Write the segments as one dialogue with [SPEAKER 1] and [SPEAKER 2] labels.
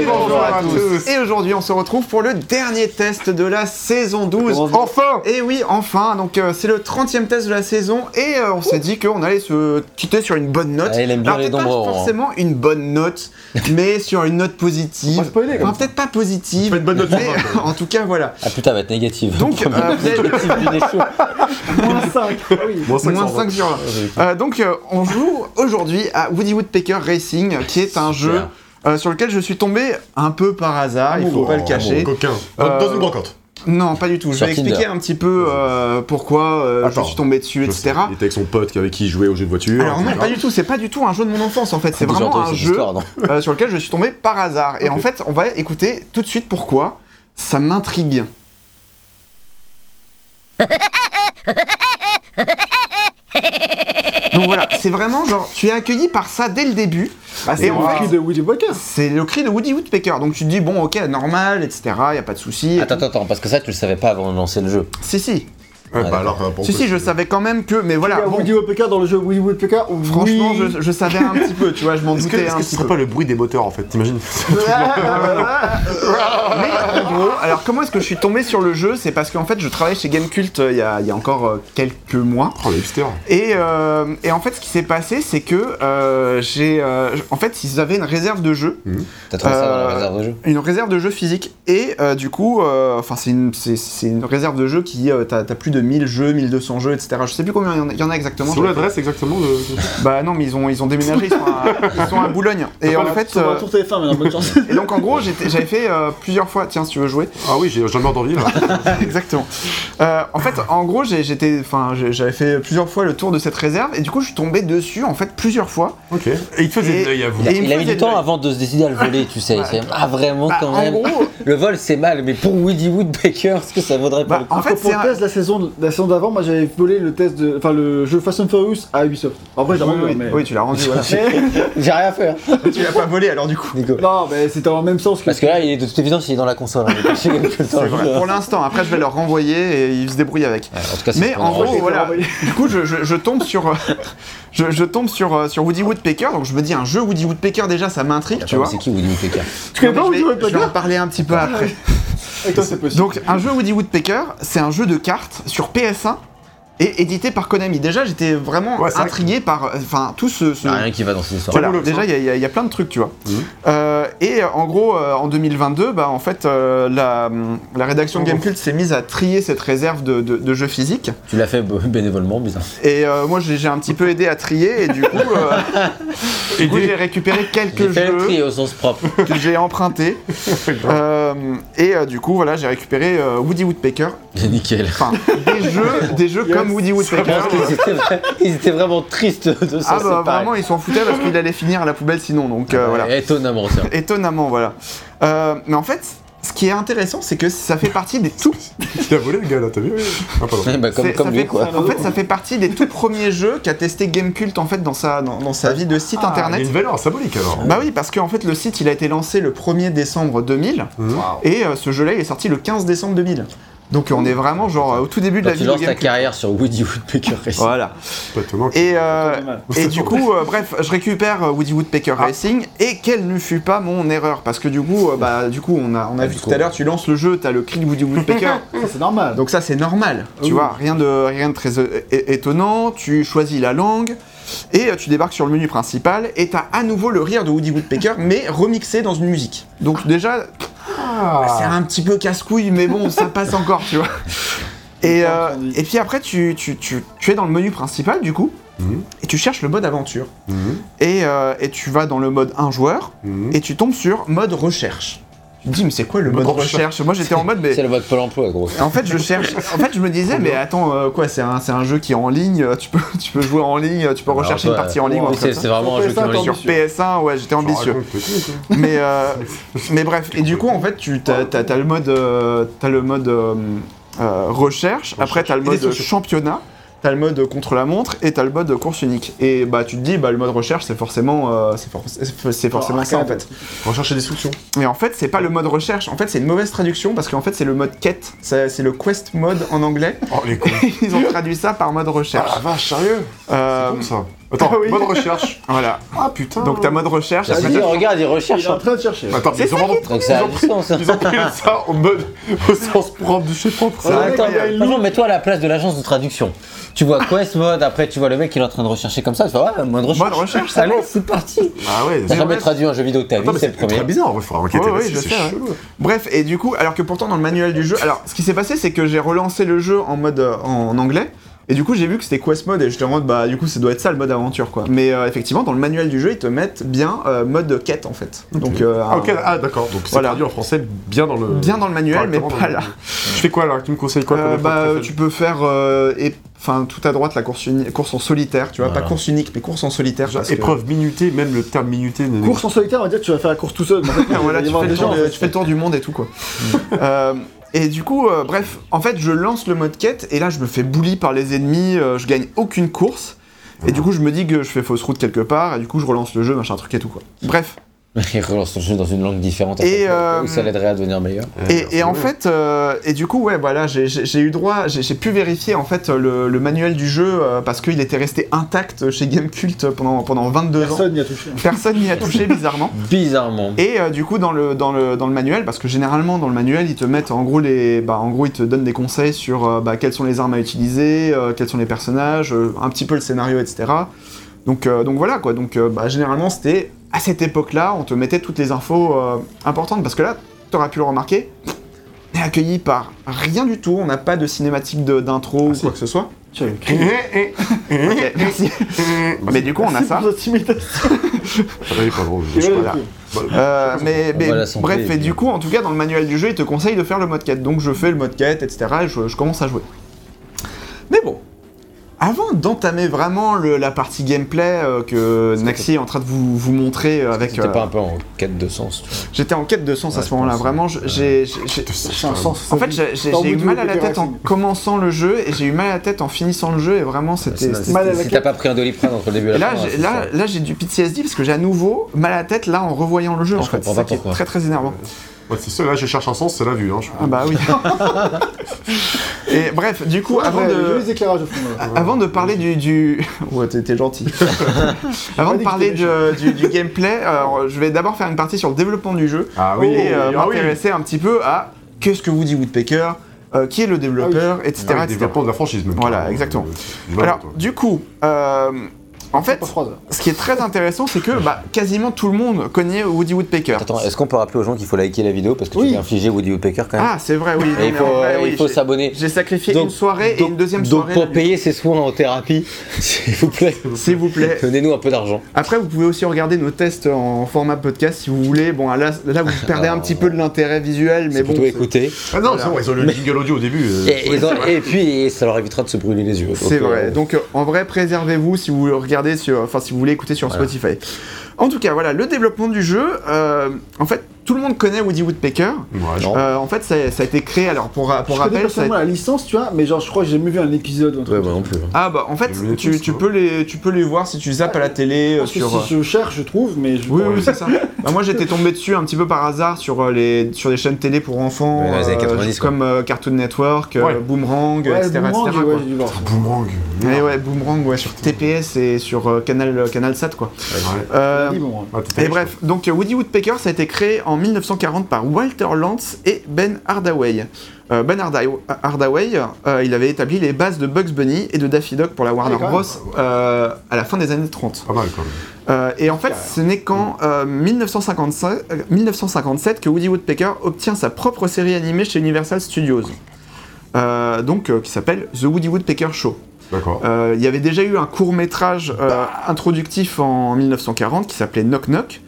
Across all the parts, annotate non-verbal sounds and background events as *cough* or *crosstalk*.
[SPEAKER 1] Et bonjour à tous. Et aujourd'hui, on se retrouve pour le dernier test de la saison 12.
[SPEAKER 2] Enfin
[SPEAKER 1] Et oui, enfin, donc euh, c'est le 30e test de la saison et euh, on s'est dit qu'on allait se quitter sur une bonne note.
[SPEAKER 3] Ah, il aime bien
[SPEAKER 1] Alors,
[SPEAKER 3] les
[SPEAKER 1] peut-être pas
[SPEAKER 3] nombres ronds, hein.
[SPEAKER 1] forcément une bonne
[SPEAKER 3] *laughs*
[SPEAKER 1] note, mais sur une note positive.
[SPEAKER 2] Pas spoiler, comme
[SPEAKER 1] Enfin,
[SPEAKER 2] ça.
[SPEAKER 1] peut-être pas positive.
[SPEAKER 2] Pas une bonne note,
[SPEAKER 1] mais *laughs* en tout cas, voilà.
[SPEAKER 3] Ah putain, va être négative.
[SPEAKER 1] Donc,
[SPEAKER 3] *laughs*
[SPEAKER 1] euh, vous avez-
[SPEAKER 4] Moins 5. Oui.
[SPEAKER 2] Bon, cinq
[SPEAKER 1] Moins
[SPEAKER 2] cents votes.
[SPEAKER 1] 5 sur 20. Euh, donc, euh, on joue aujourd'hui à Woody Woodpecker Racing, qui est un jeu euh, sur lequel je suis tombé un peu par hasard, Ah, il faut pas le cacher.
[SPEAKER 2] Ah, Coquin.
[SPEAKER 1] Euh,
[SPEAKER 2] Dans dans une brocante.
[SPEAKER 1] Non, pas du tout. Je
[SPEAKER 3] Sur
[SPEAKER 1] vais expliquer
[SPEAKER 3] Tinder.
[SPEAKER 1] un petit peu euh, pourquoi euh, je
[SPEAKER 2] Attends.
[SPEAKER 1] suis tombé dessus,
[SPEAKER 2] Je sais,
[SPEAKER 1] etc.
[SPEAKER 2] Il était avec son pote avec qui il jouait au jeu de voiture.
[SPEAKER 1] Alors non, pas du tout, c'est pas du tout un jeu de mon enfance en fait, c'est vraiment un jeu euh, sur lequel je suis tombé par hasard. Et en fait, on va écouter tout de suite pourquoi ça m'intrigue. Donc voilà, c'est vraiment genre, tu es accueilli par ça dès le début.
[SPEAKER 4] Bah, C'est
[SPEAKER 1] et en
[SPEAKER 4] le
[SPEAKER 1] fait,
[SPEAKER 4] cri de Woody Walker.
[SPEAKER 1] c'est le cri de Woody Woodpecker. Donc tu te dis, bon, ok, normal, etc., y a pas de souci.
[SPEAKER 3] Attends, attends, attends, parce que ça, tu le savais pas avant de lancer le jeu.
[SPEAKER 1] Si, si,
[SPEAKER 2] Ah, bah alors,
[SPEAKER 3] Oh,
[SPEAKER 2] euh, pour
[SPEAKER 1] si,
[SPEAKER 2] que-
[SPEAKER 1] si, je savais quand même que, mais
[SPEAKER 4] Il y
[SPEAKER 1] voilà.
[SPEAKER 4] a
[SPEAKER 1] bon,
[SPEAKER 4] Woody Woodpecker dans le jeu Woody Woodpecker. oui.
[SPEAKER 1] franchement,
[SPEAKER 4] *laughs*
[SPEAKER 1] je, je savais un petit peu, tu vois, je m'en
[SPEAKER 2] Est-ce que,
[SPEAKER 1] doutais
[SPEAKER 2] est-ce
[SPEAKER 1] un
[SPEAKER 2] que ce
[SPEAKER 1] petit peu.
[SPEAKER 2] serait pas le bruit des moteurs en fait T'imagines
[SPEAKER 1] Mais en gros, alors comment est-ce que je suis tombé sur le jeu C'est parce qu'en fait, je travaillais chez Gamecult euh, il y a, il y a encore euh, quelques mois.
[SPEAKER 2] *laughs* Oh, les hipsters.
[SPEAKER 1] Et, euh, et en fait, ce qui s'est passé, c'est que euh, j'ai. euh, en fait, ils avaient une réserve de jeux.
[SPEAKER 3] T'as trouvé ça dans
[SPEAKER 1] Euh,
[SPEAKER 3] la réserve de jeu
[SPEAKER 1] une réserve de jeux physique et euh, du coup euh, enfin c'est une, c'est- c'est une réserve de jeux qui euh, t'as t'as plus de 1000 jeux 1200 jeux etc je sais plus combien il y en a- il y, en a exactement
[SPEAKER 2] Sur l'adresse exactement de.
[SPEAKER 1] bah non mais ils ont ils ont déménagé ils sont à, ils sont à Boulogne et en fait
[SPEAKER 4] On
[SPEAKER 1] euh,
[SPEAKER 4] va tour TF1 maintenant, bonne chance.
[SPEAKER 1] et donc en gros j'étais- j'avais fait euh, plusieurs fois tiens si tu veux jouer
[SPEAKER 2] Ah oui, j'ai jamais entendu
[SPEAKER 1] *laughs*
[SPEAKER 2] là.
[SPEAKER 1] Exactement. Euh, en fait, en gros, j'ai- j'étais, enfin, j'ai- j'avais fait plusieurs fois le tour de cette réserve et du coup, je suis tombé dessus en fait plusieurs fois.
[SPEAKER 2] ok. Et il te faisait
[SPEAKER 1] Et-
[SPEAKER 2] de l'œil à vous.
[SPEAKER 3] Il a,
[SPEAKER 1] il me
[SPEAKER 3] il a mis
[SPEAKER 1] faisait
[SPEAKER 3] du temps
[SPEAKER 1] de-
[SPEAKER 3] avant de se décider à le voler, tu
[SPEAKER 1] *laughs*
[SPEAKER 3] sais. c'est- Ah, vraiment,
[SPEAKER 1] Bah,
[SPEAKER 3] quand
[SPEAKER 1] en
[SPEAKER 3] même.
[SPEAKER 1] gros-
[SPEAKER 3] *laughs* Le vol, c'est mal, mais pour Woody Woodpecker, ce que ça vaudrait
[SPEAKER 1] Bah,
[SPEAKER 3] pas
[SPEAKER 1] en fait,
[SPEAKER 4] pour
[SPEAKER 1] c'est
[SPEAKER 4] le
[SPEAKER 1] un-
[SPEAKER 4] test de la saison, la saison d'avant, moi j'avais volé le test de, enfin le jeu Fast and Furious à Ubisoft. En vrai, j'ai
[SPEAKER 1] Oui,
[SPEAKER 4] rendu,
[SPEAKER 1] oui,
[SPEAKER 4] mais.
[SPEAKER 1] oui, tu l'as rendu. *laughs*
[SPEAKER 4] *laughs*
[SPEAKER 1] voilà. Bah.
[SPEAKER 3] J'ai rien à faire,
[SPEAKER 1] tu l'as pas volé alors du coup.
[SPEAKER 3] Nico.
[SPEAKER 4] Non, mais c'était dans le même sens que.
[SPEAKER 3] Parce que là, il est de toute évidence, il est dans la console. hein, il est
[SPEAKER 1] *laughs*
[SPEAKER 3] pas chez Gamecult,
[SPEAKER 4] Ah,
[SPEAKER 3] hein,
[SPEAKER 1] Voilà,
[SPEAKER 3] je- *laughs*
[SPEAKER 1] Pour l'instant, après, je vais leur renvoyer et ils se débrouillent avec.
[SPEAKER 3] Ouais, en tout cas, c'est
[SPEAKER 1] Mais
[SPEAKER 3] pas
[SPEAKER 1] en
[SPEAKER 3] grave.
[SPEAKER 1] gros,
[SPEAKER 4] Ouais,
[SPEAKER 1] voilà.
[SPEAKER 4] ouais, ouais.
[SPEAKER 1] Du coup, je, je- je tombe sur, *laughs* euh, je, je tombe sur euh, sur Woody Woodpecker. Donc, je me dis un jeu Woody Woodpecker déjà, ça m'intrigue, tu
[SPEAKER 3] Attends, mais
[SPEAKER 1] vois.
[SPEAKER 3] C'est qui Woody Woodpecker
[SPEAKER 4] tu connais pas
[SPEAKER 1] Non, mais
[SPEAKER 4] Woody
[SPEAKER 1] je vais- je vais en
[SPEAKER 4] Woodpecker Ah,
[SPEAKER 1] parler un petit peu après.
[SPEAKER 4] Et toi, c'est possible.
[SPEAKER 1] Donc un jeu Woody Woodpecker, c'est un jeu de cartes sur PS1 et édité par Konami. Déjà, j'étais vraiment
[SPEAKER 2] Ouais, c'est vrai
[SPEAKER 1] intrigué par, euh, enfin, tout ce. ce-
[SPEAKER 3] Y a Rien qui va dans cette histoire.
[SPEAKER 1] Voilà,
[SPEAKER 2] boulot,
[SPEAKER 1] déjà, il y, a- il y a- il y a plein de trucs, tu vois.
[SPEAKER 2] Mhm.
[SPEAKER 1] Euh, et euh, en gros, euh, en 2022, bah, en fait, euh, la, hum, la
[SPEAKER 2] Oh.
[SPEAKER 1] rédaction de Gamecult s'est mise à trier cette réserve de, de- de jeux physiques.
[SPEAKER 3] Tu l'as fait b- bénévolement, bizarre.
[SPEAKER 1] Et euh, moi, j'ai j'ai un petit peu aidé à trier, et du coup, euh,
[SPEAKER 2] *laughs*
[SPEAKER 1] du coup, j'ai récupéré quelques
[SPEAKER 3] J'ai fait le
[SPEAKER 1] jeux
[SPEAKER 3] tri au sens
[SPEAKER 1] *laughs*
[SPEAKER 3] propre.
[SPEAKER 1] que j'ai
[SPEAKER 2] *laughs*
[SPEAKER 1] empruntés. Euh, et euh, du coup, voilà, j'ai récupéré euh, Woody Woodpecker
[SPEAKER 3] Nickel.
[SPEAKER 1] Enfin, des jeux, des jeux
[SPEAKER 4] Yes.
[SPEAKER 1] comme Woody
[SPEAKER 3] Je
[SPEAKER 1] Woodpecker.
[SPEAKER 3] pense qu'ils étaient, vra- ils étaient vraiment tristes de s'en
[SPEAKER 1] Ah bah
[SPEAKER 3] séparer.
[SPEAKER 1] vraiment, ils s'en foutaient parce qu'il allait finir à la poubelle sinon, donc euh, voilà.
[SPEAKER 3] Étonnamment, tiens.
[SPEAKER 1] Étonnamment, voilà. Euh, mais en fait, ce qui est intéressant, c'est que ça fait partie des tout.
[SPEAKER 2] Il a volé le gars là, t'as vu Ah, pardon.
[SPEAKER 3] Eh ben,
[SPEAKER 1] *laughs*
[SPEAKER 3] comme
[SPEAKER 1] c'est-
[SPEAKER 3] comme
[SPEAKER 1] ça
[SPEAKER 3] lui,
[SPEAKER 1] fait-
[SPEAKER 3] quoi.
[SPEAKER 1] En fait, ça fait partie des tout premiers jeux qu'a testé Gamecult en fait dans sa dans, dans sa vie de site
[SPEAKER 2] Ah, Il y a
[SPEAKER 1] internet.
[SPEAKER 2] une valeur symbolique alors.
[SPEAKER 1] Bah oui, parce qu'en fait, le site il a été lancé le 1er décembre 2000
[SPEAKER 2] Mhm.
[SPEAKER 1] et euh, ce jeu-là il est sorti le 15 décembre 2000. Donc on est vraiment genre au tout début de la
[SPEAKER 3] Quand tu
[SPEAKER 1] vie de
[SPEAKER 3] lances ta
[SPEAKER 1] Gamecult.
[SPEAKER 3] carrière sur Woody Woodpecker Racing.
[SPEAKER 1] Voilà.
[SPEAKER 2] Pas étonnant.
[SPEAKER 1] Et, euh,
[SPEAKER 2] Dommage.
[SPEAKER 1] et du coup, euh, bref, je récupère euh, Woody Woodpecker Racing et quelle ne fut pas mon erreur parce que du coup, euh, bah, du coup, on a, on a
[SPEAKER 3] Ah,
[SPEAKER 1] vu
[SPEAKER 3] du
[SPEAKER 1] tout
[SPEAKER 3] coup.
[SPEAKER 1] à l'heure, tu lances le jeu, t'as le cri de Woody Woodpecker,
[SPEAKER 4] Ça, C'est normal.
[SPEAKER 1] *laughs* donc ça c'est normal, tu
[SPEAKER 4] Oui.
[SPEAKER 1] vois, rien de rien de très euh, é- étonnant. Tu choisis la langue et euh, tu débarques sur le menu principal et t'as à nouveau le rire de Woody Woodpecker mais remixé dans une musique. Donc déjà,
[SPEAKER 2] Ah,
[SPEAKER 1] c'est un petit peu casse-couille, mais bon, ça passe encore, tu vois. Et, euh, et puis après, tu, tu, tu, tu es dans le menu principal, du coup,
[SPEAKER 2] Mhm.
[SPEAKER 1] et tu cherches le mode aventure.
[SPEAKER 2] Mhm.
[SPEAKER 1] Et, euh, et tu vas dans le mode un joueur,
[SPEAKER 2] Mhm.
[SPEAKER 1] et tu tombes sur mode recherche. Tu te dis, mais c'est quoi le mode recherche Moi, j'étais en mode, mais.
[SPEAKER 3] C'est le mode Pôle emploi, gros.
[SPEAKER 1] En fait, je cherche. En fait, je me disais, mais attends, euh, quoi, c'est un, c'est un jeu qui est en ligne. euh, Tu peux, tu peux jouer en ligne. euh, Tu peux rechercher une
[SPEAKER 3] Alors, toi,
[SPEAKER 1] partie en ligne. ou un
[SPEAKER 3] oui,
[SPEAKER 1] truc
[SPEAKER 3] C'est
[SPEAKER 1] comme
[SPEAKER 3] c'est
[SPEAKER 1] ça.
[SPEAKER 3] vraiment un
[SPEAKER 4] Sur
[SPEAKER 3] jeu qui est en
[SPEAKER 4] PS1,
[SPEAKER 3] ligne.
[SPEAKER 1] Sur PS1, ouais, j'étais ambitieux.
[SPEAKER 2] Raconte hein. petit, quoi.
[SPEAKER 1] Mais, euh, mais bref, et du coup, en fait, tu t'as, t'as- t'as le mode, euh, t'as le mode euh, euh, recherche, après t'as le
[SPEAKER 2] Et les
[SPEAKER 1] mode
[SPEAKER 2] sociaux.
[SPEAKER 1] championnat, t'as le mode contre-la-montre et t'as le mode course unique. Et bah, tu te dis, bah, le mode recherche, c'est forcément, euh, c'est, for- c'est- c'est forcément ça en fait.
[SPEAKER 2] Recherche et destruction.
[SPEAKER 1] Mais en fait, c'est pas le mode recherche, en fait, c'est une mauvaise traduction parce qu'en fait, c'est le mode quête, c'est, c'est le quest mode en anglais. *laughs*
[SPEAKER 2] Oh les cons.
[SPEAKER 1] Ils ont traduit ça par mode
[SPEAKER 2] Ah
[SPEAKER 1] recherche.
[SPEAKER 2] la vache, sérieux C'est
[SPEAKER 1] Euh,
[SPEAKER 2] con ça. Attends,
[SPEAKER 1] *laughs* Ah oui.
[SPEAKER 2] mode recherche.
[SPEAKER 1] Voilà.
[SPEAKER 2] Ah putain.
[SPEAKER 1] Donc ta mode recherche,
[SPEAKER 4] Ah,
[SPEAKER 1] c'est
[SPEAKER 4] si,
[SPEAKER 1] peut-être-
[SPEAKER 4] on-
[SPEAKER 3] regarde, il recherche.
[SPEAKER 4] Il est en
[SPEAKER 3] hein.
[SPEAKER 4] train de chercher.
[SPEAKER 2] Attends, mais
[SPEAKER 1] C'est
[SPEAKER 2] ils ont
[SPEAKER 1] ça
[SPEAKER 2] vraiment-
[SPEAKER 1] qui
[SPEAKER 3] Donc c'est à distance.
[SPEAKER 2] Ils
[SPEAKER 3] *laughs*
[SPEAKER 2] ont pris ça en mode *laughs* au sens propre du chef propre.
[SPEAKER 1] C'est
[SPEAKER 3] Ouais, attends,
[SPEAKER 1] incroyable.
[SPEAKER 3] franchement, mets-toi à la place de l'agence de traduction. Tu vois Quest Mode, après tu vois le mec il est en train de rechercher comme ça, tu fais ouais, mode recherche.
[SPEAKER 1] Mode recherche, c'est
[SPEAKER 3] allez,
[SPEAKER 1] bon.
[SPEAKER 3] c'est parti.
[SPEAKER 2] Ah ouais.
[SPEAKER 3] T'as
[SPEAKER 2] c'est-
[SPEAKER 3] jamais traduit un jeu vidéo de ta vie,
[SPEAKER 2] Attends, mais
[SPEAKER 3] c'est le
[SPEAKER 2] c'est
[SPEAKER 3] premier.
[SPEAKER 2] très bizarre. Il faudra enquêter.
[SPEAKER 1] Ouais, ouais,
[SPEAKER 2] là-dessus,
[SPEAKER 1] je
[SPEAKER 2] c'est
[SPEAKER 1] sais, hein. ouais.
[SPEAKER 2] chelou.
[SPEAKER 1] Bref, et du coup, alors que pourtant dans le manuel du jeu, alors ce qui s'est passé, c'est que j'ai relancé le jeu en mode euh, en anglais. Et du coup, j'ai vu que c'était Quest Mode et j'étais en mode, bah, du coup, ça doit être ça le mode aventure, quoi. Mais euh, effectivement, dans le manuel du jeu, ils te mettent bien euh, mode quête, en fait. Donc, euh,
[SPEAKER 2] Ah, ok,
[SPEAKER 1] un-
[SPEAKER 2] ah d'accord, donc c'est
[SPEAKER 1] Voilà.
[SPEAKER 2] traduit en français bien dans le...
[SPEAKER 1] bien dans le manuel, mais
[SPEAKER 2] correctement
[SPEAKER 1] pas
[SPEAKER 2] dans
[SPEAKER 1] là.
[SPEAKER 2] le- Tu fais quoi là Tu me conseilles quoi
[SPEAKER 1] Euh,
[SPEAKER 2] comme
[SPEAKER 1] bah,
[SPEAKER 2] effort
[SPEAKER 1] tu peux faire, euh, et- enfin, tout à droite, la course, uni- course en solitaire, tu vois,
[SPEAKER 3] Voilà.
[SPEAKER 1] pas course unique, mais course en solitaire.
[SPEAKER 2] Déjà,
[SPEAKER 1] parce que-
[SPEAKER 2] épreuve minutée, même le terme minuté... n'est-
[SPEAKER 4] Course en solitaire, on va dire que tu vas faire la course tout seul. mais en fait, il va
[SPEAKER 1] voilà,
[SPEAKER 4] y
[SPEAKER 1] tu
[SPEAKER 4] avoir
[SPEAKER 1] fais, le
[SPEAKER 4] des
[SPEAKER 1] tour
[SPEAKER 4] gens, Mm. en
[SPEAKER 1] de-
[SPEAKER 4] fait.
[SPEAKER 1] tu fais le tour du monde et tout quoi. Euh, et du coup, euh, bref, en fait, je lance le mode quête et là, je me fais bully par les ennemis, euh, je gagne aucune course. Et du coup, je me dis que je fais fausse route quelque part, et du coup, je relance le jeu, machin truc et tout quoi. Bref.
[SPEAKER 3] Il relance son jeu dans une langue différente. à
[SPEAKER 1] Et,
[SPEAKER 3] chaque fois,
[SPEAKER 1] euh,
[SPEAKER 3] Où ça l'aiderait à devenir meilleur.
[SPEAKER 1] Et, et
[SPEAKER 2] c'est
[SPEAKER 1] en
[SPEAKER 2] vrai.
[SPEAKER 1] fait, euh, et du coup, ouais, voilà, j'ai- j'ai j'ai eu droit, j'ai j'ai pu vérifier en fait le, le manuel du jeu euh, parce qu'il était resté intact chez Gamecult pendant, pendant 22 ans.
[SPEAKER 4] Personne n'y a touché.
[SPEAKER 1] Personne n'y a touché bizarrement.
[SPEAKER 3] Bizarrement.
[SPEAKER 1] Et euh, du coup, dans le, dans, le, dans le manuel, parce que généralement dans le manuel, ils te mettent en gros les, bah, en gros, ils te donnent des conseils sur euh, bah, quelles sont les armes à utiliser, euh, quels sont les personnages, euh, un petit peu le scénario, etc. Donc, euh, donc voilà quoi. Donc euh, bah, généralement, c'était à cette époque-là, on te mettait toutes les infos euh, importantes parce que là, t'auras pu le remarquer, on est accueilli par rien du tout. On n'a pas de cinématique de- d'intro ou
[SPEAKER 2] si.
[SPEAKER 1] quoi que ce soit.
[SPEAKER 4] Tu as une
[SPEAKER 2] Eh,
[SPEAKER 4] crise.
[SPEAKER 2] eh, eh,
[SPEAKER 1] Ah, Ok, *laughs* merci. *laughs*
[SPEAKER 2] eh.
[SPEAKER 1] Mais du coup, on a ça.
[SPEAKER 2] Ah oui, pardon, je-
[SPEAKER 4] Et
[SPEAKER 2] je-
[SPEAKER 4] voilà,
[SPEAKER 1] Voilà.
[SPEAKER 4] ok.
[SPEAKER 1] Euh, mais
[SPEAKER 3] On
[SPEAKER 1] mais
[SPEAKER 3] va la santé,
[SPEAKER 1] bref,
[SPEAKER 3] et
[SPEAKER 1] et
[SPEAKER 3] puis-
[SPEAKER 1] du coup, en tout cas, dans le manuel du jeu, il te conseille de faire le mode quête. Donc je fais le mode quête, etc. Et je, je commence à jouer. Mais bon, avant d'entamer vraiment le- la partie gameplay euh, que Naxi est en train de vous, vous montrer euh, avec.
[SPEAKER 3] C'était
[SPEAKER 1] euh,
[SPEAKER 3] pas un peu en quête de sens. tu vois.
[SPEAKER 1] J'étais en quête de sens à
[SPEAKER 3] Ouais,
[SPEAKER 1] ce
[SPEAKER 3] je
[SPEAKER 1] moment-là,
[SPEAKER 3] pense.
[SPEAKER 1] vraiment. je- j'ai- j'ai- j'ai-
[SPEAKER 4] C'est un sens.
[SPEAKER 1] En fait, j'ai j'ai- j'ai eu mal à la tête en commençant le jeu et j'ai eu mal à la tête en finissant le jeu et vraiment c'était.
[SPEAKER 3] C'est-
[SPEAKER 1] c'était-
[SPEAKER 4] mal à la
[SPEAKER 3] Si t'as pas pris un doliprane entre le début et
[SPEAKER 1] Et
[SPEAKER 3] la
[SPEAKER 1] là,
[SPEAKER 3] fin.
[SPEAKER 1] j'ai-
[SPEAKER 3] c'est
[SPEAKER 1] là,
[SPEAKER 3] ça.
[SPEAKER 1] là, j'ai du PTSD parce que j'ai à nouveau mal à la tête là en revoyant le jeu.
[SPEAKER 3] Ah,
[SPEAKER 1] en
[SPEAKER 3] je
[SPEAKER 1] fait,
[SPEAKER 3] comprends
[SPEAKER 1] c'est ça
[SPEAKER 3] pas
[SPEAKER 1] qui est
[SPEAKER 3] pourquoi.
[SPEAKER 1] très très énervant.
[SPEAKER 2] Ouais, c'est ça, là je cherche un sens, c'est la vue. Hein, je-
[SPEAKER 1] Ah
[SPEAKER 2] *laughs*
[SPEAKER 1] bah oui. Et bref, du coup, avant de,
[SPEAKER 4] les éclairages
[SPEAKER 1] *laughs*
[SPEAKER 4] au fond. là.
[SPEAKER 1] avant de parler du...
[SPEAKER 2] *laughs*
[SPEAKER 1] du... Ouais, t'es t'es gentil. *laughs* avant
[SPEAKER 4] pas
[SPEAKER 1] de
[SPEAKER 4] dit que
[SPEAKER 1] parler
[SPEAKER 4] t'étais
[SPEAKER 1] de- du, du gameplay, alors, je vais d'abord faire une partie sur le développement du jeu
[SPEAKER 2] Ah
[SPEAKER 4] oui.
[SPEAKER 1] et euh,
[SPEAKER 2] ah oui.
[SPEAKER 1] m'intéresser un petit peu à qu'est-ce que vous dit Woodpecker, euh, qui est le développeur, etc.
[SPEAKER 2] Ah oui,
[SPEAKER 1] etc.
[SPEAKER 2] développement de la franchise même.
[SPEAKER 1] Voilà,
[SPEAKER 2] carrément.
[SPEAKER 1] exactement.
[SPEAKER 2] Euh, c'est du mal,
[SPEAKER 1] Alors,
[SPEAKER 2] toi.
[SPEAKER 1] du coup, euh, en fait,
[SPEAKER 4] Pas froide.
[SPEAKER 1] ce qui est très intéressant, c'est que bah, quasiment tout le monde connaît Woody Woodpecker.
[SPEAKER 3] Attends, est-ce qu'on peut rappeler aux gens qu'il faut liker la vidéo parce que
[SPEAKER 4] Oui.
[SPEAKER 3] tu t'es infligé Woody Woodpecker quand même
[SPEAKER 1] Ah, c'est vrai, oui.
[SPEAKER 3] Et il
[SPEAKER 1] mais
[SPEAKER 3] faut,
[SPEAKER 1] en vrai,
[SPEAKER 3] euh,
[SPEAKER 1] oui,
[SPEAKER 3] il faut
[SPEAKER 1] j'ai-
[SPEAKER 3] s'abonner.
[SPEAKER 1] J'ai sacrifié une soirée et
[SPEAKER 3] donc-
[SPEAKER 1] une deuxième
[SPEAKER 3] donc
[SPEAKER 1] soirée.
[SPEAKER 3] pour payer ses soins en thérapie, *laughs* s'il vous plaît,
[SPEAKER 1] S'il vous plaît.
[SPEAKER 3] donnez-nous un peu d'argent.
[SPEAKER 1] Après, vous pouvez aussi regarder nos tests en format podcast si vous voulez. Bon, là, là
[SPEAKER 3] *laughs*
[SPEAKER 1] vous perdez un petit peu de l'intérêt visuel, mais
[SPEAKER 3] C'est
[SPEAKER 1] bon.
[SPEAKER 3] plutôt
[SPEAKER 1] c'est-
[SPEAKER 3] écouter.
[SPEAKER 2] Ah non, c'est bon, ils ont le jingle audio au début. euh,
[SPEAKER 3] Et, et dans- et puis ça leur évitera de se brûler les yeux.
[SPEAKER 1] C'est
[SPEAKER 3] Donc, euh,
[SPEAKER 1] vrai. Donc, euh, en vrai, préservez-vous si vous regardez sur, enfin, si vous voulez écouter sur
[SPEAKER 3] Voilà.
[SPEAKER 1] Spotify. En tout cas, voilà, le développement du jeu. euh, en fait, tout le monde connaît Woody Woodpecker.
[SPEAKER 2] Ouais, je-
[SPEAKER 3] Non.
[SPEAKER 1] Euh, en fait, ça, ça a été créé. Alors, pour, ra- pour
[SPEAKER 4] je connais
[SPEAKER 1] rappel, ça a
[SPEAKER 4] personnellement la licence, tu vois, mais genre je crois que j'ai jamais vu un épisode. ou un truc
[SPEAKER 3] Ouais, bah
[SPEAKER 4] comme
[SPEAKER 3] non
[SPEAKER 4] ça.
[SPEAKER 3] plus. hein.
[SPEAKER 1] Ah bah en fait
[SPEAKER 2] Je l'ai
[SPEAKER 1] tu,
[SPEAKER 2] tous,
[SPEAKER 1] tu
[SPEAKER 2] moi.
[SPEAKER 1] peux les tu peux les voir si tu zappes à la télé
[SPEAKER 4] Je
[SPEAKER 1] euh,
[SPEAKER 4] pense Ah, que
[SPEAKER 1] sur euh,
[SPEAKER 4] si je cherche, je trouve, mais je.
[SPEAKER 1] Oui
[SPEAKER 4] Ouais.
[SPEAKER 1] oui c'est ça. Bah, moi j'étais tombé dessus un petit peu par hasard sur euh, les sur les chaînes télé pour enfants
[SPEAKER 3] Ouais, dans les années 90, quoi.
[SPEAKER 1] comme euh, Cartoon Network, euh,
[SPEAKER 2] Ouais.
[SPEAKER 1] Boomerang,
[SPEAKER 4] Ouais,
[SPEAKER 1] etc.
[SPEAKER 4] Boomerang,
[SPEAKER 1] etc.,
[SPEAKER 4] ouais,
[SPEAKER 1] quoi.
[SPEAKER 4] j'ai dû voir.
[SPEAKER 2] Boomerang.
[SPEAKER 1] Eh Ouais,
[SPEAKER 2] merde.
[SPEAKER 1] ouais, Boomerang ouais, sur TPS et sur euh, Canal Canal Sat quoi.
[SPEAKER 2] Ouais.
[SPEAKER 1] Euh,
[SPEAKER 4] Dis, Boomerang.
[SPEAKER 2] Ah, t'étais
[SPEAKER 1] et
[SPEAKER 2] là,
[SPEAKER 1] bref, donc euh, Woody Woodpecker, ça a été créé en 1940 par Walter Lantz et Ben Hardaway. Euh, ben Harda- Hardaway, euh, il avait établi les bases de Bugs Bunny et de Daffy Duck pour la Warner
[SPEAKER 4] quand même.
[SPEAKER 1] Bros. euh, à la fin des années 30.
[SPEAKER 2] je crois. Pas mal quand même.
[SPEAKER 1] Euh, et en fait, ce n'est qu'en euh, 1955 euh, 1957 que Woody Woodpecker obtient sa propre série animée chez Universal Studios. Euh, donc, euh, qui s'appelle The Woody Woodpecker Show.
[SPEAKER 2] D'accord.
[SPEAKER 1] Euh, Il y avait déjà eu un court métrage euh, introductif en 1940 qui s'appelait Knock Knock,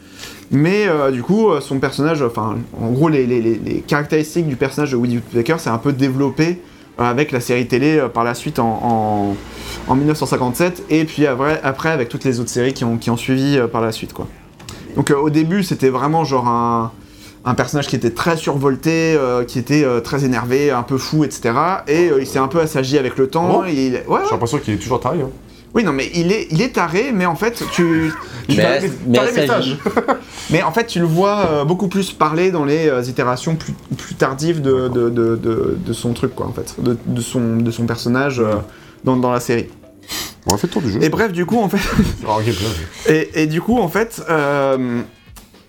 [SPEAKER 1] mais euh, du coup, euh, son personnage, enfin, en gros, les, les- les- les caractéristiques du personnage de Woody Woodpecker s'est un peu développé euh, avec la série télé euh, par la suite en, en- en 1957, et puis après, après avec toutes les autres séries qui ont, qui ont suivi euh, par la suite, quoi. Donc euh, au début, c'était vraiment genre un, un personnage qui était très survolté, euh, qui était euh, très énervé, un peu fou, etc. Et euh, il s'est un peu assagi avec le temps.
[SPEAKER 2] Ah bon
[SPEAKER 1] et il... ouais, ouais.
[SPEAKER 2] J'ai l'impression qu'il est toujours taré. Hein.
[SPEAKER 1] Oui, non, mais il est, il est taré, mais en fait, tu. tu
[SPEAKER 3] Mais-
[SPEAKER 1] t'as les-
[SPEAKER 3] mais
[SPEAKER 1] t'as les
[SPEAKER 3] ça,
[SPEAKER 1] messages. mais en fait, tu le vois euh, beaucoup plus parler dans les euh, itérations plus, plus tardives de, de, de- de- de son truc, quoi, en fait. De, de son, de son personnage euh, dans, dans la série.
[SPEAKER 2] On a fait le tour du jeu.
[SPEAKER 1] Et bref, du coup, en fait,
[SPEAKER 2] bah, Ah, ok, bien vu.
[SPEAKER 1] Et, et du coup, en fait, euh,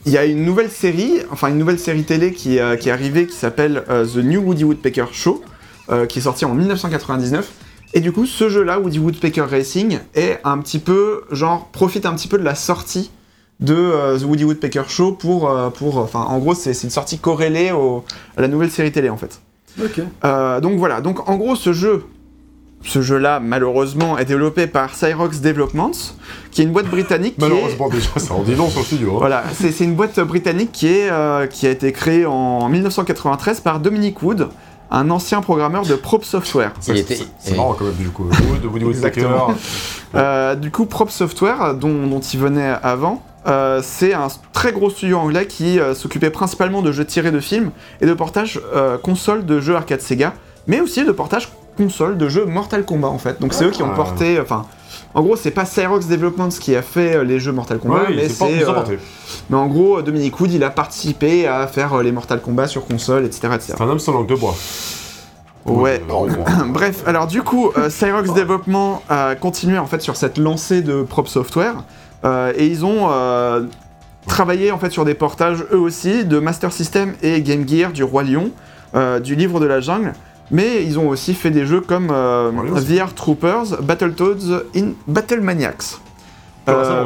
[SPEAKER 1] il y a une nouvelle série, enfin une nouvelle série télé qui, euh, qui est arrivée qui s'appelle euh, The New Woody Woodpecker Show, euh, qui est sortie en 1999. Et du coup, ce jeu-là, Woody Woodpecker Racing, est un petit peu, genre, profite un petit peu de la sortie de euh, The Woody Woodpecker Show pour, euh, pour, enfin, en gros, c'est c'est une sortie corrélée au- à la nouvelle série télé, en fait.
[SPEAKER 4] hein. Ok.
[SPEAKER 1] Euh, donc voilà, donc en gros ce jeu, ce jeu-là malheureusement est développé par Cyrox Developments, qui est une boîte britannique. qui est-
[SPEAKER 2] Malheureusement, déjà, ça en dit long sur le studio. hein.
[SPEAKER 1] Voilà, c'est c'est une boîte britannique qui, est, euh, qui a été créée en 1993 par Dominic Wood, un ancien programmeur de Prop Software.
[SPEAKER 2] Ça,
[SPEAKER 3] Il
[SPEAKER 2] c'est-
[SPEAKER 3] était-
[SPEAKER 2] C'est c'est
[SPEAKER 3] et-
[SPEAKER 2] marrant quand même, du coup. Wood, Woody Woodpecker.
[SPEAKER 1] Exactement. Euh, du coup, Prop Software, dont, dont il venait avant, euh, c'est un très gros studio anglais qui euh, s'occupait principalement de jeux tirés de films et de portages euh, console de jeux arcade Sega, mais aussi de portages console de jeux Mortal Kombat en fait. Donc c'est eux qui ont
[SPEAKER 2] Ah.
[SPEAKER 1] porté, enfin. En gros, c'est pas Cyrox Developments qui a fait euh, les jeux Mortal
[SPEAKER 2] Ouais,
[SPEAKER 1] Kombat, mais
[SPEAKER 2] il s'est pas- il
[SPEAKER 1] c'est.
[SPEAKER 2] s'est
[SPEAKER 1] euh,
[SPEAKER 2] inventé.
[SPEAKER 1] mais en gros, Dominique Wood, il a participé à faire euh, les Mortal Kombat sur console, etc. etc.
[SPEAKER 2] C'est un homme sans langue de bois.
[SPEAKER 1] Ouais.
[SPEAKER 2] Oh, bon.
[SPEAKER 1] *coughs* Bref, alors du coup, euh,
[SPEAKER 2] *laughs*
[SPEAKER 1] Cyrox Development a continué en fait sur cette lancée de Prop Software euh, et ils ont euh, travaillé en fait sur des portages eux aussi de Master System et Game Gear du Roi Lion, euh, du Livre de la Jungle, mais ils ont aussi fait des jeux comme euh,
[SPEAKER 2] Roi Lion,
[SPEAKER 1] VR Troopers, Battletoads, in Battle Maniacs.
[SPEAKER 2] Ah, ça,
[SPEAKER 1] Euh,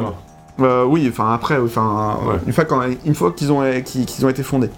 [SPEAKER 2] on a.
[SPEAKER 1] euh, oui, enfin après, enfin
[SPEAKER 2] Ouais.
[SPEAKER 1] une fois quand- une fois qu'ils ont qu'ils- qu'ils ont été fondés.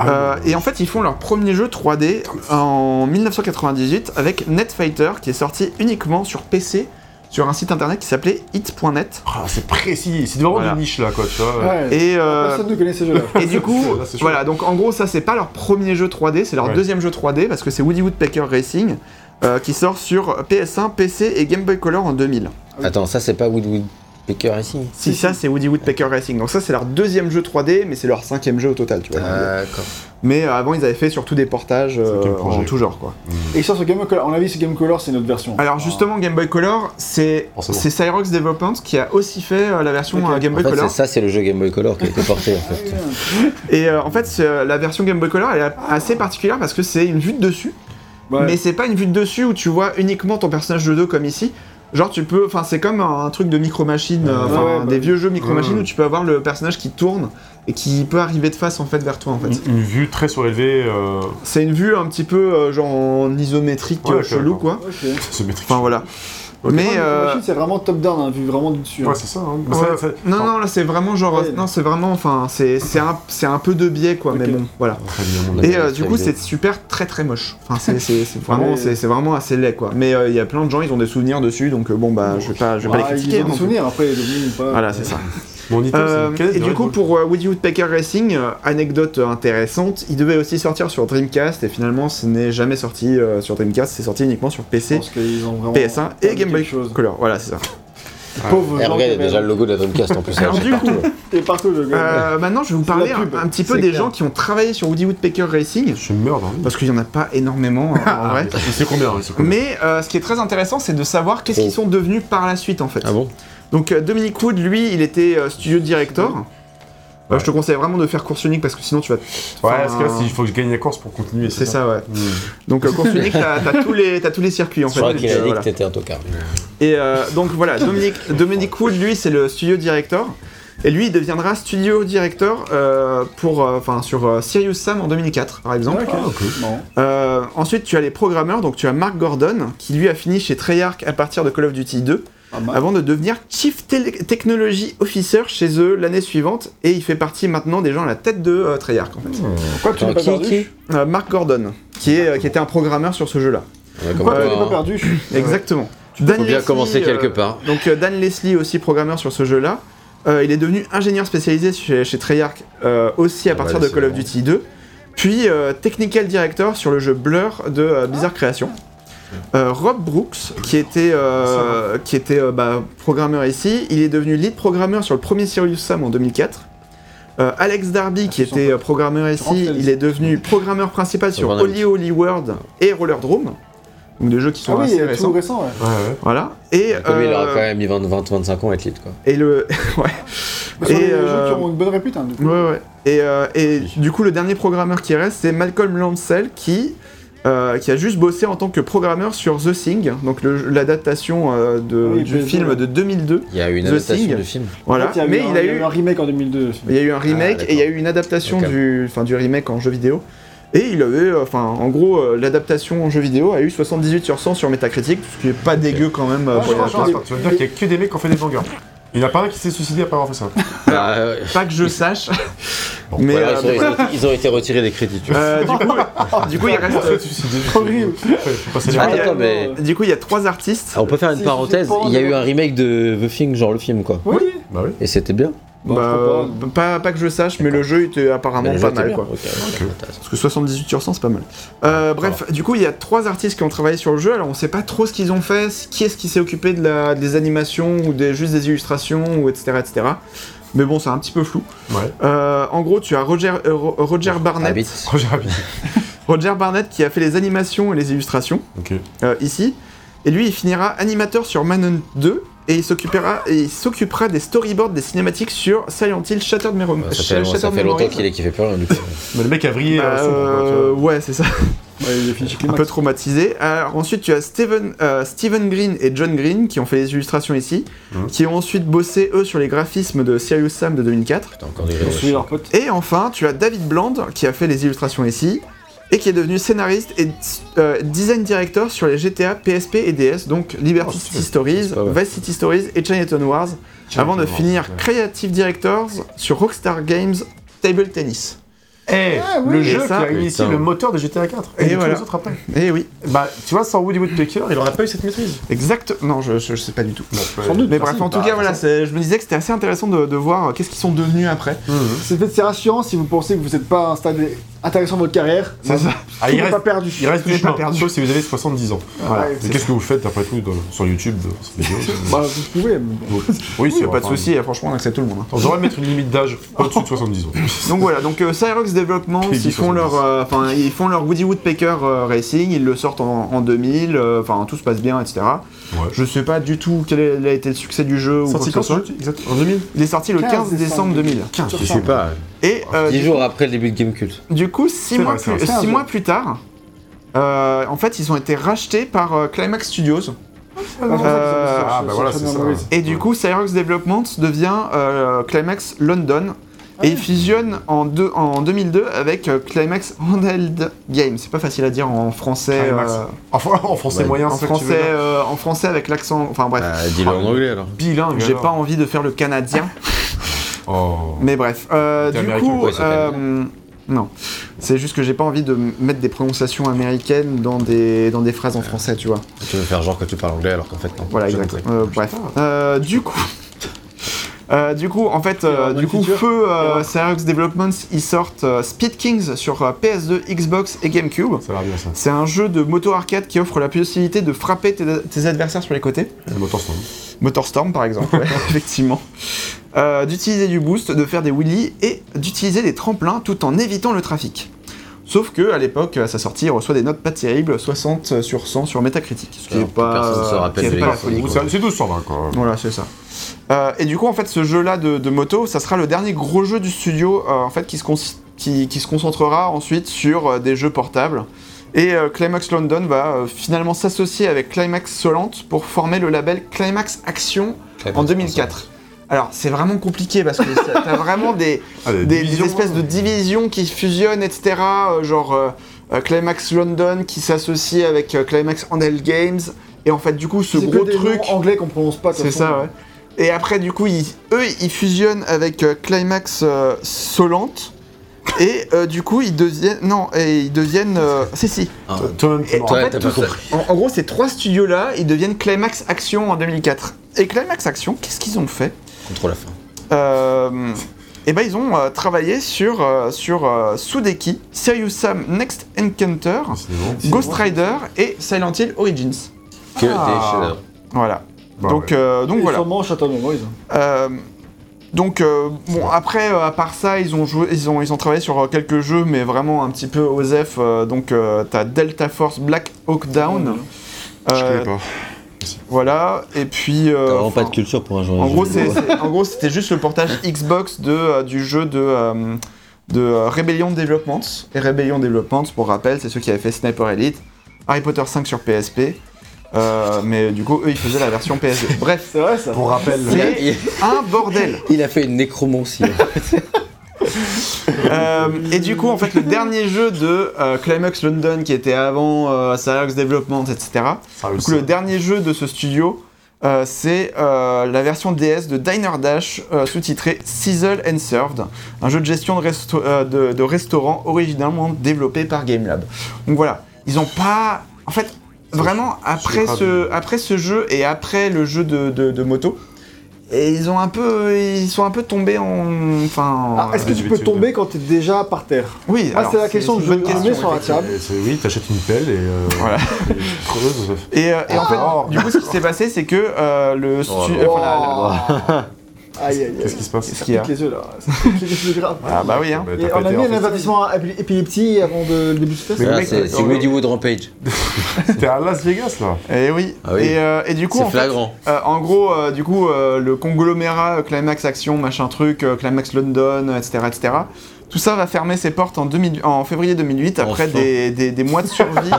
[SPEAKER 2] Ah,
[SPEAKER 1] Euh, et en fait, ils font leur premier jeu 3D en 1998 avec Netfighter qui est sorti uniquement sur PC sur un site internet qui s'appelait hit.net.
[SPEAKER 2] Ah, c'est précis, c'est vraiment
[SPEAKER 1] Voilà.
[SPEAKER 2] une niche là quoi, tu vois.
[SPEAKER 4] Ouais.
[SPEAKER 1] Et, euh,
[SPEAKER 2] Ah,
[SPEAKER 4] Personne ne connaît ces
[SPEAKER 1] *laughs*
[SPEAKER 4] jeux-là.
[SPEAKER 1] et du coup,
[SPEAKER 2] Là, c'est chaud.
[SPEAKER 1] voilà, donc en gros, ça c'est pas leur premier jeu 3D, c'est leur
[SPEAKER 2] Ouais.
[SPEAKER 1] deuxième jeu 3D parce que c'est Woody Woodpecker Racing euh, qui sort sur PS1, PC et Game Boy Color en 2000.
[SPEAKER 3] Attends, ça c'est pas Wood Wood Baker Racing
[SPEAKER 1] Si ça c'est Woody Woodpecker Racing, donc ça c'est leur deuxième jeu 3D, mais c'est leur cinquième jeu au total, tu vois.
[SPEAKER 3] D'accord.
[SPEAKER 1] Mais euh, avant, ils avaient fait surtout des portages euh,
[SPEAKER 2] Cinquième projet.
[SPEAKER 1] en tout genre, quoi.
[SPEAKER 4] Et sur ce Game Boy Color, on a vu ce Game Boy Color, c'est notre version.
[SPEAKER 1] Alors justement, Game Boy Color, c'est
[SPEAKER 2] Oh, c'est bon.
[SPEAKER 1] c'est Cyrox Development qui a aussi fait euh, la version
[SPEAKER 4] Ok.
[SPEAKER 1] euh, Game
[SPEAKER 3] En
[SPEAKER 1] Boy
[SPEAKER 3] fait, c'est
[SPEAKER 1] Color.
[SPEAKER 3] ça, c'est le jeu Game Boy Color qui a été porté en fait.
[SPEAKER 1] Et euh, en fait, c'est, euh, la version Game Boy Color elle est assez particulière parce que c'est une vue de dessus,
[SPEAKER 4] Ouais.
[SPEAKER 1] mais c'est pas une vue de dessus où tu vois uniquement ton personnage de dos comme ici. Genre tu peux, enfin c'est comme un truc de micro machine, euh,
[SPEAKER 4] Ouais,
[SPEAKER 1] enfin,
[SPEAKER 4] ouais, bah
[SPEAKER 1] des
[SPEAKER 4] oui.
[SPEAKER 1] vieux jeux micro machine
[SPEAKER 2] Ouais.
[SPEAKER 1] où tu peux avoir le personnage qui tourne et qui peut arriver de face en fait vers toi en fait.
[SPEAKER 4] Mm.
[SPEAKER 2] Une, une vue très surélevée, euh,
[SPEAKER 1] C'est une vue un petit peu euh, genre en isométrique
[SPEAKER 2] Ouais,
[SPEAKER 1] euh,
[SPEAKER 2] ok,
[SPEAKER 1] chelou
[SPEAKER 2] d'accord.
[SPEAKER 1] quoi.
[SPEAKER 4] Ok.
[SPEAKER 2] isométrique.
[SPEAKER 1] Enfin voilà. Mais
[SPEAKER 4] Ouais,
[SPEAKER 1] euh,
[SPEAKER 4] Machine, c'est vraiment top down, hein, vu vraiment du dessus. hein.
[SPEAKER 2] Ouais, c'est ça. Hein. Bah,
[SPEAKER 1] Ouais.
[SPEAKER 2] ça, ça-
[SPEAKER 1] Non, non, là c'est vraiment genre.
[SPEAKER 4] Ouais.
[SPEAKER 1] Non, c'est vraiment. Enfin, c'est c'est un, c'est un peu de biais quoi, mais
[SPEAKER 4] Ok.
[SPEAKER 1] bon, voilà.
[SPEAKER 2] Très bien, mon
[SPEAKER 1] Et
[SPEAKER 3] Ouais,
[SPEAKER 1] euh,
[SPEAKER 3] c'est
[SPEAKER 1] du coup,
[SPEAKER 3] bien.
[SPEAKER 1] c'est super très très moche. Enfin,
[SPEAKER 4] *laughs*
[SPEAKER 1] c'est- c'est c'est vraiment,
[SPEAKER 4] Ouais.
[SPEAKER 1] c'est c'est vraiment assez laid quoi. Mais euh, il y a plein de gens, ils ont des souvenirs dessus, donc euh, bon, bah je vais pas, je vais pas
[SPEAKER 4] Ah,
[SPEAKER 1] les
[SPEAKER 4] ils
[SPEAKER 1] critiquer.
[SPEAKER 4] ont des
[SPEAKER 1] non plus.
[SPEAKER 4] souvenirs après, les devenus ou pas.
[SPEAKER 1] Voilà, c'est ça.
[SPEAKER 2] Mon item,
[SPEAKER 1] Euh,
[SPEAKER 2] c'est une caisse
[SPEAKER 1] et
[SPEAKER 2] de
[SPEAKER 1] du
[SPEAKER 2] Red
[SPEAKER 1] coup,
[SPEAKER 2] Bull.
[SPEAKER 1] pour euh, Woody Woodpecker Racing, euh, anecdote euh, intéressante, il devait aussi sortir sur Dreamcast et finalement, ce n'est jamais sorti euh, sur Dreamcast, c'est sorti uniquement sur
[SPEAKER 4] Je
[SPEAKER 1] PC,
[SPEAKER 4] pense qu'ils ont vraiment.
[SPEAKER 1] PS1 et
[SPEAKER 4] perdu
[SPEAKER 1] Game Boy
[SPEAKER 4] quelque chose.
[SPEAKER 1] Color. Voilà, c'est ça.
[SPEAKER 4] Pauvre
[SPEAKER 3] Et Eh,
[SPEAKER 4] gens.
[SPEAKER 3] regarde, il y a
[SPEAKER 4] qui
[SPEAKER 3] déjà le
[SPEAKER 4] avaient-
[SPEAKER 3] logo de la Dreamcast en plus.
[SPEAKER 1] Alors,
[SPEAKER 3] là,
[SPEAKER 1] du
[SPEAKER 3] partout,
[SPEAKER 1] coup,
[SPEAKER 3] là.
[SPEAKER 4] Et partout le gars.
[SPEAKER 1] Euh, maintenant, je vais vous
[SPEAKER 4] C'est la
[SPEAKER 1] parler
[SPEAKER 4] pub,
[SPEAKER 1] un, un petit peu
[SPEAKER 4] c'est
[SPEAKER 1] des
[SPEAKER 4] clair.
[SPEAKER 1] gens qui ont travaillé sur Woody Woodpecker Racing,
[SPEAKER 2] Je meurs d'envie.
[SPEAKER 1] parce qu'il n'y en a pas
[SPEAKER 3] *laughs*
[SPEAKER 1] énormément hein, en
[SPEAKER 3] Ah,
[SPEAKER 1] vrai.
[SPEAKER 2] C'est hein. combien hein, c'est combien
[SPEAKER 1] Mais euh, ce qui est très intéressant, c'est de savoir qu'est-ce
[SPEAKER 3] Oh.
[SPEAKER 1] qu'ils sont devenus par la suite en fait.
[SPEAKER 3] Ah bon
[SPEAKER 1] Donc euh, Dominic Wood, lui, il était euh, studio director. Euh, je te conseille vraiment de faire course unique parce que sinon tu vas.
[SPEAKER 2] Ouais,
[SPEAKER 1] enfin,
[SPEAKER 2] parce que là, il faut que je gagne la course pour continuer.
[SPEAKER 1] C'est ça, ouais.
[SPEAKER 2] Mmh.
[SPEAKER 1] Donc, euh, course unique, t'as t'as tous, les- t'as tous les circuits en
[SPEAKER 3] Je
[SPEAKER 1] fait.
[SPEAKER 3] crois qu'il
[SPEAKER 1] Euh,
[SPEAKER 3] a dit
[SPEAKER 1] voilà.
[SPEAKER 3] que t'étais un tocard.
[SPEAKER 1] Et euh, donc voilà, Dominic, Dominic Wood, lui, c'est le studio director. Et lui, il deviendra studio director euh, pour, euh, enfin, sur euh, Sirius Sam en 2004, par exemple.
[SPEAKER 4] Ah, Ok. Non.
[SPEAKER 1] Euh, ensuite, tu as les programmeurs, donc tu as Mark Gordon, qui lui a fini chez Treyarch à partir de Call of Duty 2,
[SPEAKER 4] Pas mal.
[SPEAKER 1] avant de devenir Chief Tele- Technology Officer chez eux l'année suivante, et il fait partie maintenant des gens à la tête de euh, Treyarch, en fait.
[SPEAKER 4] Pourquoi tu
[SPEAKER 3] Attends,
[SPEAKER 4] l'as pas
[SPEAKER 3] qui- qui
[SPEAKER 4] perdu
[SPEAKER 1] Euh, Mark Gordon, qui, est, euh, qui était un programmeur sur ce jeu-là.
[SPEAKER 3] Ouais, comme
[SPEAKER 4] Pourquoi tu l'as
[SPEAKER 3] quoi,
[SPEAKER 4] pas
[SPEAKER 3] hein.
[SPEAKER 4] perdu
[SPEAKER 1] Exactement. euh,
[SPEAKER 3] Faut bien commencer quelque part.
[SPEAKER 1] Donc euh, Dan Leslie aussi programmeur sur ce jeu-là. Euh, il est devenu ingénieur spécialisé chez, chez Treyarch euh, aussi à
[SPEAKER 3] Ah bah,
[SPEAKER 1] partir de
[SPEAKER 3] c'est
[SPEAKER 1] Call of
[SPEAKER 3] bon.
[SPEAKER 1] Duty 2. Puis euh, technical director sur le jeu Blur de euh, Bizarre Création. Euh, Rob Brooks, qui était, euh, qui était euh, bah, programmeur ici, il est devenu lead programmeur sur le premier Sirius Sam en 2004. Euh, Alex Darby, qui
[SPEAKER 4] tu sens
[SPEAKER 1] était euh, programmeur ici,
[SPEAKER 4] rentres,
[SPEAKER 1] il est devenu programmeur principal sur
[SPEAKER 3] bon
[SPEAKER 1] Holy Holy World et Roller Drome, donc des jeux qui sont
[SPEAKER 4] Ah oui,
[SPEAKER 1] assez
[SPEAKER 4] il est tout
[SPEAKER 1] récents.
[SPEAKER 4] récent, ouais.
[SPEAKER 2] Ouais, ouais.
[SPEAKER 1] Voilà. Et,
[SPEAKER 3] Comme il aura
[SPEAKER 1] euh,
[SPEAKER 3] quand même mis 20 20-25 ans à être lead quoi.
[SPEAKER 1] et le. *laughs* ouais.
[SPEAKER 4] Parce
[SPEAKER 1] Et,
[SPEAKER 4] que les
[SPEAKER 1] euh,
[SPEAKER 4] jeux qui ont une bonne répute, hein, du coup.
[SPEAKER 1] Ouais, ouais. Et, euh, et du coup, le dernier programmeur qui reste, c'est Malcolm Lancel qui euh, qui a juste bossé en tant que programmeur sur The Thing, donc le- l'adaptation euh, de-
[SPEAKER 4] Oui,
[SPEAKER 1] du
[SPEAKER 4] PS2,
[SPEAKER 1] film
[SPEAKER 4] ouais.
[SPEAKER 1] de 2002.
[SPEAKER 3] Il y a eu une
[SPEAKER 1] The
[SPEAKER 3] adaptation
[SPEAKER 1] Thing.
[SPEAKER 3] de film.
[SPEAKER 1] Voilà.
[SPEAKER 4] En fait,
[SPEAKER 1] Mais
[SPEAKER 4] un-
[SPEAKER 1] il a eu
[SPEAKER 4] un remake en 2002.
[SPEAKER 1] il y a eu un remake
[SPEAKER 3] Ah,
[SPEAKER 1] et il y a eu une adaptation
[SPEAKER 3] Ok.
[SPEAKER 1] du, enfin, du remake en jeu vidéo. Et il avait, euh, enfin, en gros, euh, l'adaptation en jeu vidéo a eu 78 sur 100 sur Metacritic, ce qui est pas dégueu quand même. euh,
[SPEAKER 2] Ah,
[SPEAKER 1] pour les
[SPEAKER 2] attends, attends,
[SPEAKER 1] adaptations.
[SPEAKER 2] attends, tu vas me dire qu'il y a que des mecs qui ont fait des bangers. Il n'y en a pas un qui s'est suicidé après avoir
[SPEAKER 1] *laughs*
[SPEAKER 2] fait ça.
[SPEAKER 3] Bah, euh,
[SPEAKER 1] pas que je sache.
[SPEAKER 3] bon,
[SPEAKER 1] Mais,
[SPEAKER 3] voilà,
[SPEAKER 1] euh,
[SPEAKER 3] ils, ont, ils ont- ils ont été retirés des crédits. Tu vois.
[SPEAKER 1] Euh, du coup, du coup, il
[SPEAKER 2] Ils se sont
[SPEAKER 1] reste.
[SPEAKER 2] suicidés, je sais.
[SPEAKER 4] Horrible.
[SPEAKER 2] Ouais, faut passer les
[SPEAKER 1] Ah,
[SPEAKER 2] règles.
[SPEAKER 1] il y a-
[SPEAKER 3] Attends, mais Ah,
[SPEAKER 1] Du coup, il y a trois artistes.
[SPEAKER 3] on peut faire une
[SPEAKER 4] Si,
[SPEAKER 3] parenthèse.
[SPEAKER 4] je sais pas,
[SPEAKER 3] Il y a
[SPEAKER 4] mais-
[SPEAKER 3] eu un remake de The Thing, genre le film, quoi.
[SPEAKER 4] Oui,
[SPEAKER 2] Bah oui.
[SPEAKER 3] Et c'était bien.
[SPEAKER 4] Bah,
[SPEAKER 1] Bah,
[SPEAKER 4] je crois
[SPEAKER 1] euh, pas, pas que je sache, mais le jeu était apparemment
[SPEAKER 3] Mais le jeu
[SPEAKER 1] Ah, pas
[SPEAKER 3] était
[SPEAKER 1] mal,
[SPEAKER 3] bien.
[SPEAKER 1] quoi.
[SPEAKER 3] Ok, ok, intéressant.
[SPEAKER 1] Parce que 78 sur 100, c'est pas mal. Euh, bref, du coup, il y a trois artistes qui ont travaillé sur le jeu. Alors, on sait pas trop ce qu'ils ont fait, c- qui est-ce qui s'est occupé de la, des animations ou des, juste des illustrations, ou etc., etc. Mais bon, c'est un petit peu flou.
[SPEAKER 2] Ouais.
[SPEAKER 1] Euh, en gros, tu as Roger, euh, Ro- Roger
[SPEAKER 3] Ah,
[SPEAKER 1] Barnett.
[SPEAKER 3] vite.
[SPEAKER 2] Roger Rabbit.
[SPEAKER 1] Roger Barnett qui a fait les animations et les illustrations
[SPEAKER 2] Ok.
[SPEAKER 1] euh, ici. Et lui, il finira animateur sur Manhunt 2 et il s'occupera et il s'occupera des storyboards des cinématiques sur Silent Hill Shattered Memories.
[SPEAKER 3] Bah, Ça fait, ça fait longtemps qu'il est qui fait peur. hein, du coup.
[SPEAKER 2] Mais le mec a vrillé. euh, sombre,
[SPEAKER 3] hein,
[SPEAKER 2] quoi, tu vois.
[SPEAKER 1] Euh, ouais, c'est ça.
[SPEAKER 4] pas. Ouais, il a fini chez
[SPEAKER 1] un
[SPEAKER 4] Climax.
[SPEAKER 1] peu traumatisé. Alors, ensuite, tu as Steven, euh, Steven Green et John Green qui ont fait les illustrations ici,
[SPEAKER 3] Mmh.
[SPEAKER 2] Mhm.
[SPEAKER 1] qui ont ensuite bossé eux sur les graphismes de Sirius Sam de 2004.
[SPEAKER 3] Putain, encore des
[SPEAKER 4] Ils ont suivi
[SPEAKER 3] grilles.
[SPEAKER 4] leur pote.
[SPEAKER 1] Et enfin, tu as David Bland qui a fait les illustrations ici et qui est devenu scénariste et euh, design director sur les GTA, PSP et DS, donc Liberty
[SPEAKER 2] Oh,
[SPEAKER 1] City
[SPEAKER 2] c'est-
[SPEAKER 1] Stories,
[SPEAKER 3] c'est pas mal.
[SPEAKER 1] Vice City Stories et Chinatown Wars, avant de
[SPEAKER 2] Chinatown Wars,
[SPEAKER 1] finir
[SPEAKER 2] ouais.
[SPEAKER 1] Creative Directors sur Rockstar Games Table Tennis.
[SPEAKER 2] Eh,
[SPEAKER 4] oui.
[SPEAKER 2] le
[SPEAKER 1] euh, ah Et
[SPEAKER 2] jeu
[SPEAKER 1] ça,
[SPEAKER 2] qui a initié
[SPEAKER 3] putain.
[SPEAKER 2] le moteur de GTA 4
[SPEAKER 1] Et
[SPEAKER 2] et, de
[SPEAKER 1] voilà.
[SPEAKER 2] tous les autres après.
[SPEAKER 1] Eh oui,
[SPEAKER 2] Bah, tu vois, sans Woody Woodpecker, il aurait pas eu cette maîtrise.
[SPEAKER 1] exact. Non, je, je, je sais pas du tout.
[SPEAKER 4] Sans doute.
[SPEAKER 1] Mais bref, en tout
[SPEAKER 2] Bah,
[SPEAKER 1] cas, voilà, c'est- je me disais que c'était assez intéressant de, de voir euh, qu'est-ce qu'ils sont devenus après.
[SPEAKER 4] C'est peut-être c'est rassurant si vous pensez que vous n'êtes pas installé intéressant dans votre carrière.
[SPEAKER 1] C'est ça.
[SPEAKER 2] Ah,
[SPEAKER 4] Tout
[SPEAKER 2] il
[SPEAKER 4] n'est
[SPEAKER 2] reste,
[SPEAKER 4] pas perdu.
[SPEAKER 2] il reste
[SPEAKER 1] Tout
[SPEAKER 2] du
[SPEAKER 1] n'est pas
[SPEAKER 2] chemin,
[SPEAKER 1] perdu. Ah,
[SPEAKER 2] sauf si vous avez 70 ans. Voilà.
[SPEAKER 4] ouais,
[SPEAKER 2] Mais
[SPEAKER 4] c'est
[SPEAKER 2] qu'est-ce que vous faites après tout dans- sur YouTube dans- sur
[SPEAKER 1] *laughs*
[SPEAKER 2] vidéo, c'est-
[SPEAKER 4] Bah, vous pouvez. mais-
[SPEAKER 2] Oui,
[SPEAKER 1] Il n'y a pas de souci, et franchement, on accepte tout le monde. hein.
[SPEAKER 2] On devrait mettre une limite d'âge au-dessus de
[SPEAKER 1] *laughs*
[SPEAKER 2] 70 ans.
[SPEAKER 1] Donc voilà, donc euh, Cyrox Development,
[SPEAKER 2] Peggy
[SPEAKER 1] ils font, leur,
[SPEAKER 2] 70.
[SPEAKER 1] euh, enfin, ils font leur Woody Woodpecker euh, Racing, ils le sortent en, en 2000, euh, enfin tout se passe bien, etc.
[SPEAKER 2] Ouais.
[SPEAKER 1] Je sais pas du tout quel est- a été le succès du jeu ou quoi
[SPEAKER 2] Sorti
[SPEAKER 1] que ce
[SPEAKER 2] quand
[SPEAKER 1] soit.
[SPEAKER 2] ce jeu Exact. En 2000
[SPEAKER 1] Il est sorti le 15,
[SPEAKER 4] 15
[SPEAKER 1] décembre
[SPEAKER 4] décembre
[SPEAKER 1] 2000.
[SPEAKER 2] 15,
[SPEAKER 4] Sur
[SPEAKER 2] je sais
[SPEAKER 4] ça.
[SPEAKER 2] pas.
[SPEAKER 1] Et euh,
[SPEAKER 3] 10 jours après le début de Game Cult.
[SPEAKER 1] du coup, 6
[SPEAKER 2] C'est
[SPEAKER 1] mois,
[SPEAKER 2] vrai, c'est
[SPEAKER 1] plus-
[SPEAKER 2] vrai.
[SPEAKER 1] six
[SPEAKER 4] C'est un
[SPEAKER 1] mois
[SPEAKER 4] jeu.
[SPEAKER 1] plus tard, euh, en fait, ils ont été rachetés par euh, Climax Studios. Euh,
[SPEAKER 2] ah, bah voilà, c'est ça.
[SPEAKER 1] Et du coup, Cyrox Development devient euh, Climax London. Et il fusionne en, deux- en 2002 avec euh, Climax Handheld Games. C'est pas facile à dire en français.
[SPEAKER 2] Climax.
[SPEAKER 1] euh,
[SPEAKER 2] En, fr- en français
[SPEAKER 3] Ouais.
[SPEAKER 2] moyen,
[SPEAKER 1] en,
[SPEAKER 2] c'est ça que tu veux
[SPEAKER 1] français
[SPEAKER 2] dire
[SPEAKER 1] euh, en français avec l'accent. Enfin bref.
[SPEAKER 3] Bah, Dis-le en anglais alors.
[SPEAKER 2] bilingue.
[SPEAKER 1] J'ai
[SPEAKER 2] alors.
[SPEAKER 1] pas envie de faire le canadien,
[SPEAKER 2] Oh.
[SPEAKER 1] *laughs* mais bref. Euh,
[SPEAKER 2] T'es
[SPEAKER 1] du
[SPEAKER 2] américain ou
[SPEAKER 1] coup,
[SPEAKER 3] quoi, c'est
[SPEAKER 1] euh, non, c'est juste que j'ai pas envie de m- mettre des prononciations américaines dans des dans des phrases en français, tu vois.
[SPEAKER 3] Tu veux faire genre que tu parles anglais alors qu'en fait non.
[SPEAKER 1] Voilà,
[SPEAKER 3] Je ne
[SPEAKER 1] exact.
[SPEAKER 3] sais.
[SPEAKER 1] Euh, bref. Euh, du coup. *laughs* euh, du coup, en fait, euh,
[SPEAKER 4] Et
[SPEAKER 1] du
[SPEAKER 4] en
[SPEAKER 1] coup,
[SPEAKER 4] futur.
[SPEAKER 1] Feu
[SPEAKER 4] Et
[SPEAKER 1] euh,
[SPEAKER 4] voilà.
[SPEAKER 1] Cyrox Developments, ils sortent euh, Speed Kings sur euh, PS2, Xbox et GameCube.
[SPEAKER 2] Ça a l'air bien ça.
[SPEAKER 1] C'est un jeu de moto arcade qui offre la possibilité de frapper tes- tes adversaires sur les côtés.
[SPEAKER 2] Le moteur stand.
[SPEAKER 1] Motorstorm par exemple,
[SPEAKER 3] *laughs*
[SPEAKER 1] ouais, effectivement. Euh, d'utiliser du boost, de faire des wheelies et d'utiliser des tremplins tout en évitant le trafic. Sauf que à l'époque, à sa sortie, il reçoit des notes pas terribles, 60 sur 100 sur Metacritic, ce qui n'est
[SPEAKER 3] Alors que personne ne se
[SPEAKER 1] pas,
[SPEAKER 3] rappelle
[SPEAKER 1] qui est
[SPEAKER 3] de
[SPEAKER 1] pas la
[SPEAKER 3] l'existence.
[SPEAKER 1] folie. quoi.
[SPEAKER 2] C'est 12 sur 20 quoi.
[SPEAKER 1] Voilà, c'est ça. Euh, et du coup, en fait, ce jeu-là de, de moto, ça sera le dernier gros jeu du studio, euh, en fait, qui se, con- qui, qui se concentrera ensuite sur euh, des jeux portables. Et euh, Climax London va euh, finalement s'associer avec Climax Solente pour former le label Climax Action en 2004. Alors, c'est vraiment compliqué parce que ça- t'as vraiment
[SPEAKER 4] *laughs*
[SPEAKER 1] des,
[SPEAKER 2] Ah,
[SPEAKER 4] Euh,
[SPEAKER 1] des, des espèces
[SPEAKER 4] hein.
[SPEAKER 1] de divisions qui fusionnent, etc. euh, genre euh, euh, Climax London qui s'associe avec euh, Climax Handheld Games. Et en fait, du coup, ce
[SPEAKER 4] C'est
[SPEAKER 1] gros
[SPEAKER 4] que des
[SPEAKER 1] truc.
[SPEAKER 4] noms anglais qu'on prononce pas. de toute
[SPEAKER 1] C'est
[SPEAKER 4] façon.
[SPEAKER 1] ça, ouais. Et après, du coup, ils, eux, ils fusionnent avec euh, Climax euh, Solente. Et euh, du coup, ils deviennent. Non, et ils deviennent. euh, Si, si.
[SPEAKER 3] Ah,
[SPEAKER 2] Tom,
[SPEAKER 1] Et en
[SPEAKER 3] Toi,
[SPEAKER 1] fait,
[SPEAKER 3] t'as
[SPEAKER 1] tout
[SPEAKER 3] pas
[SPEAKER 1] ça- en- en gros, ces trois studios-là, ils deviennent Climax Action en 2004. Et Climax Action, qu'est-ce qu'ils ont fait
[SPEAKER 3] Contrôle la fin.
[SPEAKER 1] euh, et ben ils ont euh, travaillé sur, euh, sur euh, Sudeki, Serious Sam Next Encounter,
[SPEAKER 2] Décidément.
[SPEAKER 1] Ghost Rider et Silent Hill Origins.
[SPEAKER 3] Que des
[SPEAKER 2] Ah.
[SPEAKER 1] Euh,
[SPEAKER 3] chefs-d'œuvre.
[SPEAKER 1] Voilà.
[SPEAKER 2] Bah
[SPEAKER 1] donc
[SPEAKER 2] ouais.
[SPEAKER 1] euh, donc
[SPEAKER 4] Et
[SPEAKER 1] voilà.
[SPEAKER 4] Sûrement Chaton Memories.
[SPEAKER 1] Euh, donc euh, bon après euh, à part ça ils ont joué ils ont ils ont travaillé sur euh, quelques jeux mais vraiment un petit peu OSEF euh, donc euh, t'as Delta Force Black Hawk Down
[SPEAKER 2] Je
[SPEAKER 1] euh,
[SPEAKER 2] connais pas.
[SPEAKER 1] voilà et puis euh,
[SPEAKER 3] T'as vraiment pas
[SPEAKER 1] enfin,
[SPEAKER 3] de culture pour un joueur.
[SPEAKER 1] En gros, c'est- c'est- en gros, c'était juste le portage Xbox de, euh, du jeu de, euh, de euh, Rebellion Development. Et Rebellion Development, pour rappel, c'est ceux qui avaient fait Sniper Elite, Harry Potter 5 sur PSP. Euh, mais du coup, eux, ils faisaient la version PS2. Bref,
[SPEAKER 4] C'est vrai ça
[SPEAKER 2] Pour rappel,
[SPEAKER 3] Il a,
[SPEAKER 1] c'est
[SPEAKER 3] il-
[SPEAKER 1] un bordel.
[SPEAKER 3] il a fait une nécromancie.
[SPEAKER 1] Euh, et du coup, en fait, le dernier jeu de euh, Climax London, qui était avant euh, Salax Development, etc.
[SPEAKER 2] ça,
[SPEAKER 1] Du coup, le dernier jeu de ce studio, euh, c'est euh, la version DS de Diner Dash, euh, sous-titré Sizzle and Served, un jeu de gestion de, resto- euh, de- de restaurant originalement développé par GameLab. Donc voilà, ils n'ont pas... En fait, vraiment, après
[SPEAKER 2] grave.
[SPEAKER 1] ce, après ce jeu et après le jeu de, de- de moto, et ils ont un peu, ils sont un peu tombés en, enfin,
[SPEAKER 4] Ah, Est-ce que tu peux
[SPEAKER 2] D'habitude.
[SPEAKER 4] tomber quand t'es déjà par terre
[SPEAKER 1] oui.
[SPEAKER 4] Ah,
[SPEAKER 1] alors,
[SPEAKER 4] c'est la question
[SPEAKER 1] une
[SPEAKER 4] que je
[SPEAKER 1] bonne
[SPEAKER 4] me mets sur la table.
[SPEAKER 2] Et c'est- Oui, t'achètes une pelle et. euh,
[SPEAKER 1] Voilà.
[SPEAKER 2] et tu creuses.
[SPEAKER 1] Et, euh, et en fait,
[SPEAKER 2] Ah.
[SPEAKER 1] du coup, ce qui s'est passé, c'est que euh,
[SPEAKER 3] Oh,
[SPEAKER 1] le stu-
[SPEAKER 2] là là.
[SPEAKER 1] enfin, la- la-
[SPEAKER 4] Oh. *laughs* Aïe aïe aïe.
[SPEAKER 2] Qu'est-ce qui se passe
[SPEAKER 1] Qu'est-ce
[SPEAKER 4] Ça
[SPEAKER 1] qu'il y a
[SPEAKER 4] pique les yeux là, ça pique les yeux grave.
[SPEAKER 1] Ah bah oui, hein.
[SPEAKER 2] Bah, t'as
[SPEAKER 4] Et
[SPEAKER 2] pas
[SPEAKER 4] on a
[SPEAKER 2] été
[SPEAKER 4] mis un
[SPEAKER 2] en
[SPEAKER 4] avertissement à épi- épilepsie avant de, le début du test.
[SPEAKER 2] Mais-
[SPEAKER 3] Ah,
[SPEAKER 2] mec,
[SPEAKER 1] euh,
[SPEAKER 3] c'est c'est Woody Wood Rampage.
[SPEAKER 2] T'es à Las Vegas là
[SPEAKER 1] Et Eh oui.
[SPEAKER 3] Ah oui.
[SPEAKER 1] Et, euh, et du coup,
[SPEAKER 3] C'est
[SPEAKER 1] en fait,
[SPEAKER 3] flagrant.
[SPEAKER 1] euh, en gros, euh, du coup, euh, le conglomérat euh, Climax Action, machin truc, euh, Climax London, euh, etc., etc. Tout ça va fermer ses portes en, 2000 en février 2008 après
[SPEAKER 3] Enfin.
[SPEAKER 1] des, des- des mois de
[SPEAKER 3] *laughs*
[SPEAKER 1] survie.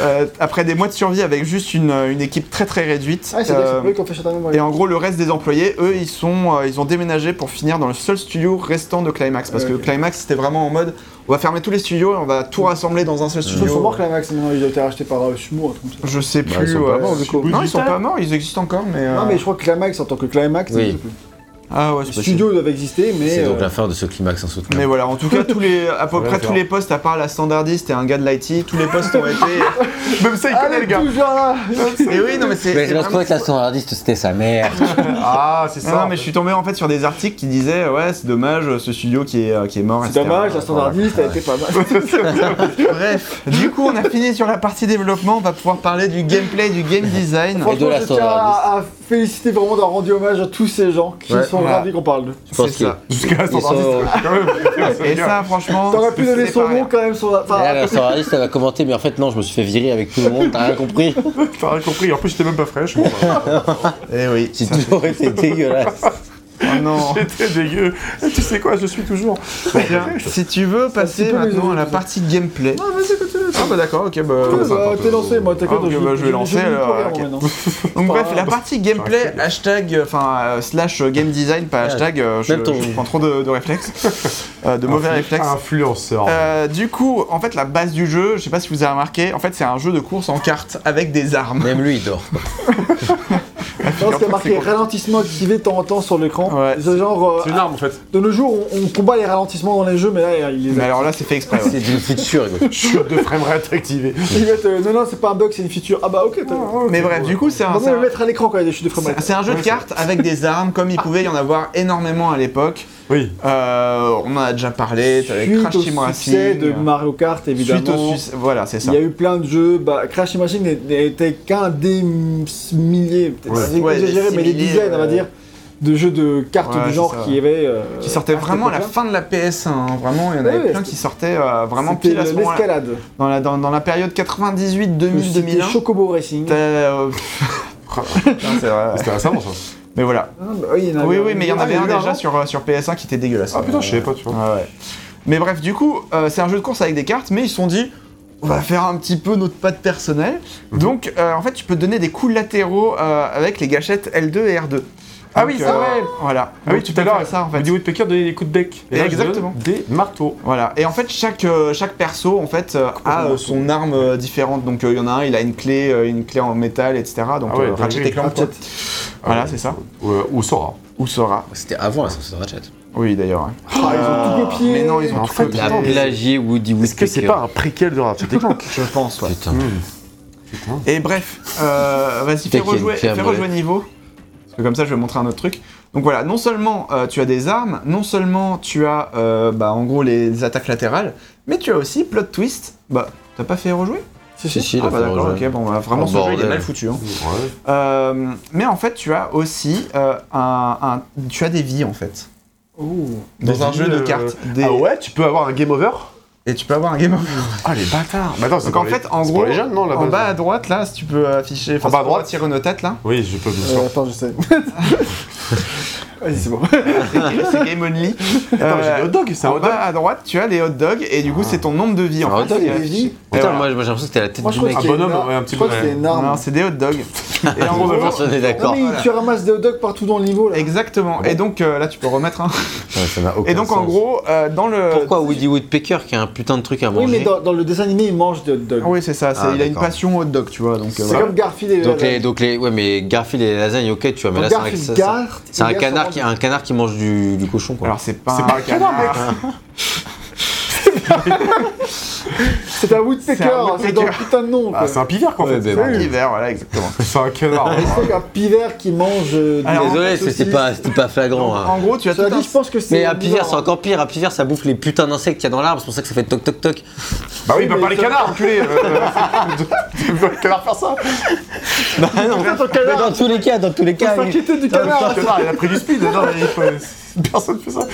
[SPEAKER 1] Euh, après des mois de survie avec juste une, une équipe très très réduite.
[SPEAKER 4] Ah, c'est vrai,
[SPEAKER 1] Euh,
[SPEAKER 4] c'est vrai qu'on fait châtain
[SPEAKER 1] et en gros, le reste des employés, eux, ils, sont, euh, ils ont déménagé pour finir dans le seul studio restant de Climax. Parce
[SPEAKER 4] Ouais,
[SPEAKER 1] que
[SPEAKER 4] ok.
[SPEAKER 1] Climax, c'était vraiment en mode on va fermer tous les studios et on va tout rassembler dans un seul
[SPEAKER 4] Il faut
[SPEAKER 1] studio.
[SPEAKER 4] voir que la Max, maintenant, il a été racheté par euh, Sumo, un truc comme ça.
[SPEAKER 1] Je sais plus.
[SPEAKER 3] Bah, ils sont pas
[SPEAKER 1] ouais.
[SPEAKER 3] morts,
[SPEAKER 2] du coup.
[SPEAKER 1] Non, ils sont pas morts, ils existent encore, mais. euh,
[SPEAKER 4] Non, mais je crois que Climax, en tant que Climax,
[SPEAKER 3] Oui.
[SPEAKER 4] n'existe plus.
[SPEAKER 1] Ah ouais, c'est
[SPEAKER 4] le
[SPEAKER 1] possible.
[SPEAKER 4] studio doit exister, mais.
[SPEAKER 3] C'est donc
[SPEAKER 4] euh,
[SPEAKER 3] la fin de ce climax insoutenable.
[SPEAKER 1] Mais voilà, en tout cas, tous les, à peu
[SPEAKER 2] Ouais,
[SPEAKER 1] près tous
[SPEAKER 2] d'accord.
[SPEAKER 1] les postes, à part la standardiste et un gars de l'IT, tous les postes ont été. *laughs* Même ça, il connaît le
[SPEAKER 4] Allez,
[SPEAKER 1] gars.
[SPEAKER 4] toujours là
[SPEAKER 1] Et oui, non, mais c'est. c'est
[SPEAKER 3] Mais je me
[SPEAKER 1] vraiment-
[SPEAKER 3] trouvais que la standardiste c'était sa mère.
[SPEAKER 1] *laughs*
[SPEAKER 2] Ah, c'est
[SPEAKER 1] Non,
[SPEAKER 2] ça
[SPEAKER 1] non, mais je suis tombé en fait sur des articles qui disaient ouais, c'est dommage euh, ce studio qui est, euh, qui est mort.
[SPEAKER 4] C'est
[SPEAKER 1] etc.
[SPEAKER 4] dommage, la standardiste a été pas mal.
[SPEAKER 1] Bref, du coup, on a fini sur la partie développement. On va pouvoir parler du gameplay, du game design.
[SPEAKER 3] de
[SPEAKER 4] Franchement,
[SPEAKER 3] la
[SPEAKER 4] je tiens à, à féliciter vraiment d'avoir rendu hommage à tous ces gens qui
[SPEAKER 3] Ouais.
[SPEAKER 4] sont
[SPEAKER 1] Voilà.
[SPEAKER 4] ravis qu'on parle d'eux.
[SPEAKER 3] Je pense
[SPEAKER 1] C'est
[SPEAKER 3] que-
[SPEAKER 1] ça.
[SPEAKER 2] Jusqu'à la
[SPEAKER 3] Ils sont-
[SPEAKER 2] standardiste, quand même.
[SPEAKER 1] *laughs* Et ça, franchement.
[SPEAKER 4] T'aurais pu donner
[SPEAKER 1] c'est
[SPEAKER 4] son
[SPEAKER 1] pas
[SPEAKER 4] nom
[SPEAKER 1] rien.
[SPEAKER 4] quand même sur la.
[SPEAKER 3] Et
[SPEAKER 4] Enfin,
[SPEAKER 3] là, la standardiste elle va commenter, mais en fait non, je me suis fait virer avec tout le monde, t'as
[SPEAKER 1] *laughs*
[SPEAKER 3] rien compris.
[SPEAKER 2] T'as rien compris, en plus j'étais même pas fraîche. Bon, bah,
[SPEAKER 1] Eh oui.
[SPEAKER 3] J'ai toujours été dégueulasse.
[SPEAKER 1] Oh *laughs* non.
[SPEAKER 2] J'étais dégueu. Et tu sais quoi, je suis toujours.
[SPEAKER 1] Tiens,
[SPEAKER 2] *laughs*
[SPEAKER 1] si tu veux
[SPEAKER 4] petit
[SPEAKER 1] passer
[SPEAKER 4] peu les
[SPEAKER 1] maintenant à la
[SPEAKER 4] autres.
[SPEAKER 1] partie gameplay.
[SPEAKER 4] Ah, vas-y, continue.
[SPEAKER 1] Ah bah d'accord, ok, bah.
[SPEAKER 4] Ouais,
[SPEAKER 2] ça,
[SPEAKER 4] bah,
[SPEAKER 2] pas
[SPEAKER 4] T'es
[SPEAKER 2] tout.
[SPEAKER 4] lancé, moi, t'inquiète.
[SPEAKER 1] Ah, ok, bah, je vais lancer,
[SPEAKER 4] finis
[SPEAKER 1] alors,
[SPEAKER 4] première,
[SPEAKER 1] ok. *laughs*
[SPEAKER 4] moi, maintenant.
[SPEAKER 1] Donc bref,
[SPEAKER 4] Pas-
[SPEAKER 1] la partie gameplay, hashtag, enfin euh, slash euh, game design, pas
[SPEAKER 3] Ouais.
[SPEAKER 1] hashtag, euh, je,
[SPEAKER 3] Même ton-
[SPEAKER 1] je prends trop de, de réflexes, euh, de mauvais
[SPEAKER 2] Influ-
[SPEAKER 1] réflexes.
[SPEAKER 2] Influenceur.
[SPEAKER 1] Euh, du coup, en fait, la base du jeu, je sais pas si vous avez remarqué, en fait, c'est un jeu de course en cartes avec des armes.
[SPEAKER 3] Même lui il dort.
[SPEAKER 4] Non, ce qui a
[SPEAKER 1] C'est
[SPEAKER 4] marqué
[SPEAKER 1] quoi
[SPEAKER 4] ralentissement activé de temps en temps sur l'écran.
[SPEAKER 1] Ouais.
[SPEAKER 4] C'est genre. euh,
[SPEAKER 2] C'est une arme en fait.
[SPEAKER 4] de nos jours, on, on combat les ralentissements dans les jeux, mais là, il les
[SPEAKER 1] Mais alors là, c'est fait exprès. ouais.
[SPEAKER 3] C'est du futur. quoi.
[SPEAKER 2] Chute de framerate activée.
[SPEAKER 4] Ils mettent, euh, non, non, c'est pas un bug, c'est une feature. Ah bah ok, t'as.
[SPEAKER 1] Mais bref, du coup, c'est un,
[SPEAKER 4] On
[SPEAKER 1] c'est
[SPEAKER 4] va le
[SPEAKER 1] un-
[SPEAKER 4] mettre à l'écran quand il y a des chutes de
[SPEAKER 1] c'est-
[SPEAKER 4] framerate.
[SPEAKER 1] c'est un jeu de cartes avec des armes, comme il pouvait y en avoir énormément à l'époque.
[SPEAKER 2] Oui.
[SPEAKER 1] Euh, on en a déjà parlé, t'avais
[SPEAKER 4] Suite
[SPEAKER 1] Crash
[SPEAKER 4] au
[SPEAKER 1] Team
[SPEAKER 4] succès
[SPEAKER 1] Racing. euh,
[SPEAKER 4] de Mario Kart,
[SPEAKER 1] suite au
[SPEAKER 4] évidemment.
[SPEAKER 1] succès- voilà, c'est ça.
[SPEAKER 4] Il y a eu plein de jeux, bah, Crash Team Machine n'est- n'était qu'un des m- milliers, peut-être,
[SPEAKER 2] Ouais.
[SPEAKER 4] c'est
[SPEAKER 1] Ouais,
[SPEAKER 4] exagéré,
[SPEAKER 1] des
[SPEAKER 4] mais des
[SPEAKER 1] milliers,
[SPEAKER 4] dizaines, on va
[SPEAKER 1] ouais.
[SPEAKER 4] dire, de jeux de cartes
[SPEAKER 1] Ouais,
[SPEAKER 4] du genre
[SPEAKER 1] c'est ça.
[SPEAKER 4] qui avaient. euh,
[SPEAKER 1] qui sortait
[SPEAKER 4] à cette
[SPEAKER 1] vraiment à la
[SPEAKER 4] époque-là.
[SPEAKER 1] fin de la PS1, hein, vraiment, il y en
[SPEAKER 4] Ouais,
[SPEAKER 1] avait
[SPEAKER 4] ouais,
[SPEAKER 1] plein
[SPEAKER 4] c'était-
[SPEAKER 1] qui sortaient euh, vraiment
[SPEAKER 4] C'était
[SPEAKER 1] pile à ce
[SPEAKER 4] le-
[SPEAKER 1] moment-là.
[SPEAKER 4] l'escalade.
[SPEAKER 1] Dans la, dans, dans la période 98, 2000,
[SPEAKER 4] C'était
[SPEAKER 1] 2001.
[SPEAKER 4] Chocobo Racing.
[SPEAKER 1] t'as, euh, *laughs* putain, c'est vrai.
[SPEAKER 2] Ah, C'était récemment ça.
[SPEAKER 1] Mais voilà.
[SPEAKER 4] Ah, bah oui, il y en
[SPEAKER 1] Oui,
[SPEAKER 4] avait-
[SPEAKER 1] oui, mais il y en
[SPEAKER 4] Ah,
[SPEAKER 1] avait
[SPEAKER 4] a
[SPEAKER 1] un
[SPEAKER 4] eu
[SPEAKER 1] déjà
[SPEAKER 4] avant
[SPEAKER 1] sur, euh, sur PS1 qui était dégueulasse.
[SPEAKER 2] Ah putain, je savais pas, tu vois.
[SPEAKER 1] Ouais, ouais. Mais bref, du coup, euh, c'est un jeu de course avec des cartes, mais ils se sont dit, on va faire un petit peu notre patte personnelle.
[SPEAKER 2] Mhm.
[SPEAKER 1] Donc, euh, en fait, tu peux donner des coups latéraux euh, avec les gâchettes L2 et R2.
[SPEAKER 2] Ah oui,
[SPEAKER 1] Donc, euh,
[SPEAKER 2] c'est vrai.
[SPEAKER 1] Voilà.
[SPEAKER 2] Ah
[SPEAKER 1] Donc,
[SPEAKER 2] oui, tout à l'heure,
[SPEAKER 1] faire ça en fait.
[SPEAKER 2] Woody Woodpecker donnait des coups de bec.
[SPEAKER 1] Et
[SPEAKER 2] là, je donne
[SPEAKER 1] exactement.
[SPEAKER 2] Des marteaux.
[SPEAKER 1] Voilà, et en fait chaque, euh, chaque perso en fait euh, a euh, son arme euh, différente. Donc euh, il y en a un, il a une clé, euh, une clé en métal, etc. Donc
[SPEAKER 2] Ah ouais,
[SPEAKER 1] euh,
[SPEAKER 2] dingue.
[SPEAKER 1] Ratchet et Clank, quoi.
[SPEAKER 4] Ratchet.
[SPEAKER 1] Voilà, c'est ça.
[SPEAKER 2] Ou, euh, ou Sora.
[SPEAKER 1] Ou Sora.
[SPEAKER 3] C'était avant la sortie de Ratchet.
[SPEAKER 1] Oui d'ailleurs. hein.
[SPEAKER 4] Ah, ils ont tout copié.
[SPEAKER 1] Mais non, ils
[SPEAKER 2] Mais
[SPEAKER 1] ont
[SPEAKER 2] en
[SPEAKER 1] tout
[SPEAKER 2] fait,
[SPEAKER 1] copié.
[SPEAKER 3] Il a plagié Woody Woodpecker.
[SPEAKER 2] Est-ce que c'est pas un préquel de Ratchet et Clank
[SPEAKER 1] Je pense, ouais.
[SPEAKER 3] Putain.
[SPEAKER 1] Et bref, euh, vas-y, fais
[SPEAKER 3] Putain, qu'il y a une
[SPEAKER 1] rejouer,
[SPEAKER 3] clé à
[SPEAKER 1] fais
[SPEAKER 3] molette.
[SPEAKER 1] rejouer niveau. Parce que comme ça, je vais montrer un autre truc. Donc voilà, non seulement euh, tu as des armes, non seulement tu as euh, bah, en gros les attaques latérales, mais tu as aussi plot twist. Bah, t'as pas fait rejouer
[SPEAKER 4] Si,
[SPEAKER 3] Si,
[SPEAKER 4] si.
[SPEAKER 3] si, il
[SPEAKER 1] Ah
[SPEAKER 3] a
[SPEAKER 1] bah
[SPEAKER 3] fait
[SPEAKER 1] d'accord,
[SPEAKER 3] rejoindre.
[SPEAKER 1] ok, bon, bah, vraiment
[SPEAKER 3] Oh,
[SPEAKER 1] ce jeu il est
[SPEAKER 3] bordel.
[SPEAKER 1] mal foutu. hein.
[SPEAKER 2] *laughs* Ouais.
[SPEAKER 1] Euh, mais en fait, tu as aussi euh, un, un- tu as des vies en fait
[SPEAKER 4] Ouh.
[SPEAKER 1] dans
[SPEAKER 2] Des
[SPEAKER 1] un
[SPEAKER 2] vies,
[SPEAKER 1] jeu de
[SPEAKER 2] euh,
[SPEAKER 1] cartes. Des-
[SPEAKER 2] Ah ouais, tu peux avoir un game over
[SPEAKER 1] Et tu peux avoir un game over.
[SPEAKER 2] Ah les bâtards Mais attends, c'est
[SPEAKER 1] Donc
[SPEAKER 2] pour
[SPEAKER 1] en
[SPEAKER 2] les-
[SPEAKER 1] fait, en
[SPEAKER 2] c'est
[SPEAKER 1] gros,
[SPEAKER 2] pour les jeunes, non, là
[SPEAKER 1] en bas à droite là, si tu peux afficher. enfin,
[SPEAKER 2] bas
[SPEAKER 1] si tu
[SPEAKER 2] à
[SPEAKER 1] peux
[SPEAKER 2] *laughs* droite
[SPEAKER 1] tirer nos têtes là.
[SPEAKER 2] Oui, je peux bien
[SPEAKER 4] Euh,
[SPEAKER 2] sûr.
[SPEAKER 4] attends, je sais. Vas-y, c'est bon.
[SPEAKER 1] C'est c'est Game Only. Euh,
[SPEAKER 2] Attends, mais j'ai des hot dogs, c'est
[SPEAKER 1] en
[SPEAKER 2] un Ah, hot dog.
[SPEAKER 1] bas à droite, tu as les hot dogs et du coup, c'est ton nombre de vies
[SPEAKER 3] Un
[SPEAKER 1] en
[SPEAKER 3] hot dog,
[SPEAKER 1] fait.
[SPEAKER 3] Eh ouais.
[SPEAKER 4] Vivi,
[SPEAKER 3] Putain,
[SPEAKER 1] voilà.
[SPEAKER 3] moi j'ai l'impression que c'était la tête
[SPEAKER 4] moi je
[SPEAKER 3] du
[SPEAKER 4] crois
[SPEAKER 3] mec.
[SPEAKER 4] que
[SPEAKER 2] Un
[SPEAKER 4] c'est
[SPEAKER 2] bonhomme,
[SPEAKER 4] énorme.
[SPEAKER 2] ouais, un petit
[SPEAKER 4] Je crois que
[SPEAKER 2] bonhomme.
[SPEAKER 4] c'est
[SPEAKER 1] Non,
[SPEAKER 4] énorme.
[SPEAKER 1] c'est des hot dogs. Et en
[SPEAKER 2] gros,
[SPEAKER 1] gros, bah,
[SPEAKER 2] d'accord.
[SPEAKER 3] On est
[SPEAKER 4] Non,
[SPEAKER 3] d'accord.
[SPEAKER 4] mais
[SPEAKER 1] Voilà.
[SPEAKER 4] tu ramasses des hot dogs partout dans le niveau là.
[SPEAKER 1] Exactement. Et donc euh, là, tu peux remettre un.
[SPEAKER 3] Ouais, ça n'a aucun
[SPEAKER 1] Et donc en
[SPEAKER 3] sens.
[SPEAKER 1] gros, euh, dans le.
[SPEAKER 3] Pourquoi Woody Woodpecker qui a un putain de truc à
[SPEAKER 4] Oui,
[SPEAKER 3] manger
[SPEAKER 4] mais dans, dans le dessin animé, il mange des hot dogs.
[SPEAKER 1] Ah oui, c'est ça. c'est-
[SPEAKER 3] Ah,
[SPEAKER 1] il a une
[SPEAKER 3] d'accord.
[SPEAKER 1] passion hot dog, tu vois. Donc, euh,
[SPEAKER 4] C'est
[SPEAKER 1] voilà.
[SPEAKER 4] comme Garfield et
[SPEAKER 3] donc
[SPEAKER 4] la-
[SPEAKER 3] les, donc les, ouais, mais Garfield et les lasagnes, ok, tu vois, mais
[SPEAKER 4] Donc
[SPEAKER 3] là, c'est vrai que
[SPEAKER 4] Garfield,
[SPEAKER 3] ça- ça-
[SPEAKER 4] Garth,
[SPEAKER 3] c'est un
[SPEAKER 4] Garth,
[SPEAKER 3] canard
[SPEAKER 4] Garth.
[SPEAKER 3] qui, un canard qui mange du, du cochon, quoi.
[SPEAKER 1] Alors c'est pas.
[SPEAKER 2] C'est pas un canard,
[SPEAKER 4] C'est un Woodpecker,
[SPEAKER 1] C'est un
[SPEAKER 4] hein, c'est dans le
[SPEAKER 1] Woodpecker.
[SPEAKER 4] putain de nom.
[SPEAKER 2] Ah, c'est un pivert, quoi, en
[SPEAKER 3] Ouais,
[SPEAKER 2] fait.
[SPEAKER 3] mais
[SPEAKER 1] C'est un hiver, voilà, exactement.
[SPEAKER 2] C'est un canard.
[SPEAKER 4] C'est un pivert qui mange. euh, du-
[SPEAKER 1] Alors,
[SPEAKER 3] Désolé,
[SPEAKER 4] saucisse.
[SPEAKER 3] c'était pas, c'était pas flagrant. hein.
[SPEAKER 1] En gros, tu as tout
[SPEAKER 4] Cela
[SPEAKER 1] un.
[SPEAKER 4] dit, je pense que c'est.
[SPEAKER 3] Mais à Pivert,
[SPEAKER 4] bizarre,
[SPEAKER 3] c'est encore pire. À Pivert, ça bouffe les putains d'insectes qu'il y a dans l'arbre. C'est pour ça que ça fait toc toc toc.
[SPEAKER 2] Bah oui,
[SPEAKER 4] Oui,
[SPEAKER 2] bah
[SPEAKER 4] mais
[SPEAKER 2] pas les
[SPEAKER 4] ça-
[SPEAKER 2] canards, enculé. euh, Tu veux le canard faire ça
[SPEAKER 3] Bah non.
[SPEAKER 4] hein. Ton
[SPEAKER 3] Mais
[SPEAKER 4] canard,
[SPEAKER 3] dans tous les cas, dans tous les
[SPEAKER 4] faut
[SPEAKER 3] cas, lui-
[SPEAKER 4] s'inquiéter du
[SPEAKER 3] Dans le
[SPEAKER 4] canard.
[SPEAKER 2] Le canard, il a pris du speed. Non, mais il faut- Personne fait ça.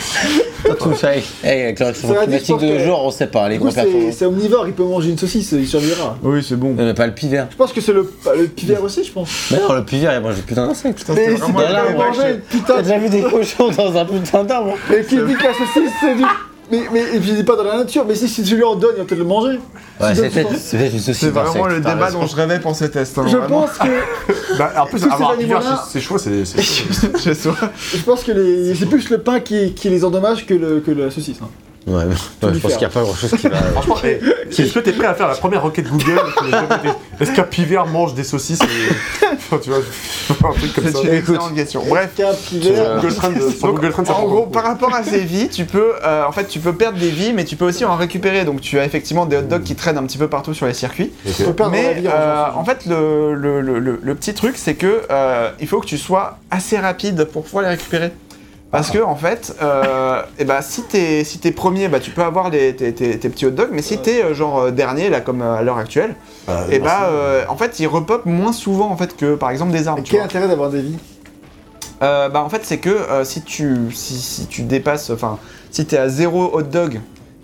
[SPEAKER 3] dans tout ça. Hey, Eh, avec la réaction
[SPEAKER 4] Ça a dit, je
[SPEAKER 3] climatique
[SPEAKER 4] pense
[SPEAKER 3] de
[SPEAKER 4] que-
[SPEAKER 3] genre, on sait pas. hein. Les
[SPEAKER 4] Du coup,
[SPEAKER 3] gros
[SPEAKER 4] c'est
[SPEAKER 3] personnes.
[SPEAKER 4] c'est omnivore, il peut manger une saucisse, il survivra.
[SPEAKER 1] Oui, c'est bon.
[SPEAKER 3] On n'a pas le Pivert.
[SPEAKER 4] Je pense que c'est le, le pivert aussi, je pense.
[SPEAKER 3] Mais non, le Pivert, il mange des putains d'insectes.
[SPEAKER 4] Mais
[SPEAKER 1] vraiment
[SPEAKER 4] c'est
[SPEAKER 1] le
[SPEAKER 4] pas
[SPEAKER 3] canard
[SPEAKER 4] là manger,
[SPEAKER 3] T'as
[SPEAKER 4] putain.
[SPEAKER 3] déjà vu des cochons dans un putain d'arbre hein.
[SPEAKER 4] Mais qui dit que la saucisse, c'est du. Mais, mais et puis, il est pas dans la nature, mais si, si tu lui en donnes, il va peut-être le manger.
[SPEAKER 3] Ouais,
[SPEAKER 4] Si tu
[SPEAKER 3] c'est
[SPEAKER 4] donnes-
[SPEAKER 3] peut-être c'est peut-être une saucisse
[SPEAKER 1] C'est vraiment
[SPEAKER 3] d'insectes,
[SPEAKER 1] le
[SPEAKER 3] t'as
[SPEAKER 1] débat
[SPEAKER 3] raison.
[SPEAKER 1] dont je rêvais pour ces tests. hein,
[SPEAKER 4] Je
[SPEAKER 1] vraiment.
[SPEAKER 4] pense que.
[SPEAKER 2] Bah, en plus,
[SPEAKER 4] Tous ces
[SPEAKER 2] avoir un pivert,
[SPEAKER 4] animaux-là-
[SPEAKER 2] c'est c'est chaud, c'est. c'est chaud.
[SPEAKER 1] *laughs* Chez soi.
[SPEAKER 4] Je pense que les- c'est plus le pain qui, qui les endommage que, le, que la saucisse. hein.
[SPEAKER 3] Ouais, mais- ouais, je pense
[SPEAKER 4] faire.
[SPEAKER 3] qu'il n'y a pas grand chose qui va.
[SPEAKER 2] Franchement, eh, est-ce que t'es prêt à faire la première requête Google que j'ai jamais été- Est-ce qu'un pivert mange des
[SPEAKER 1] *laughs*
[SPEAKER 2] saucisses et- Enfin, Tu vois, *laughs* un truc comme
[SPEAKER 1] C'est
[SPEAKER 2] ça.
[SPEAKER 1] une excellente question. Bref.
[SPEAKER 4] Qu'un pivert.
[SPEAKER 2] Google Trends, sur
[SPEAKER 1] Donc,
[SPEAKER 2] Google Trends, ça
[SPEAKER 1] en
[SPEAKER 2] prend
[SPEAKER 1] gros,
[SPEAKER 2] beaucoup.
[SPEAKER 1] par rapport à ces vies, tu peux, euh, en fait, tu peux perdre des vies, mais tu peux aussi en récupérer. Donc, tu as effectivement des hot dogs qui traînent un petit peu partout sur les circuits.
[SPEAKER 4] on peut perdre la
[SPEAKER 1] Mais
[SPEAKER 4] vie en
[SPEAKER 1] euh,
[SPEAKER 4] mangeant
[SPEAKER 1] en fait, le, le- le- le- le petit truc, c'est que euh, il faut que tu sois assez rapide pour pouvoir les récupérer.
[SPEAKER 2] Ah.
[SPEAKER 1] Parce que en fait, euh, eh ben, si t'es si t'es premier, bah tu peux avoir les- tes, tes- tes petits hot dogs, mais si t'es euh, genre euh, dernier là comme euh, à l'heure actuelle,
[SPEAKER 2] Bah,
[SPEAKER 1] et
[SPEAKER 2] non,
[SPEAKER 1] bah euh, en fait ils repopent moins souvent en fait que par exemple des arbres. tu
[SPEAKER 4] saucisse. Quel
[SPEAKER 1] vois.
[SPEAKER 4] intérêt d'avoir des vies
[SPEAKER 1] Euh, bah en fait c'est que euh, si tu si, si tu dépasses enfin si t'es à zéro hot dog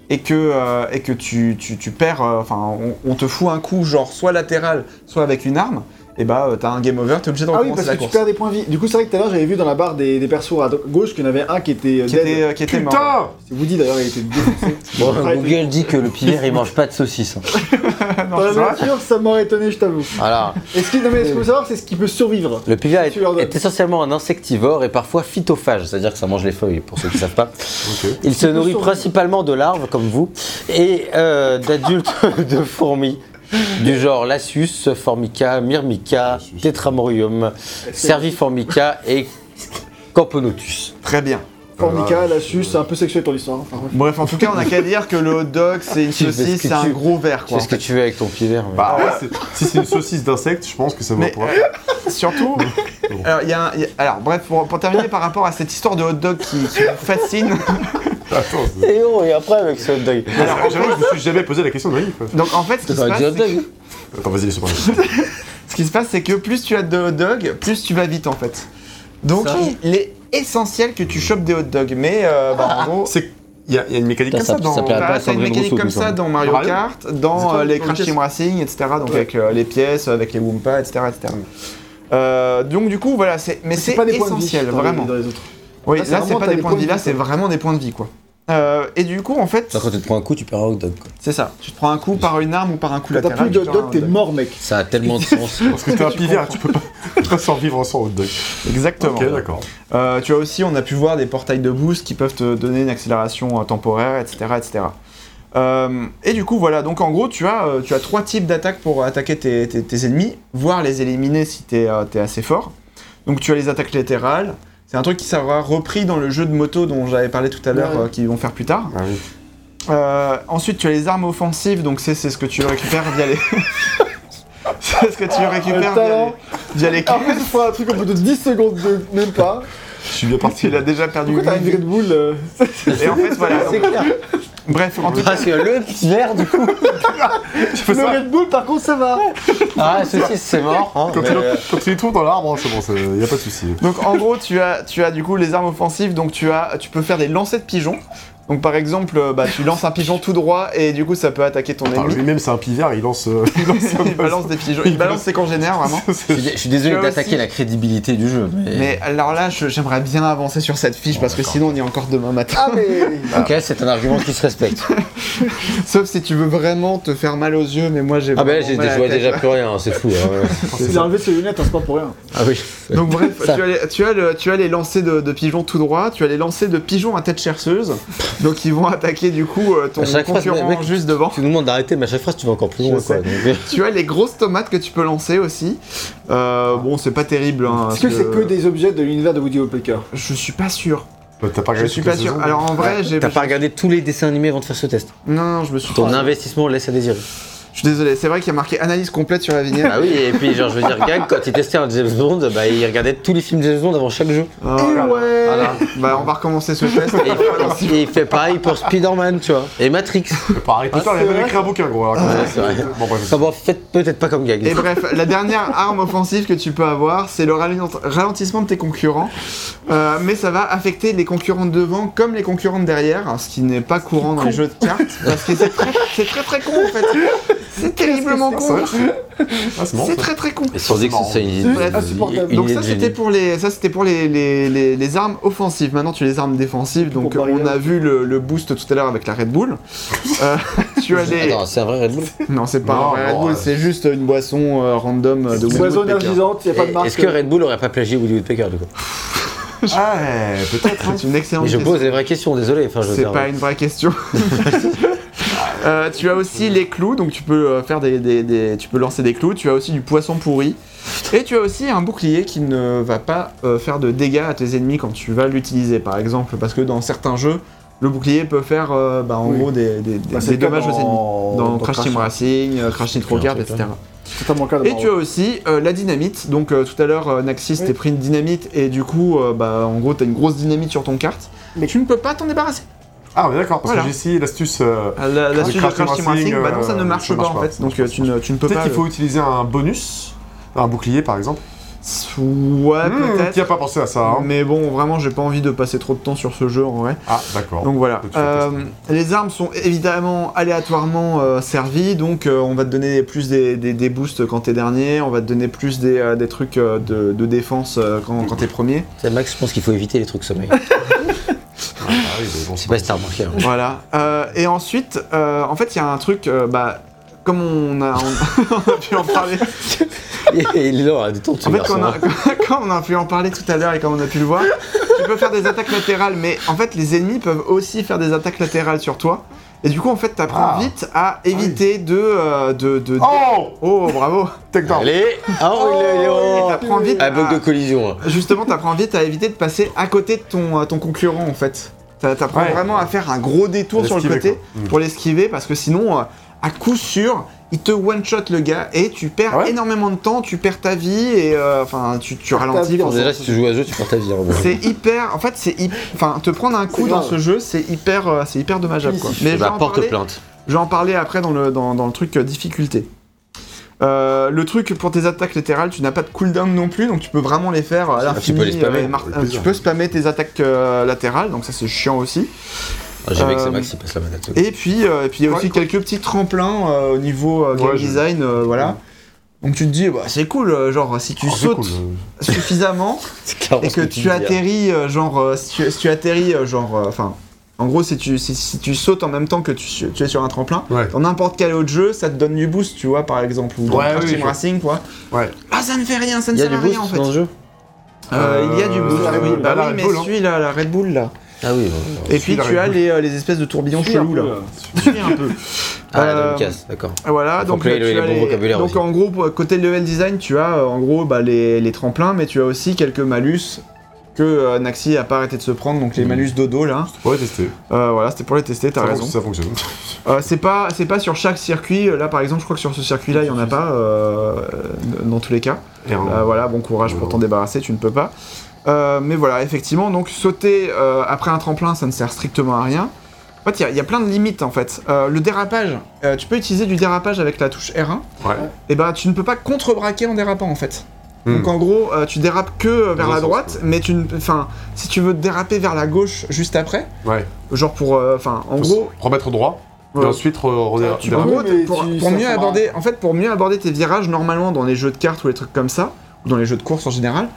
[SPEAKER 1] et que euh, et que tu tu, tu perds euh, enfin on, on te fout un coup genre soit latéral soit avec une arme et bah euh, t'as un game over t'es obligé de
[SPEAKER 4] Ah oui,
[SPEAKER 1] recommencer
[SPEAKER 4] parce
[SPEAKER 1] la
[SPEAKER 4] que tu
[SPEAKER 1] course.
[SPEAKER 4] perds des points de vie. Du coup, c'est vrai que tout à l'heure, j'avais vu dans la barre des, des persos à gauche qu'il y en avait un qui était euh,
[SPEAKER 1] qui
[SPEAKER 4] dead.
[SPEAKER 1] était euh, qui était mort.
[SPEAKER 2] Putain
[SPEAKER 4] C'est Woody d'ailleurs, il était défoncé.
[SPEAKER 3] Bon,
[SPEAKER 4] Ouais,
[SPEAKER 3] Google dit que le Pivert, il mange pas de saucisses. hein.
[SPEAKER 4] Dans la nature, ça m'aurait étonné, je t'avoue.
[SPEAKER 3] Alors,
[SPEAKER 4] Est-ce qu'il non, mais ce qu'il faut savoir, c'est ce qui peut survivre.
[SPEAKER 3] le Pivert
[SPEAKER 4] Tu leur
[SPEAKER 3] est,
[SPEAKER 4] donnes.
[SPEAKER 3] est essentiellement un insectivore et parfois phytophage, c'est-à-dire que ça mange les feuilles, pour ceux qui ne savent pas. Il se nourrit
[SPEAKER 4] survivre.
[SPEAKER 3] principalement de larves, comme vous, et euh, d'adultes *laughs* de fourmis. Du genre Lassus, Formica, Myrmica, Tetramorium, Serviformica et Camponotus.
[SPEAKER 1] Très bien.
[SPEAKER 4] Formica, Lachus, c'est un peu sexué ton histoire. Enfin, bref.
[SPEAKER 1] Bref en tout cas on a qu'à dire que le hot dog c'est une
[SPEAKER 3] Tu fais ce
[SPEAKER 1] saucisse
[SPEAKER 3] que
[SPEAKER 1] c'est un
[SPEAKER 3] tu-
[SPEAKER 1] gros verre
[SPEAKER 3] Tu fais
[SPEAKER 1] quoi.
[SPEAKER 3] ce que tu veux avec ton Pivert. mais-
[SPEAKER 2] Bah, ouais, c'est- si c'est une saucisse d'insecte, je pense que ça va
[SPEAKER 1] Mais
[SPEAKER 2] pour
[SPEAKER 1] euh,
[SPEAKER 3] *laughs*
[SPEAKER 1] surtout, *laughs* alors, il y a un- il y a- alors bref, pour, pour terminer par rapport à cette histoire de hot dog qui, qui me fascine,
[SPEAKER 2] Attends, c'est-
[SPEAKER 3] Et oh, et après avec ce hot dog.
[SPEAKER 2] Alors, j'avoue, je me suis jamais posé la question de la vie, quoi.
[SPEAKER 1] donc en fait ce qui se passe,
[SPEAKER 3] du hot
[SPEAKER 1] c'est
[SPEAKER 3] dog
[SPEAKER 2] Attends, vas-y, laisse-moi.
[SPEAKER 1] Ce qui se passe, c'est que plus tu as de hot dogs, plus tu vas vite en fait. Donc
[SPEAKER 3] Ça.
[SPEAKER 1] il est essentiel que tu chopes des hot dogs, mais euh, bah, en gros.
[SPEAKER 2] C'est. Il y, a- il y a une mécanique
[SPEAKER 3] Putain,
[SPEAKER 2] comme ça,
[SPEAKER 3] ça-
[SPEAKER 2] dans.
[SPEAKER 3] ça plaît à-
[SPEAKER 1] bah,
[SPEAKER 3] pas
[SPEAKER 1] t'as une
[SPEAKER 3] Sandrine
[SPEAKER 1] mécanique
[SPEAKER 3] Rousseau,
[SPEAKER 1] comme
[SPEAKER 3] il me
[SPEAKER 1] ça
[SPEAKER 3] semble.
[SPEAKER 1] dans Mario
[SPEAKER 2] Mario
[SPEAKER 1] Kart, dans
[SPEAKER 2] C'est
[SPEAKER 1] euh, les
[SPEAKER 2] dans
[SPEAKER 1] Crash
[SPEAKER 2] les
[SPEAKER 1] Team Racing, etc. Donc avec euh, les pièces, avec les Woompa, etc. etc. Euh, donc du coup voilà, c'est mais c'est
[SPEAKER 4] pas des points de vie
[SPEAKER 1] essentiel
[SPEAKER 4] dans les-
[SPEAKER 1] vraiment.
[SPEAKER 4] dans les autres.
[SPEAKER 1] Oui,
[SPEAKER 4] Là,
[SPEAKER 1] là
[SPEAKER 4] c'est
[SPEAKER 1] c'est
[SPEAKER 4] vraiment,
[SPEAKER 1] pas
[SPEAKER 4] t'as
[SPEAKER 1] des points de vie, là c'est vraiment des points de vie quoi. Euh, et du coup en fait,
[SPEAKER 3] Ça, quand tu te prends un coup, tu perds un hot dog. quoi.
[SPEAKER 1] c'est ça. Tu te prends un coup par une arme ou par un coup
[SPEAKER 4] Quand t'as
[SPEAKER 1] latéral.
[SPEAKER 4] plus de
[SPEAKER 1] tu te
[SPEAKER 4] hot
[SPEAKER 1] prends un
[SPEAKER 4] dog, t'es mort, mec.
[SPEAKER 3] Ça a tellement de sens.
[SPEAKER 2] Parce que t'es *laughs* un pivert, tu peux
[SPEAKER 1] *laughs*
[SPEAKER 2] pas, tu peux pas survivre sans hot dog.
[SPEAKER 1] Exactement.
[SPEAKER 2] Ok, d'accord.
[SPEAKER 1] Euh, tu as aussi, on a pu voir des portails de boost qui peuvent te donner une accélération euh, temporaire, etc. etc. Euh, et du coup, voilà, donc en gros, tu as, euh, tu as trois types d'attaques pour attaquer tes, tes- tes ennemis, voire les éliminer si tu es, assez fort. Donc tu as les attaques latérales, c'est un truc qui sera repris dans le jeu de moto dont j'avais parlé tout à l'heure,
[SPEAKER 4] Ouais.
[SPEAKER 1] euh, qu'ils vont faire plus tard.
[SPEAKER 2] Ah oui.
[SPEAKER 1] Euh, ensuite, tu as les armes offensives, donc c'est c'est ce que tu récupères via les... *laughs* c'est ce que tu récupères via les,
[SPEAKER 4] talent. Ah,
[SPEAKER 1] via les
[SPEAKER 4] Après, tu
[SPEAKER 1] quêtes.
[SPEAKER 4] feras un truc au bout de 10 secondes, de- même pas.
[SPEAKER 2] Je suis bien parti
[SPEAKER 1] Il a
[SPEAKER 2] là.
[SPEAKER 1] déjà perdu
[SPEAKER 4] Pourquoi t'as une
[SPEAKER 1] huit
[SPEAKER 4] Red Bull euh,
[SPEAKER 1] vies. Et en fait, voilà.
[SPEAKER 3] C'est clair.
[SPEAKER 1] Bref, en tout cas,
[SPEAKER 3] *laughs* Parce que le Pivert, du coup.
[SPEAKER 2] Tu fais
[SPEAKER 4] Le
[SPEAKER 2] ça
[SPEAKER 4] Red Bull, par contre, ça va.
[SPEAKER 3] Ah, saucisse, c'est mort. hein,
[SPEAKER 2] quand
[SPEAKER 3] mais,
[SPEAKER 2] tu le-
[SPEAKER 3] euh,
[SPEAKER 2] quand tu les trouves dans l'arbre, hein, c'est bon, c'est- y a pas de souci.
[SPEAKER 1] Donc en gros, tu as, tu as du coup les armes offensives, donc tu as, tu peux faire des lancers de pigeons. Donc par exemple, euh, bah, tu lances un pigeon tout droit et du coup ça peut attaquer ton
[SPEAKER 3] Ah,
[SPEAKER 2] Enfin,
[SPEAKER 1] ennemi.
[SPEAKER 2] Lui-même, c'est un pivert, il
[SPEAKER 1] *laughs*
[SPEAKER 2] lance. euh, *laughs* il lance un
[SPEAKER 1] il balance des pigeons, il balance ses congénères vraiment.
[SPEAKER 3] Je suis, je suis désolé
[SPEAKER 1] Là aussi.
[SPEAKER 3] d'attaquer la crédibilité du jeu.
[SPEAKER 1] Mais alors là, je- j'aimerais bien avancer sur cette fiche parce que sinon on y est encore demain matin.
[SPEAKER 4] Ah, mais.
[SPEAKER 3] euh, Ok, c'est un argument qui se *laughs* respecte.
[SPEAKER 1] Sauf si tu veux vraiment te faire mal aux yeux, mais moi j'ai.
[SPEAKER 3] Ah ben là,
[SPEAKER 1] vraiment
[SPEAKER 3] j'ai
[SPEAKER 1] mal à la
[SPEAKER 3] je vois
[SPEAKER 1] tête,
[SPEAKER 3] déjà
[SPEAKER 1] là.
[SPEAKER 3] plus rien, hein, c'est fou. hein.
[SPEAKER 4] Il a enlevé ses lunettes, hein, c'est pas pour rien.
[SPEAKER 3] Ah oui.
[SPEAKER 1] Donc bref,
[SPEAKER 3] Ça.
[SPEAKER 1] tu as, les, tu, as le- tu as les lancers de, de pigeons tout droit, tu as les lancers de pigeons à tête chercheuse. donc ils vont attaquer du coup euh, ton
[SPEAKER 3] À chaque fois,
[SPEAKER 1] concurrent
[SPEAKER 3] mec,
[SPEAKER 1] juste devant.
[SPEAKER 3] Tu nous demandes d'arrêter, mais à chaque phrase, tu vas encore plus loin.
[SPEAKER 1] Je
[SPEAKER 3] Quoi. Donc, euh,
[SPEAKER 1] Tu as les grosses tomates que tu peux lancer aussi. Euh, bon, c'est pas terrible. hein,
[SPEAKER 4] Ah. Est-ce que c'est que des objets de l'univers de Woody Woodpecker
[SPEAKER 1] Je suis pas sûr.
[SPEAKER 2] Bah, T'as pas
[SPEAKER 1] Je
[SPEAKER 2] regardé
[SPEAKER 1] suis
[SPEAKER 2] toute la
[SPEAKER 1] pas sûr.
[SPEAKER 2] saison,
[SPEAKER 1] Alors en vrai, j'ai.
[SPEAKER 3] T'as pas regardé tous les dessins animés avant de faire ce test. Ah,
[SPEAKER 1] Non, non, je me suis.
[SPEAKER 3] Ton
[SPEAKER 1] trompé.
[SPEAKER 3] investissement laisse à désirer.
[SPEAKER 1] Je suis désolé. C'est vrai qu'il y a marqué analyse complète sur la vignette.
[SPEAKER 3] Ah oui, et puis genre, je veux dire, Gag, quand il testait un James Bond, bah, il regardait tous les films James Bond avant chaque jeu.
[SPEAKER 1] Ah,
[SPEAKER 4] Eh
[SPEAKER 1] voilà.
[SPEAKER 4] ouais
[SPEAKER 1] Voilà. Bah, on va recommencer ce test.
[SPEAKER 3] Et, il- et il fait pareil pour Spider-Man, tu vois. Et Matrix.
[SPEAKER 2] Faut pas arrêter.
[SPEAKER 4] Ah,
[SPEAKER 2] Putain, il
[SPEAKER 4] c'est
[SPEAKER 2] a même
[SPEAKER 4] vrai
[SPEAKER 2] écrit un bouquin, hein, gros. alors,
[SPEAKER 1] Ah,
[SPEAKER 2] comme
[SPEAKER 3] c'est
[SPEAKER 2] ça.
[SPEAKER 3] vrai.
[SPEAKER 2] *laughs* Bon, bref.
[SPEAKER 3] Enfin bon, faites peut-être pas comme Gag.
[SPEAKER 1] Et bref, la dernière arme offensive que tu peux avoir, c'est le ralent- ralentissement de tes concurrents. Euh, mais ça va affecter les concurrents de devant comme les concurrents de derrière, hein, ce qui n'est pas courant dans les jeux de cartes, parce que c'est très, c'est très très con en fait. C'est terriblement
[SPEAKER 2] C'est
[SPEAKER 1] con.
[SPEAKER 2] vrai, c'est- Ah, c'est marrant.
[SPEAKER 1] C'est
[SPEAKER 2] ça.
[SPEAKER 1] très très con.
[SPEAKER 3] Et sans dire que c'est une,
[SPEAKER 4] C'est
[SPEAKER 3] une-
[SPEAKER 4] insupportable.
[SPEAKER 3] une
[SPEAKER 1] Donc
[SPEAKER 3] idée
[SPEAKER 1] ça
[SPEAKER 3] de
[SPEAKER 1] c'était
[SPEAKER 3] génie.
[SPEAKER 1] pour les ça c'était pour les, les, les- les armes offensives. Maintenant tu as les armes défensives. Donc
[SPEAKER 4] Pour
[SPEAKER 1] on a
[SPEAKER 4] Mario.
[SPEAKER 1] vu le, le boost tout à l'heure avec la Red
[SPEAKER 3] *laughs*
[SPEAKER 1] Bull. Euh, *laughs* tu as les
[SPEAKER 3] Attends, Ah c'est un vrai Red Bull
[SPEAKER 1] *laughs* non c'est pas
[SPEAKER 2] Non,
[SPEAKER 1] un vrai Red
[SPEAKER 2] non,
[SPEAKER 1] Bull,
[SPEAKER 2] euh,
[SPEAKER 1] c'est juste une boisson euh, random euh, de Woody
[SPEAKER 4] Boisson
[SPEAKER 1] Woodpecker.
[SPEAKER 4] énergisante, y a pas de
[SPEAKER 3] Et-
[SPEAKER 4] marque.
[SPEAKER 3] Est-ce que Red Bull aurait pas plagié Woody Woodpecker du coup
[SPEAKER 2] Ah, ouais, peut-être. hein.
[SPEAKER 1] C'est une excellente
[SPEAKER 3] Mais je
[SPEAKER 1] question.
[SPEAKER 3] pose des vraies questions, désolé. Enfin, je veux
[SPEAKER 1] C'est
[SPEAKER 3] dire,
[SPEAKER 1] pas une vraie
[SPEAKER 3] *laughs*
[SPEAKER 1] question. Euh, tu as aussi les clous, donc tu peux euh, faire des, des- des- tu peux lancer des clous. Tu as aussi du poisson pourri et tu as aussi un bouclier qui ne va pas euh, faire de dégâts à tes ennemis quand tu vas l'utiliser, par exemple, parce que dans certains jeux, le bouclier peut faire, euh, bah, en
[SPEAKER 4] Oui.
[SPEAKER 1] gros, des, des- des- des
[SPEAKER 4] Bah, c'est le cas
[SPEAKER 1] dommages aux ennemis.
[SPEAKER 4] dans-
[SPEAKER 1] Dans
[SPEAKER 4] dans
[SPEAKER 1] Crash
[SPEAKER 4] Crash.
[SPEAKER 1] Team Racing, euh, Crash Nitro Kart, etc.
[SPEAKER 4] C'est totalement le cas
[SPEAKER 1] Et
[SPEAKER 4] d'abord.
[SPEAKER 1] tu as aussi euh, la dynamite. Donc euh, tout à l'heure, euh, Naxis,
[SPEAKER 4] Oui.
[SPEAKER 1] t'es pris une dynamite et du coup, euh, bah, en gros, t'as une grosse dynamite sur ton carte. Mais
[SPEAKER 4] Mais-
[SPEAKER 1] tu ne peux pas t'en débarrasser.
[SPEAKER 2] Ah, on est d'accord, parce
[SPEAKER 1] Voilà.
[SPEAKER 2] que j'ai essayé l'astuce. euh,
[SPEAKER 1] Ah, La, la
[SPEAKER 2] Crash-
[SPEAKER 1] suite de
[SPEAKER 2] Crash Team
[SPEAKER 1] Crash Team
[SPEAKER 2] Racing,
[SPEAKER 1] Racing, bah non, ça ne
[SPEAKER 2] euh,
[SPEAKER 1] marche
[SPEAKER 2] ça
[SPEAKER 1] pas
[SPEAKER 2] marche
[SPEAKER 1] en
[SPEAKER 2] pas.
[SPEAKER 1] fait, donc euh, tu ne, tu ne peux
[SPEAKER 2] Peut-être
[SPEAKER 1] pas.
[SPEAKER 2] qu'il faut utiliser un bonus, un bouclier par exemple.
[SPEAKER 1] euh, Ah. Ouais,
[SPEAKER 2] Hmm, Qui a
[SPEAKER 1] peut-être.
[SPEAKER 2] pas pensé à ça hein
[SPEAKER 1] Mais bon, vraiment, j'ai pas envie de passer trop de temps sur ce jeu en vrai.
[SPEAKER 2] Ah, d'accord.
[SPEAKER 1] Donc voilà.
[SPEAKER 2] Faut que tu fasses
[SPEAKER 1] Euh, les armes sont évidemment aléatoirement euh, servies, donc euh, on va te donner plus des, des- des boosts quand t'es dernier, on va te donner plus des, euh, des trucs euh, de, de défense euh, quand, quand t'es premier. *laughs*
[SPEAKER 3] C'est Max, je pense qu'il faut éviter les trucs sommeil.
[SPEAKER 2] Ah, ah oui, mais bon,
[SPEAKER 3] Je sais
[SPEAKER 2] c'est
[SPEAKER 3] pas si t'as remarqué. hein. *laughs*
[SPEAKER 1] Voilà. Euh, et ensuite, euh, en fait, il y a un truc, euh, bah, comme on a, on *laughs* a pu en parler.
[SPEAKER 3] Et il est là, détends
[SPEAKER 1] En
[SPEAKER 3] ton
[SPEAKER 1] fait, quand
[SPEAKER 3] garçon.
[SPEAKER 1] on, a,
[SPEAKER 3] hein.
[SPEAKER 1] *laughs* quand on a pu en parler tout à l'heure et quand on a pu le voir, tu peux faire des attaques latérales, mais en fait, les ennemis peuvent aussi faire des attaques latérales sur toi. Et du coup, en fait, t'apprends
[SPEAKER 2] Ah.
[SPEAKER 1] vite à éviter de, euh, de, de- de-
[SPEAKER 2] Oh
[SPEAKER 1] Oh, bravo
[SPEAKER 2] Takedown
[SPEAKER 3] Allez Ah, oh, il est-
[SPEAKER 1] Et
[SPEAKER 3] oh.
[SPEAKER 1] t'apprends vite
[SPEAKER 2] Ah,
[SPEAKER 3] Un bug
[SPEAKER 1] à-
[SPEAKER 3] de collision. hein.
[SPEAKER 1] Justement, t'apprends vite à éviter de passer à côté de ton, euh, ton concurrent, en fait. T'a- T'apprends
[SPEAKER 2] Ouais.
[SPEAKER 1] vraiment à faire un gros détour sur le
[SPEAKER 2] L'esquiver,
[SPEAKER 1] côté
[SPEAKER 2] quoi. Mm.
[SPEAKER 1] pour l'esquiver, parce que sinon, euh, à coup sûr, il te one-shot le gars et tu perds
[SPEAKER 2] Ah ouais
[SPEAKER 1] énormément de temps, tu perds ta vie et euh, enfin, tu, tu ralentis.
[SPEAKER 4] vie en
[SPEAKER 1] forcément.
[SPEAKER 3] Déjà, si tu joues à ce jeu, tu perds ta vie. hein, bon.
[SPEAKER 1] Ah. C'est hyper. En fait, c'est. hy- Enfin, te prendre un coup
[SPEAKER 4] C'est
[SPEAKER 1] dans
[SPEAKER 4] grave.
[SPEAKER 1] ce jeu, c'est hyper, euh, c'est hyper dommageable. Quoi. Mais je
[SPEAKER 3] Eh
[SPEAKER 1] vais,
[SPEAKER 3] bah,
[SPEAKER 1] en
[SPEAKER 3] porte
[SPEAKER 1] parler,
[SPEAKER 3] plainte.
[SPEAKER 1] je vais en parler après dans le, dans, dans le truc euh, difficulté. Euh, le truc pour tes attaques latérales, tu n'as pas de cooldown non plus, donc tu peux vraiment les faire à
[SPEAKER 3] tu
[SPEAKER 1] l'infini,
[SPEAKER 3] peux les spammer,
[SPEAKER 1] euh, mar-
[SPEAKER 2] avec
[SPEAKER 1] euh, tu
[SPEAKER 2] plaisir.
[SPEAKER 1] peux spammer tes attaques euh, latérales, donc ça c'est chiant aussi.
[SPEAKER 3] Ah, J'ai vu que
[SPEAKER 1] Euh,
[SPEAKER 3] c'est Max qui passe la manette.
[SPEAKER 1] Et puis euh, et puis il y a aussi
[SPEAKER 2] Ouais,
[SPEAKER 1] quelques petits tremplins euh, au niveau euh, game
[SPEAKER 2] Ouais, je-
[SPEAKER 1] design, euh, voilà. Donc tu te dis, bah, c'est cool, euh, genre si tu
[SPEAKER 2] Oh, c'est
[SPEAKER 1] sautes
[SPEAKER 2] cool, euh.
[SPEAKER 1] suffisamment,
[SPEAKER 3] C'est clairement
[SPEAKER 1] et
[SPEAKER 3] ce
[SPEAKER 1] que
[SPEAKER 3] dis,
[SPEAKER 1] tu
[SPEAKER 3] hein.
[SPEAKER 1] atterris euh, genre euh, si tu, si tu atterris euh, genre euh, enfin en gros si tu si, si tu sautes en même temps que tu, tu es sur un tremplin
[SPEAKER 2] Ouais.
[SPEAKER 1] dans n'importe quel autre jeu ça te donne du boost tu vois par exemple ou dans
[SPEAKER 2] Ouais,
[SPEAKER 1] Crash
[SPEAKER 2] oui,
[SPEAKER 1] Team
[SPEAKER 2] je-
[SPEAKER 1] Racing quoi
[SPEAKER 2] Ouais.
[SPEAKER 1] ah ça ne fait rien ça ne
[SPEAKER 3] Il y a
[SPEAKER 1] sert
[SPEAKER 3] du
[SPEAKER 1] à rien en
[SPEAKER 3] boost
[SPEAKER 1] fait
[SPEAKER 3] dans ce jeu
[SPEAKER 1] Euh, il y a du
[SPEAKER 2] Euh,
[SPEAKER 1] boost
[SPEAKER 2] la
[SPEAKER 1] oui.
[SPEAKER 2] Red Bull,
[SPEAKER 1] bah
[SPEAKER 2] la
[SPEAKER 1] oui
[SPEAKER 2] Red
[SPEAKER 1] mais
[SPEAKER 2] Bull, hein.
[SPEAKER 1] celui là la Red Bull là
[SPEAKER 3] Ah oui.
[SPEAKER 1] et
[SPEAKER 2] Suis
[SPEAKER 1] puis
[SPEAKER 2] la
[SPEAKER 1] tu
[SPEAKER 2] Red
[SPEAKER 1] as
[SPEAKER 2] Bull.
[SPEAKER 1] les, euh, les espèces de tourbillons
[SPEAKER 4] Suis un
[SPEAKER 1] chelous
[SPEAKER 4] peu,
[SPEAKER 1] là
[SPEAKER 4] euh,
[SPEAKER 1] Suis
[SPEAKER 2] hein.
[SPEAKER 1] un peu
[SPEAKER 3] Ah, la
[SPEAKER 1] Euh,
[SPEAKER 3] même case, d'accord.
[SPEAKER 1] *laughs* Voilà,
[SPEAKER 3] Faut
[SPEAKER 1] donc,
[SPEAKER 3] que les-
[SPEAKER 1] tu
[SPEAKER 3] les
[SPEAKER 1] as
[SPEAKER 3] bons vocabulaires
[SPEAKER 1] donc
[SPEAKER 3] aussi.
[SPEAKER 1] en gros, pour- côté level design, tu as euh, en gros bah, les, les tremplins, mais tu as aussi quelques malus que euh, Naxi a pas arrêté de se prendre, donc les
[SPEAKER 2] Mm.
[SPEAKER 3] Mhm.
[SPEAKER 1] malus dodo là.
[SPEAKER 2] On va tester.
[SPEAKER 1] Euh, voilà, c'était pour les tester, t'as
[SPEAKER 2] Ça
[SPEAKER 1] raison.
[SPEAKER 2] fonctionne, Ça fonctionne.
[SPEAKER 1] *laughs* Euh, c'est pas, c'est pas sur chaque circuit, là par exemple, je crois que sur ce circuit là, il y en a pas, euh, dans tous les cas.
[SPEAKER 2] Et un-
[SPEAKER 1] Euh, voilà, bon courage pour
[SPEAKER 2] Ouais.
[SPEAKER 1] t'en débarrasser, tu ne peux pas. Euh, mais voilà, effectivement, donc sauter euh, après un tremplin, ça ne sert strictement à rien. En fait, il y a- il y, a plein de limites en fait. Euh, le dérapage, euh, tu peux utiliser du dérapage avec la touche R1.
[SPEAKER 2] Ouais.
[SPEAKER 1] Et ben, tu ne peux pas contrebraquer en dérapant en fait. Donc en gros, euh, tu dérapes que euh, vers
[SPEAKER 2] Hmm. Dans
[SPEAKER 1] la
[SPEAKER 2] le sens,
[SPEAKER 1] droite, mais tu, ne- enfin, si tu veux déraper vers la gauche juste après,
[SPEAKER 2] Ouais.
[SPEAKER 1] genre pour, euh, enfin, en
[SPEAKER 2] Faut
[SPEAKER 1] gros,
[SPEAKER 2] se remettre droit,
[SPEAKER 1] Ouais. Ah,
[SPEAKER 2] et ensuite re- re-
[SPEAKER 4] tu
[SPEAKER 1] en
[SPEAKER 2] déraper.
[SPEAKER 4] peux-
[SPEAKER 1] gros,
[SPEAKER 4] mais
[SPEAKER 1] pour,
[SPEAKER 4] tu-
[SPEAKER 1] pour
[SPEAKER 4] ça
[SPEAKER 1] mieux
[SPEAKER 4] sera-
[SPEAKER 1] aborder, en fait, pour mieux aborder tes virages normalement dans les jeux de cartes ou les trucs comme ça, ou dans les jeux de course en général,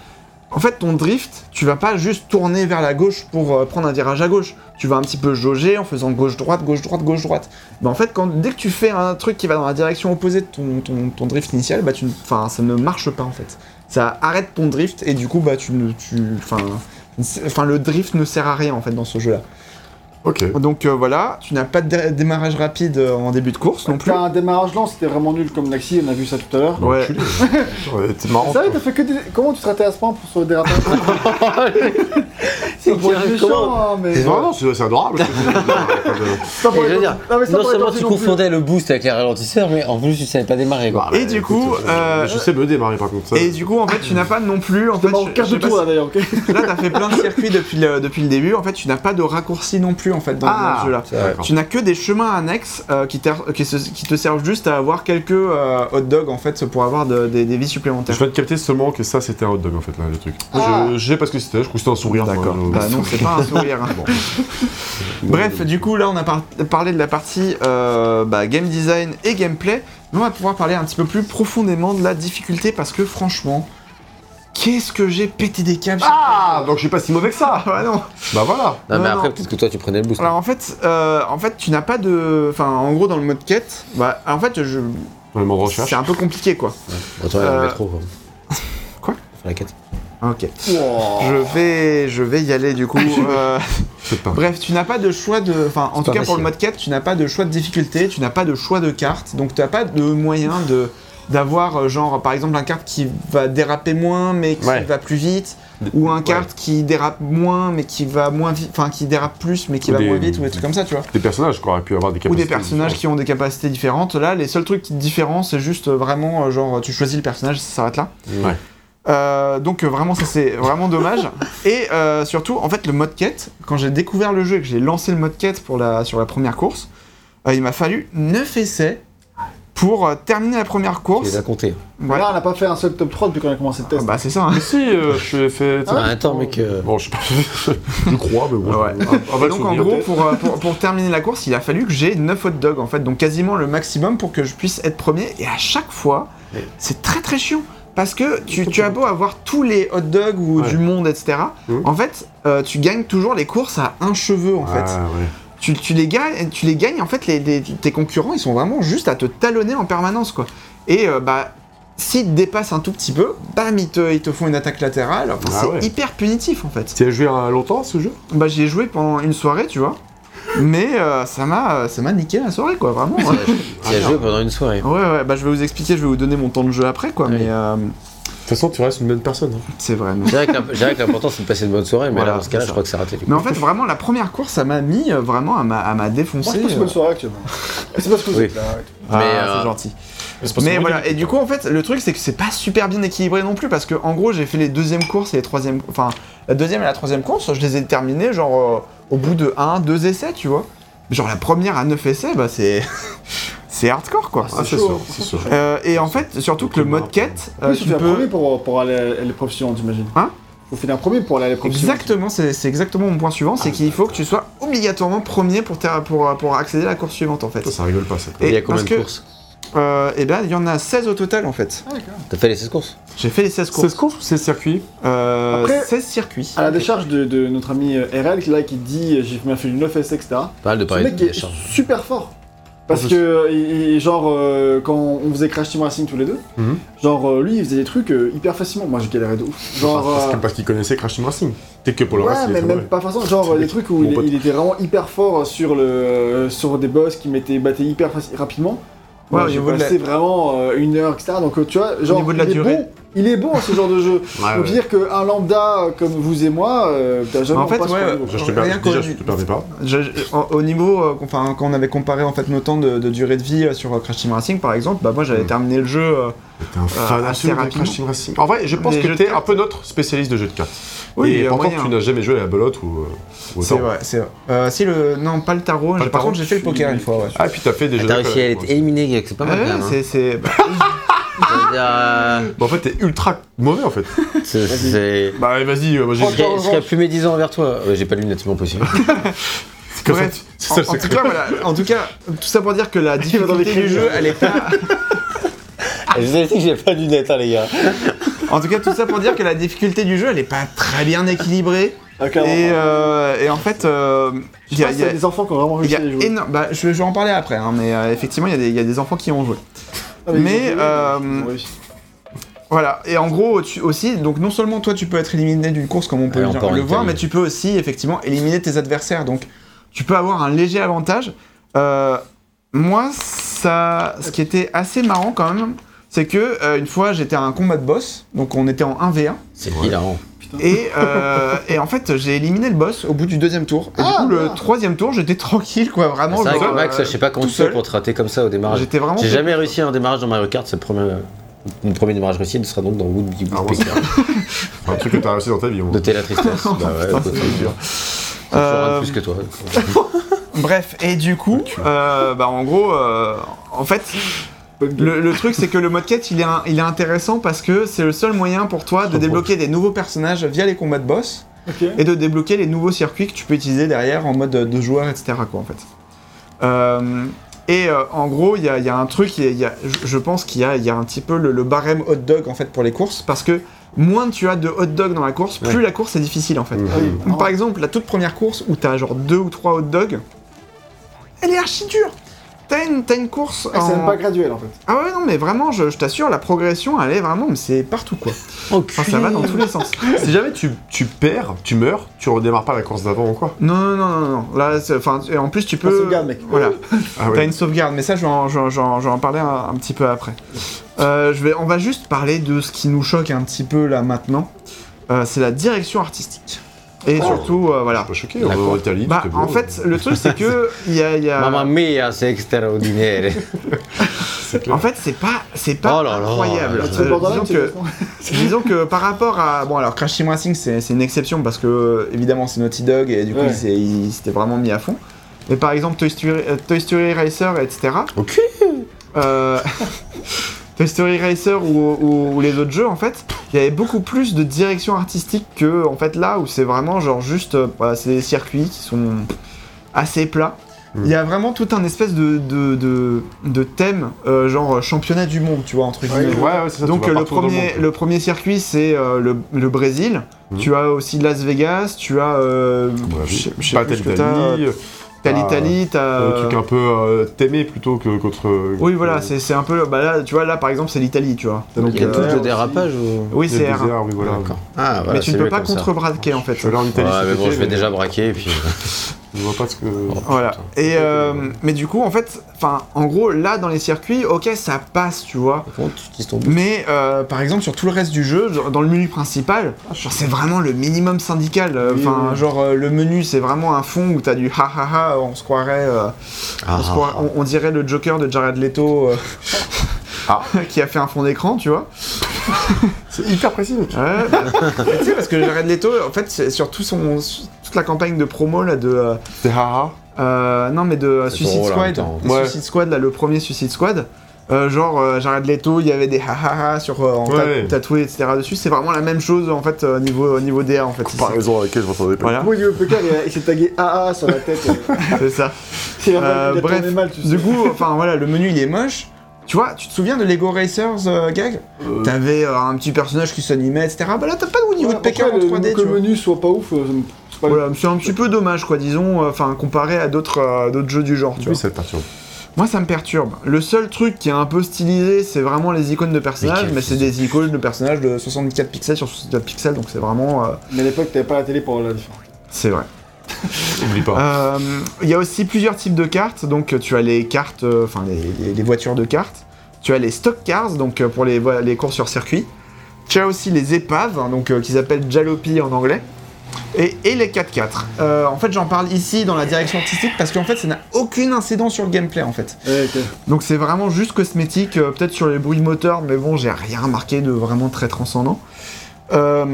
[SPEAKER 1] en fait, ton drift, tu vas pas juste tourner vers la gauche pour euh, prendre un virage à gauche. Tu vas un petit peu jauger en faisant gauche droite, gauche droite, gauche droite. Mais en fait, quand dès que tu fais un truc qui va dans la direction opposée de ton, ton, ton drift initial, bah tu, ne- enfin, ça ne marche pas en fait. Ça arrête ton drift et du coup, bah tu ne, tu, enfin, c'est- enfin, le drift ne sert à rien en fait dans ce jeu-là.
[SPEAKER 2] Ok.
[SPEAKER 1] Donc euh, voilà, tu n'as pas de dé- démarrage rapide euh, en début de course non plus.
[SPEAKER 4] T'as un démarrage lent, c'était vraiment nul comme Naxi, on a vu ça tout à l'heure.
[SPEAKER 1] Ouais.
[SPEAKER 2] Bah, Enculé. Ouais, T'es marrant.
[SPEAKER 4] Ça,
[SPEAKER 2] toi.
[SPEAKER 4] t'as fait que des... Comment tu te ratais à ce point pour sur le *laughs* dérapage C'est pour être méchant, hein, mais.
[SPEAKER 2] Non, non, c'est c'est *laughs* adorable.
[SPEAKER 4] C'est pas
[SPEAKER 3] Et
[SPEAKER 4] pour
[SPEAKER 3] je
[SPEAKER 4] être
[SPEAKER 3] veux dire,
[SPEAKER 4] Non, mais c'est pas
[SPEAKER 3] non
[SPEAKER 4] pour être
[SPEAKER 3] seulement
[SPEAKER 4] gentil
[SPEAKER 3] tu
[SPEAKER 4] non plus.
[SPEAKER 3] confondais le boost avec les ralentisseurs, mais en plus tu savais pas démarrer quoi.
[SPEAKER 1] Et du coup, euh,
[SPEAKER 2] Je sais me démarrer par contre. ça.
[SPEAKER 1] Et du coup, en fait, tu n'as pas non plus. En
[SPEAKER 4] T'es
[SPEAKER 1] fait,
[SPEAKER 4] mort
[SPEAKER 1] je-
[SPEAKER 4] au quart
[SPEAKER 1] je
[SPEAKER 4] de
[SPEAKER 1] sais pas
[SPEAKER 4] tour là d'ailleurs, ok
[SPEAKER 1] si- là, t'as fait plein de circuits depuis le, depuis le début. En fait, tu n'as pas de raccourci non plus en fait dans
[SPEAKER 2] Ah,
[SPEAKER 1] ce jeu-là.
[SPEAKER 3] c'est vrai.
[SPEAKER 2] D'accord.
[SPEAKER 1] Tu n'as que des chemins annexes euh, qui, ter- qui, se- qui te servent juste à avoir quelques euh, hot dogs en fait pour avoir de- des, des vies
[SPEAKER 2] Je
[SPEAKER 1] supplémentaires.
[SPEAKER 2] viens de capter seulement que ça c'était un hot dog en fait là le truc.
[SPEAKER 4] Ah.
[SPEAKER 2] Je- J'ai parce que c'était, je crois que c'était un sourire. moi, euh,
[SPEAKER 1] D'accord.
[SPEAKER 2] je-
[SPEAKER 1] Bah non, c'est pas un sourire. hein.
[SPEAKER 2] Bon.
[SPEAKER 1] *laughs* Bref, du coup, là, on a par- parlé de la partie euh, bah, game design et gameplay. Mais on va pouvoir parler un petit peu plus profondément de la difficulté parce que franchement, qu'est-ce que j'ai pété des câbles.
[SPEAKER 2] Ah donc je suis pas si mauvais que ça.
[SPEAKER 1] Ah non.
[SPEAKER 2] Bah voilà.
[SPEAKER 3] Non, mais
[SPEAKER 1] non,
[SPEAKER 3] après
[SPEAKER 1] non.
[SPEAKER 3] peut-être que toi tu prenais le boost.
[SPEAKER 1] Alors en fait, euh, en fait, tu n'as pas de, enfin, en gros dans le mode quête, bah, en fait, je,
[SPEAKER 2] On est en recherche.
[SPEAKER 1] c'est un peu compliqué quoi.
[SPEAKER 3] Autant aller dans
[SPEAKER 1] euh,
[SPEAKER 3] le métro quoi.
[SPEAKER 1] *laughs* Quoi
[SPEAKER 3] Faire la quête.
[SPEAKER 1] Ah, Ok.
[SPEAKER 4] *laughs* Wow.
[SPEAKER 1] Je vais, je vais y aller du
[SPEAKER 2] *laughs*
[SPEAKER 1] coup. euh,
[SPEAKER 2] C'est pas.
[SPEAKER 1] Bref, tu n'as pas de choix de, enfin, en
[SPEAKER 3] C'est
[SPEAKER 1] tout
[SPEAKER 3] pas
[SPEAKER 1] cas pour le
[SPEAKER 3] facile.
[SPEAKER 1] mode quête, tu n'as pas de choix de difficulté, tu n'as pas de choix de carte, donc tu n'as pas de moyen de d'avoir euh, genre par exemple un carte qui va déraper moins mais qui
[SPEAKER 2] Ouais.
[SPEAKER 1] va plus vite ou un
[SPEAKER 2] Ouais.
[SPEAKER 1] carte qui dérape moins mais qui va moins vite enfin qui dérape plus mais qui
[SPEAKER 2] Ou
[SPEAKER 1] va
[SPEAKER 2] des-
[SPEAKER 1] moins vite ou des trucs comme ça tu vois
[SPEAKER 2] Des personnages qui auraient pu avoir des
[SPEAKER 1] ou
[SPEAKER 2] capacités.
[SPEAKER 1] des personnages qui ont des capacités différentes. Là, les seuls trucs qui te différencient, c'est juste euh, vraiment euh, genre tu choisis le personnage, ça s'arrête là.
[SPEAKER 2] Ouais.
[SPEAKER 1] Euh, donc euh, vraiment ça c'est vraiment dommage et euh, surtout en fait le mode quête quand j'ai découvert le jeu et que j'ai lancé le mode quête pour la, sur la première course euh, il m'a fallu 9 essais pour euh, terminer la première
[SPEAKER 3] Tu les
[SPEAKER 1] course
[SPEAKER 3] as comptés.
[SPEAKER 1] voilà
[SPEAKER 4] Là, on n'a pas fait un seul top 3 depuis qu'on a commencé le
[SPEAKER 1] Ah
[SPEAKER 4] test.
[SPEAKER 1] bah c'est ça hein.
[SPEAKER 2] Mais si, euh, je l'ai fait.
[SPEAKER 3] Ah, attends mec. euh,
[SPEAKER 2] Bon, je sais pas. *laughs* je crois, mais bon.
[SPEAKER 1] Ouais.
[SPEAKER 2] Un- un
[SPEAKER 1] Et
[SPEAKER 2] vague
[SPEAKER 1] donc en
[SPEAKER 2] souvenir.
[SPEAKER 1] gros, pour, euh, pour, pour terminer la course, il a fallu que j'ai 9 hot dogs en fait, donc quasiment le maximum pour que je puisse être premier. Et à chaque fois, c'est très très chiant. Parce que tu, tu as beau avoir tous les hot dogs ou
[SPEAKER 2] Ouais.
[SPEAKER 1] du monde, etc.
[SPEAKER 2] Mhm.
[SPEAKER 1] En fait, euh, tu gagnes toujours les courses à un cheveu en fait.
[SPEAKER 2] Ah, ouais.
[SPEAKER 1] Tu, tu les gagnes, tu les gagnes en fait, les, les- tes concurrents ils sont vraiment juste à te talonner en permanence quoi. Et euh, bah, s'ils te dépassent un tout petit peu, bam, ils te, ils te font une attaque latérale. Enfin,
[SPEAKER 2] Ah
[SPEAKER 1] c'est
[SPEAKER 2] ouais.
[SPEAKER 1] hyper punitif en fait.
[SPEAKER 2] Tu y as joué euh, longtemps à ce jeu
[SPEAKER 1] Bah j'y ai joué pendant une soirée, tu vois. Mais euh, ça m'a euh, ça m'a niqué la soirée quoi, vraiment. ouais
[SPEAKER 3] Tu as joué pendant une soirée.
[SPEAKER 1] ouais, bah je vais vous expliquer, je vais vous donner mon temps de jeu après quoi,
[SPEAKER 3] Oui.
[SPEAKER 1] mais euh,
[SPEAKER 2] De toute façon, tu restes une bonne personne. hein.
[SPEAKER 1] c'est vrai. non.
[SPEAKER 3] Je dirais que l'imp- je dirais que l'important c'est de passer une bonne soirée, mais
[SPEAKER 1] Voilà,
[SPEAKER 3] là dans ce cas-là
[SPEAKER 1] c'est
[SPEAKER 3] je crois que c'est raté. du
[SPEAKER 1] Mais en
[SPEAKER 3] coup.
[SPEAKER 1] fait vraiment la première course ça m'a mis euh, vraiment à m'a à m'a
[SPEAKER 4] Moi,
[SPEAKER 1] défoncé.
[SPEAKER 4] je passe une bonne
[SPEAKER 1] euh.
[SPEAKER 4] soirée *laughs* actuellement. C'est parce que vous
[SPEAKER 3] Oui.
[SPEAKER 4] êtes là. arrête.
[SPEAKER 1] Ah,
[SPEAKER 3] Mais,
[SPEAKER 1] c'est
[SPEAKER 3] euh,
[SPEAKER 1] gentil.
[SPEAKER 2] c'est parce
[SPEAKER 1] Mais
[SPEAKER 2] qu'on
[SPEAKER 1] voilà, et du coup en fait le truc c'est que c'est pas super bien équilibré non plus parce que en gros j'ai fait les deuxièmes courses et les troisièmes, enfin la deuxième et la troisième course, je les ai terminées genre euh, au bout de 1, 2 essais tu vois. Genre la première à 9 essais bah c'est *laughs* c'est hardcore quoi.
[SPEAKER 2] Ah, c'est
[SPEAKER 4] chaud.
[SPEAKER 2] sûr, c'est sûr.
[SPEAKER 1] Euh, et en fait, surtout que le mode quête, euh,
[SPEAKER 4] Oui, tu
[SPEAKER 1] tu
[SPEAKER 4] fais un
[SPEAKER 1] peux.
[SPEAKER 4] premier pour, pour aller à l'épreuve suivante, j'imagine.
[SPEAKER 1] Hein
[SPEAKER 4] Faut finir premier pour aller à l'épreuve suivante.
[SPEAKER 1] Exactement, c'est c'est exactement mon point suivant, c'est qu'il faut que tu sois obligatoirement premier pour, ter- pour, pour accéder à la course suivante en fait.
[SPEAKER 2] Ça, ça rigole pas, ça.
[SPEAKER 3] il y a
[SPEAKER 1] parce
[SPEAKER 3] combien de
[SPEAKER 1] que-
[SPEAKER 3] courses
[SPEAKER 1] Euh, et ben, il y en a 16 au total en fait.
[SPEAKER 4] Ah, d'accord.
[SPEAKER 3] T'as fait les 16 courses
[SPEAKER 1] J'ai fait les 16 courses.
[SPEAKER 2] 16 courses ou 16 circuits
[SPEAKER 1] Euh,
[SPEAKER 4] Après,
[SPEAKER 1] 16 circuits.
[SPEAKER 4] À la décharge de, de notre ami euh, RL, qui, là, qui dit euh, j'ai bien fait du 9 s etc.
[SPEAKER 3] Pas mal de
[SPEAKER 4] Ce
[SPEAKER 3] parler
[SPEAKER 4] mec
[SPEAKER 3] de
[SPEAKER 4] qui est
[SPEAKER 3] charges.
[SPEAKER 4] super fort. Parce
[SPEAKER 2] Ah,
[SPEAKER 4] que, euh, il- il- genre, euh, quand on faisait Crash Team Racing tous les deux,
[SPEAKER 2] Mhm.
[SPEAKER 4] genre, euh, lui, il faisait des trucs euh, hyper facilement. Moi, je galérais de ouf. Genre,
[SPEAKER 2] Parce
[SPEAKER 4] euh,
[SPEAKER 2] que- parce qu'il connaissait Crash Team Racing. T'es que pour le
[SPEAKER 4] ouais,
[SPEAKER 2] reste, il est
[SPEAKER 4] mais
[SPEAKER 2] très
[SPEAKER 4] même
[SPEAKER 2] mauvais.
[SPEAKER 4] pas façon, genre euh, des trucs où
[SPEAKER 2] Mon
[SPEAKER 4] il,
[SPEAKER 2] pote.
[SPEAKER 4] il était vraiment hyper fort sur le euh, sur des boss qui mettaient battaient hyper faci- rapidement.
[SPEAKER 1] Ouais,
[SPEAKER 4] Moi,
[SPEAKER 1] au
[SPEAKER 4] j'ai
[SPEAKER 1] niveau de la-
[SPEAKER 4] passé vraiment euh, une heure, etc. Donc euh, tu vois, genre
[SPEAKER 1] niveau de la
[SPEAKER 4] il est
[SPEAKER 1] durée.
[SPEAKER 4] bon, il est bon ce genre de jeu.
[SPEAKER 2] Ouais,
[SPEAKER 4] Donc
[SPEAKER 2] ouais.
[SPEAKER 4] dire qu'un lambda euh, comme vous et moi, euh, t'as jamais
[SPEAKER 1] En fait,
[SPEAKER 4] pas ce
[SPEAKER 1] ouais,
[SPEAKER 4] niveau.
[SPEAKER 2] Déjà, je te
[SPEAKER 1] Rien
[SPEAKER 2] perds-
[SPEAKER 1] qu'au-
[SPEAKER 2] déjà, je te permets pas.
[SPEAKER 1] Je- je- en- au niveau, euh, qu'on- enfin, quand on avait comparé en fait nos temps de, de durée de vie euh, sur euh, Crash Team Racing par exemple, bah moi j'avais
[SPEAKER 2] Mm.
[SPEAKER 1] terminé le jeu. euh,
[SPEAKER 2] T'es un fan
[SPEAKER 1] assez
[SPEAKER 2] absolu de
[SPEAKER 1] rapidement.
[SPEAKER 2] Crash Team Racing. En vrai, je pense
[SPEAKER 1] Les
[SPEAKER 2] que
[SPEAKER 1] jeux de
[SPEAKER 2] t'es un
[SPEAKER 1] cartes.
[SPEAKER 2] peu notre spécialiste de jeux de cartes.
[SPEAKER 1] Oui, il y
[SPEAKER 2] et
[SPEAKER 1] a
[SPEAKER 2] pourtant,
[SPEAKER 1] moyen. hein.
[SPEAKER 2] tu n'as jamais joué à la belote ou, euh, ou au
[SPEAKER 1] C'est
[SPEAKER 2] tarot.
[SPEAKER 1] vrai, c'est vrai. Euh, si le. Non, pas le tarot,
[SPEAKER 2] le
[SPEAKER 1] j'ai- par
[SPEAKER 2] tarot,
[SPEAKER 1] contre j'ai fait le
[SPEAKER 2] tu-
[SPEAKER 1] poker une fois, ouais.
[SPEAKER 2] Ah, et puis t'as fait des
[SPEAKER 3] Ah,
[SPEAKER 2] jeux
[SPEAKER 3] T'as
[SPEAKER 2] de
[SPEAKER 3] réussi à
[SPEAKER 2] cartes.
[SPEAKER 3] être éliminé, c'est pas mal. hein.
[SPEAKER 1] Ouais,
[SPEAKER 3] quand même, hein.
[SPEAKER 1] c'est- c'est. bah,
[SPEAKER 3] euh,
[SPEAKER 2] Bah, en fait, t'es ultra mauvais en fait.
[SPEAKER 3] c'est- c'est-
[SPEAKER 2] Bah, allez, vas-y, euh, moi j'ai.
[SPEAKER 3] Ce qui est- ce qui est plus médisant envers toi. Euh, J'ai pas de lunettes, c'est pas *laughs* possible.
[SPEAKER 2] C'est comme ça,
[SPEAKER 1] Ouais.
[SPEAKER 2] tu- c'est
[SPEAKER 1] En,
[SPEAKER 2] ça le
[SPEAKER 1] en tout
[SPEAKER 2] secret.
[SPEAKER 1] cas, voilà, en tout cas, tout ça pour dire que la
[SPEAKER 4] va dans les
[SPEAKER 1] difficulté du
[SPEAKER 4] crédits.
[SPEAKER 1] jeu, elle est pas.
[SPEAKER 3] Ah, Je vous avais dit que j'ai pas de lunettes, hein, les gars.
[SPEAKER 1] En tout cas, tout ça pour dire que la difficulté du jeu, elle est pas très bien équilibrée.
[SPEAKER 4] Ah, clairement.
[SPEAKER 1] Et, euh, et en fait, euh, il
[SPEAKER 4] Je
[SPEAKER 1] y a, il
[SPEAKER 4] pense qu'il
[SPEAKER 1] y
[SPEAKER 4] y
[SPEAKER 1] a-
[SPEAKER 4] a des enfants qui ont vraiment
[SPEAKER 1] il y
[SPEAKER 4] réussi
[SPEAKER 1] a
[SPEAKER 4] à y jouer.
[SPEAKER 1] énorme- bah, je, vais- je vais en parler après, hein, mais euh, effectivement, il y, a des- il y a des enfants qui ont joué.
[SPEAKER 4] Ah, ils ont
[SPEAKER 1] mais,
[SPEAKER 4] joué,
[SPEAKER 1] euh,
[SPEAKER 4] ils ont réussi.
[SPEAKER 1] Voilà, et en gros, tu aussi, donc non seulement toi tu peux être éliminé d'une course comme on peut
[SPEAKER 3] Ouais,
[SPEAKER 1] le,
[SPEAKER 3] on
[SPEAKER 1] dire-
[SPEAKER 3] peut en
[SPEAKER 1] le voir,
[SPEAKER 3] Italie.
[SPEAKER 1] mais tu peux aussi effectivement éliminer tes adversaires. Donc tu peux avoir un léger avantage. Euh, moi, ça, ce qui était assez marrant quand même, c'est que euh, une fois j'étais à un combat de boss, donc on était en 1v1,
[SPEAKER 3] C'est hilarant.
[SPEAKER 1] et, euh, et en fait j'ai éliminé le boss au bout du deuxième tour. Et
[SPEAKER 4] Ah,
[SPEAKER 1] du coup, le
[SPEAKER 4] bien.
[SPEAKER 1] troisième tour, j'étais tranquille quoi, vraiment.
[SPEAKER 3] C'est vrai que
[SPEAKER 1] genre,
[SPEAKER 3] Max,
[SPEAKER 1] euh,
[SPEAKER 3] je sais pas comment
[SPEAKER 1] tout
[SPEAKER 3] tu fais
[SPEAKER 1] seul.
[SPEAKER 3] pour te rater comme ça au démarrage.
[SPEAKER 1] J'étais vraiment.
[SPEAKER 3] J'ai jamais réussi un démarrage dans Mario Kart, c'est le premier, mon premier démarrage réussi, il sera donc dans Wood Wood
[SPEAKER 2] Ah, bon,
[SPEAKER 3] Woodpecker.
[SPEAKER 2] C'est un truc que t'as réussi dans ta vie. au moins.
[SPEAKER 3] Notez la tristesse. bah ouais, écoute,
[SPEAKER 2] C'est dur.
[SPEAKER 3] je rate
[SPEAKER 1] Euh,
[SPEAKER 3] plus que toi.
[SPEAKER 1] Bref, et du coup, euh, bah, en gros, euh, en fait, le, le truc c'est que le mode quête il est, un- il est intéressant parce que c'est le seul moyen pour toi de débloquer des nouveaux personnages via les combats de boss
[SPEAKER 4] Ok.
[SPEAKER 1] et de débloquer les nouveaux circuits que tu peux utiliser derrière en mode de joueur, etc. Quoi, en fait. Euh, et euh, en gros, il y a, il y a un truc, il y a- il y a- je- je pense qu'il y a, il y a un petit peu le, le barème hot dog en fait pour les courses parce que moins tu as de hot dog dans la course, plus la course est difficile en fait.
[SPEAKER 4] Ah oui.
[SPEAKER 1] Par exemple, la toute première course où t'as genre deux ou trois hot dogs, elle est archi dure. T'as une, t'as une course.
[SPEAKER 4] Ah, C'est
[SPEAKER 1] en-
[SPEAKER 4] même pas graduel en fait.
[SPEAKER 1] Ah ouais, non, mais vraiment, je, je t'assure, la progression, elle est vraiment, mais c'est partout quoi. Enfin, Ah, ça va dans tous les sens.
[SPEAKER 2] Si jamais tu, tu perds, tu meurs, tu redémarres pas la course d'avant ou quoi
[SPEAKER 1] Non, non, non, non, non. Là, c'est- enfin, et en plus, tu
[SPEAKER 4] Pas
[SPEAKER 1] peux.
[SPEAKER 4] sauvegarde, mec.
[SPEAKER 1] Voilà.
[SPEAKER 2] Ah
[SPEAKER 1] T'as une sauvegarde, mais ça, je vais en, je vais en- je vais en- je vais en parler un, un petit peu après. Euh, je vais, on va juste parler de ce qui nous choque un petit peu là maintenant. Euh, c'est la direction artistique. Et
[SPEAKER 2] Oh.
[SPEAKER 1] surtout, euh, voilà.
[SPEAKER 2] Pas choqué,
[SPEAKER 3] La
[SPEAKER 2] on va en
[SPEAKER 3] course.
[SPEAKER 2] Italie. euh,
[SPEAKER 1] Bah,
[SPEAKER 2] c'était beau.
[SPEAKER 1] en fait, le truc, c'est que. il Y a, il y
[SPEAKER 3] *laughs*
[SPEAKER 1] a...
[SPEAKER 3] Euh, Mamma mia, c'est extraordinaire.
[SPEAKER 1] En fait, c'est pas, c'est pas
[SPEAKER 3] Oh là là.
[SPEAKER 1] incroyable.
[SPEAKER 3] Ah,
[SPEAKER 1] Euh,
[SPEAKER 4] C'est le Borderlands,
[SPEAKER 1] disons,
[SPEAKER 4] c'est
[SPEAKER 1] que,
[SPEAKER 4] complètement-
[SPEAKER 1] *laughs* disons que par rapport à bon alors Crash Team Racing, c'est c'est une exception parce que euh, évidemment c'est Naughty Dog et du coup
[SPEAKER 4] Ouais.
[SPEAKER 1] ils s'est- ils s'étaient vraiment mis à fond. Mais par exemple Toy Story, euh, Toy Story Racer, etc.
[SPEAKER 3] Ok.
[SPEAKER 1] euh, *laughs* Toy Story Racer ou, ou- ou les autres jeux en fait, il y avait beaucoup plus de direction artistique que en fait là où c'est vraiment genre juste euh, voilà, c'est des circuits qui sont assez plats. Il y a vraiment tout un espèce de, de, de, de thème, euh, genre championnat du monde, tu vois, entre
[SPEAKER 2] Ouais,
[SPEAKER 1] guillemets.
[SPEAKER 2] ouais, c'est ça.
[SPEAKER 1] Donc
[SPEAKER 2] tu vas
[SPEAKER 1] euh, le
[SPEAKER 2] partout dans
[SPEAKER 1] premier,
[SPEAKER 2] monde.
[SPEAKER 1] le premier circuit c'est euh, le, le Brésil.
[SPEAKER 2] Mhm.
[SPEAKER 1] Tu as aussi Las Vegas, tu as euh,
[SPEAKER 2] Ouais,
[SPEAKER 1] je sais- je sais
[SPEAKER 2] Pas
[SPEAKER 1] plus ce que
[SPEAKER 2] Italie,
[SPEAKER 1] t'as, euh,
[SPEAKER 2] Bah, euh,
[SPEAKER 1] t'as
[SPEAKER 2] t'as-
[SPEAKER 1] l'Italie, t'as
[SPEAKER 2] un truc
[SPEAKER 1] euh,
[SPEAKER 2] un peu euh, t'aimer plutôt que euh, contre.
[SPEAKER 1] oui voilà c'est c'est un peu bah là tu vois là par exemple c'est l'Italie tu vois.
[SPEAKER 4] Donc,
[SPEAKER 3] Il y a
[SPEAKER 4] euh,
[SPEAKER 3] tous des
[SPEAKER 4] aussi.
[SPEAKER 3] dérapages ou.
[SPEAKER 1] Oui c'est R.
[SPEAKER 2] bizarre, oui voilà.
[SPEAKER 3] D'accord. Ah, voilà,
[SPEAKER 1] mais tu
[SPEAKER 3] c'est
[SPEAKER 1] ne peux
[SPEAKER 3] mieux
[SPEAKER 1] pas
[SPEAKER 3] comme ça.
[SPEAKER 1] contre-braquer en fait.
[SPEAKER 2] Je suis allé en Italie.
[SPEAKER 3] Ouais,
[SPEAKER 2] cet
[SPEAKER 3] mais bon,
[SPEAKER 2] été,
[SPEAKER 3] je vais déjà braquer et puis. euh,
[SPEAKER 2] Je vois pas ce que.
[SPEAKER 1] Voilà. Et euh, mais du coup en fait, enfin en gros là dans les circuits, ok ça passe tu vois.
[SPEAKER 3] Par contre, ils sont
[SPEAKER 1] Mais euh, par exemple sur tout le reste du jeu, genre, dans le menu principal, genre c'est vraiment le minimum syndical. euh,
[SPEAKER 4] Oui,
[SPEAKER 1] Enfin
[SPEAKER 4] oui.
[SPEAKER 1] genre euh, le menu c'est vraiment un fond où t'as du ha ha ha, on se croirait, euh,
[SPEAKER 3] Ah,
[SPEAKER 1] on, se croirait- on- on dirait le Joker de Jared
[SPEAKER 3] *laughs*
[SPEAKER 1] Leto euh,
[SPEAKER 2] Ah.
[SPEAKER 1] *laughs* qui a fait un fond d'écran, tu vois.
[SPEAKER 2] C'est hyper précis. mec.
[SPEAKER 1] Ouais,
[SPEAKER 3] *laughs*
[SPEAKER 1] bah, tu sais parce que Jared Leto en fait c'est sur tout son sur toute la campagne de promo là de euh,
[SPEAKER 2] C'est haha.
[SPEAKER 1] euh, non mais de euh,
[SPEAKER 3] C'est
[SPEAKER 1] Suicide
[SPEAKER 3] drôle hein, en même
[SPEAKER 1] Squad,
[SPEAKER 3] temps.
[SPEAKER 1] De
[SPEAKER 2] Ouais.
[SPEAKER 1] Suicide Squad là le premier Suicide Squad. Euh, genre euh, Jared Leto, il y avait des ha ha ha sur euh, en
[SPEAKER 2] Ouais,
[SPEAKER 1] ta-
[SPEAKER 2] ouais.
[SPEAKER 1] tatoué etc dessus. C'est vraiment la même chose en fait euh, niveau euh, niveau DA en fait. ici.
[SPEAKER 2] Comparaison avec laquelle je m'entendais pas.
[SPEAKER 1] Voilà,
[SPEAKER 4] Moi, il y a eu le Pekar, il a- il s'est tagué AA sur la tête.
[SPEAKER 1] *laughs*
[SPEAKER 4] euh.
[SPEAKER 1] c'est ça.
[SPEAKER 4] C'est la
[SPEAKER 1] Euh,
[SPEAKER 4] il a
[SPEAKER 1] bref.
[SPEAKER 4] tourné mal, tu sais.
[SPEAKER 1] Du coup, enfin voilà, le menu il est moche. Tu vois, tu te souviens de Lego Racers euh, gag
[SPEAKER 2] Euh,
[SPEAKER 1] T'avais euh, un petit personnage qui s'animait etc. Bah là t'as pas de niveau
[SPEAKER 4] Ouais,
[SPEAKER 1] de Pékin
[SPEAKER 4] après,
[SPEAKER 1] en
[SPEAKER 4] le-
[SPEAKER 1] 3D
[SPEAKER 4] Que
[SPEAKER 1] tu
[SPEAKER 4] le
[SPEAKER 1] vois.
[SPEAKER 4] menu soit pas ouf, euh, c'est pas grave.
[SPEAKER 1] Voilà, c'est un petit peu dommage, quoi, disons, euh, enfin, comparé à d'autres euh, d'autres jeux du genre, tu
[SPEAKER 2] Oui,
[SPEAKER 1] vois.
[SPEAKER 2] ça te perturbe.
[SPEAKER 1] Moi, ça me perturbe. Le seul truc qui est un peu stylisé, c'est vraiment les icônes de personnages,
[SPEAKER 3] Mais
[SPEAKER 1] mais,
[SPEAKER 3] quel
[SPEAKER 1] c'est des icônes de personnages de 64 pixels sur 64 pixels, donc c'est vraiment... euh,
[SPEAKER 4] Mais à l'époque, t'avais pas la télé pour la différence.
[SPEAKER 1] c'est vrai.
[SPEAKER 2] Oublie pas.
[SPEAKER 1] Euh, Il y a aussi plusieurs types de cartes, donc tu as les cartes, euh, enfin, les, les- les voitures de cartes. Tu as les stock cars, donc euh, pour les, vo- les courses sur circuit. Tu as aussi les épaves, hein, donc euh, qu'ils appellent jalopy en anglais. Et, et les 4x4. Euh, en fait, j'en parle ici dans la direction artistique parce qu'en fait, ça n'a aucune incidence sur le gameplay en fait.
[SPEAKER 4] Ouais, ok.
[SPEAKER 1] Donc c'est vraiment juste cosmétique, euh, peut-être sur les bruits moteurs, mais bon, j'ai rien remarqué de vraiment très transcendant. Euh,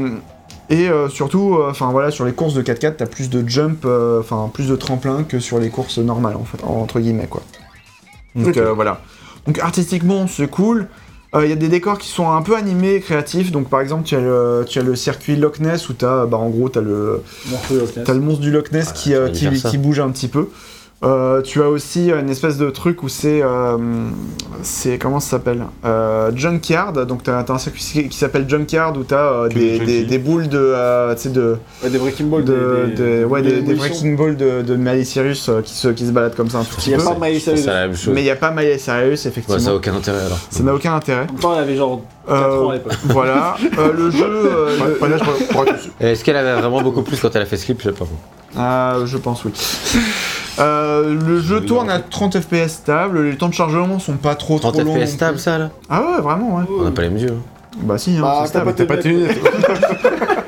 [SPEAKER 1] et euh, surtout, enfin voilà, sur les courses de 4x4, t'as plus de jump, euh, enfin plus de tremplin que sur les courses normales, en fait, en- entre guillemets, quoi. Donc euh, voilà. Donc artistiquement, c'est cool. Euh, Il y a des décors qui sont un peu animés, créatifs. Donc, par exemple, tu as le, tu as le circuit Loch Ness où tu as, bah, en gros, tu as le, T'as le monstre du Loch Ness qui, euh,
[SPEAKER 3] j'allais
[SPEAKER 1] qui,
[SPEAKER 3] Ah, dire ça.
[SPEAKER 1] qui bouge un petit peu. Euh, tu as aussi une espèce de truc où c'est. euh, c'est comment ça s'appelle Euh, Junkyard. Donc t'as t'as un circuit qui- qui s'appelle Junkyard où t'as euh,
[SPEAKER 2] Que
[SPEAKER 1] des,
[SPEAKER 2] des
[SPEAKER 1] des-
[SPEAKER 2] junkies.
[SPEAKER 1] des boules de. euh, tu sais, de.
[SPEAKER 4] Ouais, des Breaking Ball,
[SPEAKER 1] de-
[SPEAKER 4] des,
[SPEAKER 1] de- ouais, des, des
[SPEAKER 4] émissions.
[SPEAKER 1] Breaking Ball de, de Miley Cyrus euh, qui, se, qui se baladent comme ça un tout
[SPEAKER 4] Il
[SPEAKER 1] petit
[SPEAKER 4] y a
[SPEAKER 1] peu.
[SPEAKER 4] pas Miley
[SPEAKER 3] C'est
[SPEAKER 4] Cyrus.
[SPEAKER 3] la même chose.
[SPEAKER 1] Mais il n'y a pas Miley Cyrus, effectivement.
[SPEAKER 3] Ouais, ça n'a aucun intérêt alors.
[SPEAKER 1] ça n'a aucun intérêt.
[SPEAKER 4] En même temps, elle avait genre 4
[SPEAKER 1] Euh,
[SPEAKER 4] ans à l'époque.
[SPEAKER 1] Voilà. Euh, le jeu. euh, le-
[SPEAKER 2] Pas d'âge pour- pour
[SPEAKER 1] *laughs*
[SPEAKER 2] être-
[SPEAKER 3] Est-ce qu'elle avait vraiment beaucoup plus quand elle a fait ce clip Je sais pas.
[SPEAKER 1] Ah, je pense oui. Euh, le jeu tourne à 30 FPS stable, les temps de chargement sont pas trop
[SPEAKER 3] 30
[SPEAKER 1] trop longs.
[SPEAKER 3] FPS stable, ça là
[SPEAKER 1] Ah ouais, vraiment ouais.
[SPEAKER 3] On n'a pas les mêmes yeux. hein.
[SPEAKER 1] Bah si, hein,
[SPEAKER 4] Bah,
[SPEAKER 1] c'est stable.
[SPEAKER 4] pas
[SPEAKER 2] T'as pas tes lunettes.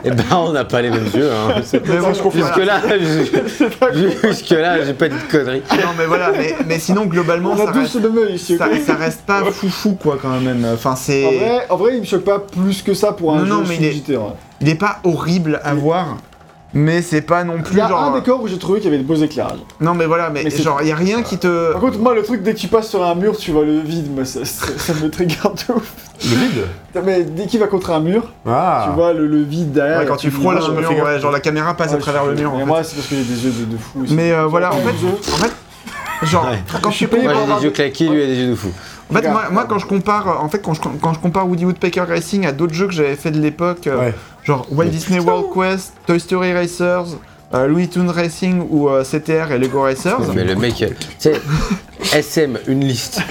[SPEAKER 3] Eh ben, on n'a pas les mêmes yeux. Hein.
[SPEAKER 4] *laughs*
[SPEAKER 1] Mais bon, voilà.
[SPEAKER 3] *laughs* Jusque-là, jus- jusque-là, j'ai pas dit de conneries.
[SPEAKER 1] *laughs* Non mais voilà, mais, mais sinon globalement
[SPEAKER 4] On
[SPEAKER 1] ça
[SPEAKER 4] a tous
[SPEAKER 1] reste,
[SPEAKER 4] le même ici. ok
[SPEAKER 1] ça, ça reste pas foufou quoi quand même. Enfin c'est,
[SPEAKER 4] En vrai, en vrai, il me choque pas plus que ça pour un
[SPEAKER 1] Non,
[SPEAKER 4] jeu
[SPEAKER 1] non, mais il est-
[SPEAKER 4] sous JT, hein.
[SPEAKER 1] il est pas horrible à voir. Mais c'est pas non
[SPEAKER 4] Il y
[SPEAKER 1] plus
[SPEAKER 4] a
[SPEAKER 1] genre.
[SPEAKER 4] un décor où j'ai trouvé qu'il y avait de beaux éclairages.
[SPEAKER 1] Non mais voilà, mais,
[SPEAKER 4] Mais c'est-
[SPEAKER 1] genre y a rien qui te.
[SPEAKER 4] Par contre, moi, le truc, dès que tu passes sur un mur, tu vois le vide, moi, ça, ça- ça me trigger de ouf.
[SPEAKER 2] Le vide
[SPEAKER 4] Non, mais dès qu'il va contre un mur,
[SPEAKER 2] Ah
[SPEAKER 4] tu vois le, le vide derrière.
[SPEAKER 1] Ouais, quand tu frôles
[SPEAKER 4] je
[SPEAKER 1] un
[SPEAKER 4] me
[SPEAKER 1] mur,
[SPEAKER 4] fais gaffe.
[SPEAKER 1] ouais, genre la caméra passe
[SPEAKER 4] Ouais,
[SPEAKER 1] à travers
[SPEAKER 4] je-
[SPEAKER 1] le mur. en
[SPEAKER 4] Mais
[SPEAKER 1] fait.
[SPEAKER 4] moi, c'est parce que j'ai des yeux de, de fou. aussi.
[SPEAKER 1] Mais euh, voilà, en fait, en fait, genre
[SPEAKER 3] Ouais.
[SPEAKER 1] quand tu
[SPEAKER 4] payé
[SPEAKER 3] Moi
[SPEAKER 4] pour
[SPEAKER 3] j'ai
[SPEAKER 4] avoir
[SPEAKER 3] des yeux claqués, lui a des yeux de fou.
[SPEAKER 1] En fait, moi,
[SPEAKER 4] Regarde.
[SPEAKER 1] moi, quand je compare, euh, en fait, quand je, quand je compare Woody Woodpecker Racing à d'autres jeux que j'avais fait de l'époque, euh,
[SPEAKER 2] Ouais.
[SPEAKER 1] genre Walt Disney World Quest, Toy Story Racers, euh, Looney Tunes Racing ou euh, CTR et Lego Racers,
[SPEAKER 3] *laughs* Mais le mec, euh, tu sais, SM, une liste.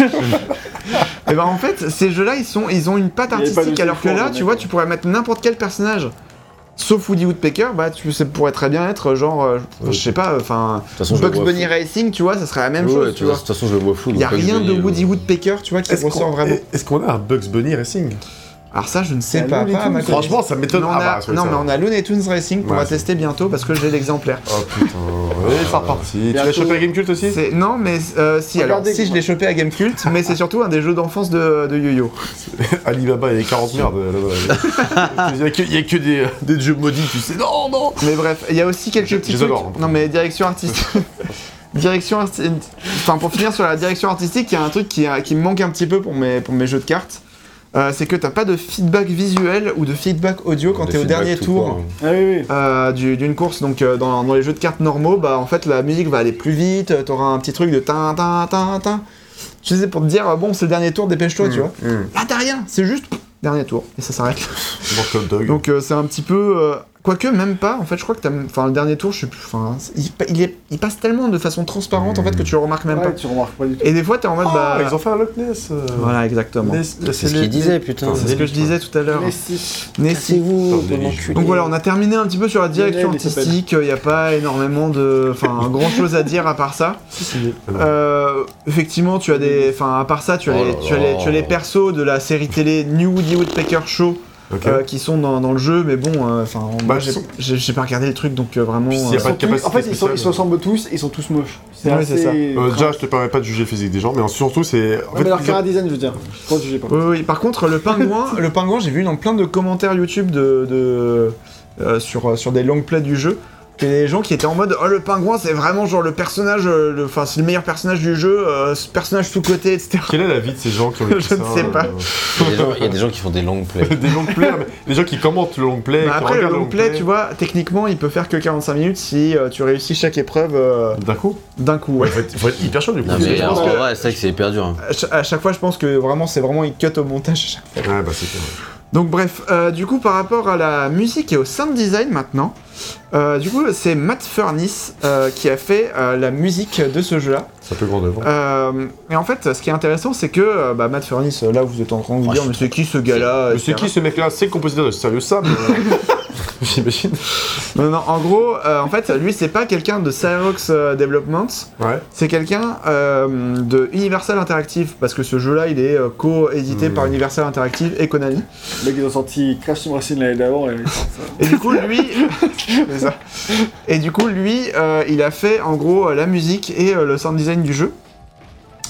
[SPEAKER 1] et ben en fait, ces jeux-là, ils sont, ils ont une patte
[SPEAKER 4] Il y avait pas
[SPEAKER 1] artistique,
[SPEAKER 4] de
[SPEAKER 1] alors que là,
[SPEAKER 4] support,
[SPEAKER 1] tu
[SPEAKER 4] le
[SPEAKER 1] vois,
[SPEAKER 4] mec.
[SPEAKER 1] tu pourrais mettre n'importe quel personnage. Sauf Woody Woodpecker, bah tu ça pourrait très bien être genre, euh,
[SPEAKER 3] Oui.
[SPEAKER 1] je sais pas, enfin,
[SPEAKER 3] De toute façon, je le
[SPEAKER 1] Bugs
[SPEAKER 3] vois
[SPEAKER 1] Bunny
[SPEAKER 3] fou.
[SPEAKER 1] Racing, tu vois, ça serait la même
[SPEAKER 3] Ouais,
[SPEAKER 1] chose,
[SPEAKER 3] de
[SPEAKER 1] tu vois.
[SPEAKER 3] toute façon, je le vois fou.
[SPEAKER 1] Il
[SPEAKER 3] donc
[SPEAKER 1] y a
[SPEAKER 3] Bugs
[SPEAKER 1] rien de
[SPEAKER 3] Bunny,
[SPEAKER 1] Woody
[SPEAKER 3] euh,
[SPEAKER 1] Woodpecker, tu vois, qui
[SPEAKER 2] Est-ce
[SPEAKER 1] ressort
[SPEAKER 2] qu'on
[SPEAKER 1] vraiment.
[SPEAKER 2] est-ce qu'on a un Bugs Bunny Racing
[SPEAKER 1] Alors ça, je ne sais
[SPEAKER 4] Il y a
[SPEAKER 1] pas.
[SPEAKER 4] Looney
[SPEAKER 1] pas à ma
[SPEAKER 4] Tunes.
[SPEAKER 1] connaissance.
[SPEAKER 2] Franchement, ça m'étonne.
[SPEAKER 1] Mais on
[SPEAKER 2] Ah
[SPEAKER 1] a-
[SPEAKER 2] bah, c'est
[SPEAKER 1] non,
[SPEAKER 2] ça.
[SPEAKER 1] mais on a Looney Tunes Racing qu'on
[SPEAKER 2] Ouais,
[SPEAKER 1] va
[SPEAKER 2] c'est-
[SPEAKER 1] tester bientôt parce que j'ai l'exemplaire.
[SPEAKER 2] Oh putain.
[SPEAKER 1] *laughs*
[SPEAKER 2] Ouais, c'est reparti. Tu l'as chopé à Gamecult aussi
[SPEAKER 1] C'est- Non, mais euh, si, alors
[SPEAKER 4] Regardez,
[SPEAKER 1] si je
[SPEAKER 4] moi.
[SPEAKER 1] l'ai chopé à Gamecult, mais c'est surtout un des jeux d'enfance de, de Yo-Yo.
[SPEAKER 2] Alibaba, il y a 40 merdes là-bas.
[SPEAKER 1] *laughs*
[SPEAKER 2] Il y a que, il y a que des, euh, des jeux maudits, tu sais. Non, non
[SPEAKER 1] Mais bref, il y a aussi quelques
[SPEAKER 2] Je-
[SPEAKER 1] petits
[SPEAKER 2] je les
[SPEAKER 1] trucs.
[SPEAKER 2] adore, hein.
[SPEAKER 1] Non, mais direction
[SPEAKER 2] *laughs*
[SPEAKER 1] artistique. direction arti- Enfin, pour finir sur la direction artistique, il y a un truc qui, euh, qui me manque un petit peu pour mes, pour mes jeux de cartes. Euh, c'est que t'as pas de feedback visuel ou de feedback audio quand
[SPEAKER 3] des
[SPEAKER 1] t'es au
[SPEAKER 3] feedbacks
[SPEAKER 1] dernier
[SPEAKER 3] tout
[SPEAKER 1] tour.
[SPEAKER 3] court, hein.
[SPEAKER 4] Ah oui, oui.
[SPEAKER 1] euh, du- d'une course. Donc euh, dans, dans les jeux de cartes normaux, bah en fait la musique va aller plus vite, euh, t'auras un petit truc de tin tin tin tin. Tu sais pour te dire euh, bon c'est le dernier tour, dépêche-toi, tu vois. Là t'as rien, c'est juste pff, dernier tour et ça s'arrête.
[SPEAKER 2] Bon, Hot Dog.
[SPEAKER 1] Donc euh, c'est un petit peu euh, quoique même pas. En fait je crois que t'as enfin le dernier tour, je sais plus. Enfin c'est- il, pa- il est- il passe tellement de façon transparente en fait que tu le remarques même
[SPEAKER 4] Ouais,
[SPEAKER 1] pas.
[SPEAKER 4] tu remarques pas du tout.
[SPEAKER 1] Et des fois t'es en mode
[SPEAKER 2] Ah,
[SPEAKER 1] bah
[SPEAKER 2] ils ont fait un Loch Ness. euh,
[SPEAKER 1] voilà exactement.
[SPEAKER 2] Ness- c'est
[SPEAKER 3] C'est ce
[SPEAKER 2] les-
[SPEAKER 3] qu'il disait, putain.
[SPEAKER 1] C'est ce que je disais tout à l'heure.
[SPEAKER 4] Mais si.
[SPEAKER 1] Nessie.
[SPEAKER 3] vous
[SPEAKER 2] Putain, délicieux.
[SPEAKER 1] Donc voilà, on a terminé un petit peu sur la direction
[SPEAKER 4] Lionel, il s'appelle.
[SPEAKER 1] artistique. Il n'y a pas énormément de,
[SPEAKER 2] *laughs*
[SPEAKER 1] enfin, grand chose à dire à part ça. Euh, effectivement, tu as des. Enfin, à part ça, tu as,
[SPEAKER 3] Oh
[SPEAKER 1] les,
[SPEAKER 3] là
[SPEAKER 1] tu, as les,
[SPEAKER 3] là.
[SPEAKER 1] tu as les persos de la série télé New Woody Woodpecker Show
[SPEAKER 2] Ok.
[SPEAKER 1] euh, qui sont dans, dans le jeu, mais bon, euh, enfin, moi,
[SPEAKER 2] Bah,
[SPEAKER 1] j'ai-
[SPEAKER 2] ils sont-
[SPEAKER 1] j'ai j'ai pas regardé le truc donc euh, vraiment.
[SPEAKER 2] Puis, il y
[SPEAKER 1] euh,
[SPEAKER 2] a pas de
[SPEAKER 4] Ils sont tous- En fait,
[SPEAKER 2] capacité
[SPEAKER 4] ils sont- ils se
[SPEAKER 2] spéciale.
[SPEAKER 4] ressemblent tous et ils sont tous moches. C'est
[SPEAKER 1] Ouais, c'est ça.
[SPEAKER 4] assez.
[SPEAKER 2] Euh, déjà, je te permets pas de juger physique des gens, mais surtout, c'est. En
[SPEAKER 4] Ouais, mais leur
[SPEAKER 2] ils ont-
[SPEAKER 4] cara design, je veux dire. Je pense que j'ai pas.
[SPEAKER 1] oui, oui. Par contre, le pingouin, le pingouin, j'ai vu dans plein de commentaires YouTube de, de- euh, sur, euh, sur des longues plays du jeu. Des gens qui étaient en mode Oh, le pingouin, c'est vraiment genre le personnage, euh, le- enfin, c'est le meilleur personnage du jeu, euh, ce personnage sous-côté, etc.
[SPEAKER 2] *laughs* Quelle est la vie de ces gens qui ont écrit
[SPEAKER 1] Je ne
[SPEAKER 2] ça,
[SPEAKER 1] sais
[SPEAKER 2] euh,
[SPEAKER 1] pas.
[SPEAKER 3] Il y
[SPEAKER 1] *laughs*
[SPEAKER 3] a des gens- il y a des gens qui font des longues plays.
[SPEAKER 2] Des longs plays, mais des gens qui commentent le long play.
[SPEAKER 1] Mais
[SPEAKER 2] qui
[SPEAKER 1] Bah, après, le
[SPEAKER 2] regardent
[SPEAKER 1] long play, tu vois, techniquement, il peut faire que 45 minutes si euh, tu réussis chaque épreuve euh,
[SPEAKER 2] D'un coup
[SPEAKER 1] d'un coup. ouais.
[SPEAKER 2] Faut être, faut être hyper chaud du coup.
[SPEAKER 3] Non,
[SPEAKER 1] Je
[SPEAKER 3] mais en
[SPEAKER 1] pense que-
[SPEAKER 3] vrai, c'est vrai que c'est hyper dur. hein.
[SPEAKER 1] À, cha- à chaque fois, je pense que vraiment, c'est vraiment, il cut au montage. à chaque fois.
[SPEAKER 2] Ouais, bah c'est clair.
[SPEAKER 1] Donc, bref, euh, du coup, par rapport à la musique et au sound design maintenant, euh, du coup, c'est Matt Furniss euh, qui a fait euh, la musique de ce jeu-là.
[SPEAKER 2] Ça peut grand devant.
[SPEAKER 1] Euh, et en fait, ce qui est intéressant, c'est que euh, bah, Matt Furniss, là, vous êtes en train de vous
[SPEAKER 3] Ouais,
[SPEAKER 1] dire,
[SPEAKER 3] je-
[SPEAKER 1] mais c'est qui ce gars-là
[SPEAKER 2] Mais c'est
[SPEAKER 1] etc.
[SPEAKER 2] qui ce mec-là C'est le compositeur de Sérieux Sam euh, *laughs* J'imagine.
[SPEAKER 1] Non, non, en gros, euh, en fait, lui, c'est pas quelqu'un de Cyrox euh, Development.
[SPEAKER 2] Ouais.
[SPEAKER 1] C'est quelqu'un euh, de Universal Interactive, parce que ce jeu-là, il est euh, co-édité
[SPEAKER 2] Hmm.
[SPEAKER 1] par Universal Interactive et Konami.
[SPEAKER 4] Le mec, ils ont sorti Crash Team Racing l'année d'avant. et-
[SPEAKER 1] Et du coup, lui, C'est ça. Et du coup, lui, euh, il a fait en gros euh, la musique et euh, le sound design du jeu.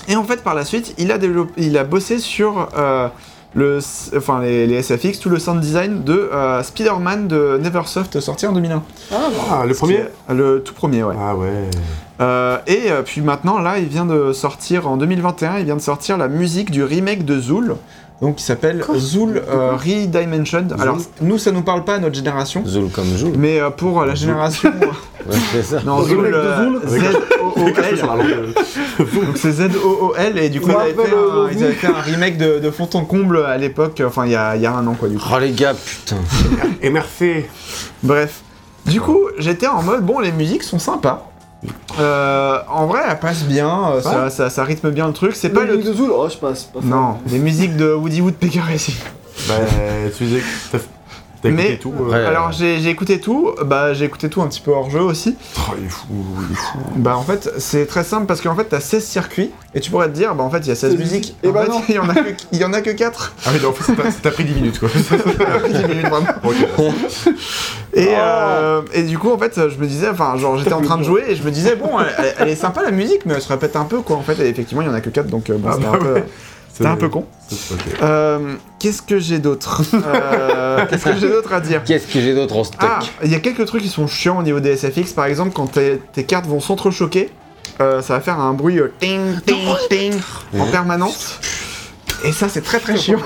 [SPEAKER 1] Et en fait, par la suite, il a développé, il a bossé sur euh, le, s- enfin les, les SFX, tout le sound design de euh, Spider-Man de NeverSoft sorti en 2001.
[SPEAKER 4] Ah, bah.
[SPEAKER 2] Ah, le premier
[SPEAKER 1] Le tout premier, ouais.
[SPEAKER 2] Ah ouais.
[SPEAKER 1] Euh, et euh, puis maintenant, là, il vient de sortir, en 2021, il vient de sortir la musique du remake de Zool, donc qui s'appelle Zool euh, Redimensioned. Alors, nous, ça nous parle pas à notre génération,
[SPEAKER 3] Zoul comme Zoul.
[SPEAKER 1] mais euh, pour la génération.
[SPEAKER 3] Ouais, c'est ça.
[SPEAKER 1] non,
[SPEAKER 4] Zool
[SPEAKER 1] Zool,
[SPEAKER 4] avec
[SPEAKER 1] euh,
[SPEAKER 4] deux
[SPEAKER 1] Z-O-O-L.
[SPEAKER 2] euh.
[SPEAKER 1] Donc c'est Z-O-O-L, et du coup,
[SPEAKER 4] Je
[SPEAKER 1] ils
[SPEAKER 4] me
[SPEAKER 1] avaient, fait
[SPEAKER 4] rappelle,
[SPEAKER 1] un,
[SPEAKER 4] euh,
[SPEAKER 1] ils avaient fait un remake de, de Fond en Comble à l'époque, enfin, il y a, il y a un an, quoi, du coup.
[SPEAKER 3] Oh les gars,
[SPEAKER 1] *laughs*
[SPEAKER 3] putain.
[SPEAKER 2] Et merci.
[SPEAKER 1] Bref. Du coup, j'étais en mode, bon, les musiques sont sympas. Euh, en vrai, elles passent bien, euh, ça, ça- ça rythme bien le truc. C'est pas le.
[SPEAKER 4] de Zoul Oh, je passe. pas
[SPEAKER 1] Non, les musiques de Woody Woodpecker ici.
[SPEAKER 2] Bah, tu disais que t'as- t'as écouté
[SPEAKER 1] Mais-
[SPEAKER 2] tout. euh.
[SPEAKER 3] Ouais.
[SPEAKER 1] Alors, j'ai j'ai écouté tout, bah j'ai écouté tout un petit peu hors jeu aussi.
[SPEAKER 2] Oh, il est fou, il est fou.
[SPEAKER 1] Bah en fait, c'est très simple parce qu'en fait, t'as 16 circuits et tu pourrais te dire, bah en fait, il y a 16
[SPEAKER 4] 16
[SPEAKER 1] musiques.
[SPEAKER 4] musiques. Eh
[SPEAKER 1] En
[SPEAKER 4] bah
[SPEAKER 1] fait,
[SPEAKER 4] non.
[SPEAKER 1] *laughs* il y en a que- il y en a que 4.
[SPEAKER 2] Ah oui, non, en fait, ça t'a- ça t'a pris 10
[SPEAKER 1] *laughs*
[SPEAKER 2] minutes, quoi.
[SPEAKER 1] Et, euh, et du coup, en fait, je me disais, enfin, genre, j'étais en train de jouer et je me disais, bon, elle, elle- elle est sympa la musique, mais elle se répète un peu, quoi. En fait, et effectivement, il y en a que 4, donc euh, bon,
[SPEAKER 2] Ah,
[SPEAKER 1] c'était
[SPEAKER 2] bah
[SPEAKER 1] un peu-
[SPEAKER 2] ouais.
[SPEAKER 1] c'était un peu con. Euh, Qu'est-ce que j'ai d'autre Euh, Qu'est-ce que j'ai d'autre à dire
[SPEAKER 3] Qu'est-ce que j'ai d'autre en stock
[SPEAKER 1] Ah, il y a quelques trucs qui sont chiants au niveau des SFX. Par exemple, quand tes, tes cartes vont s'entrechoquer, euh, ça va faire un bruit euh, ting, ting, ting en permanence. Et ça, c'est très très chiant.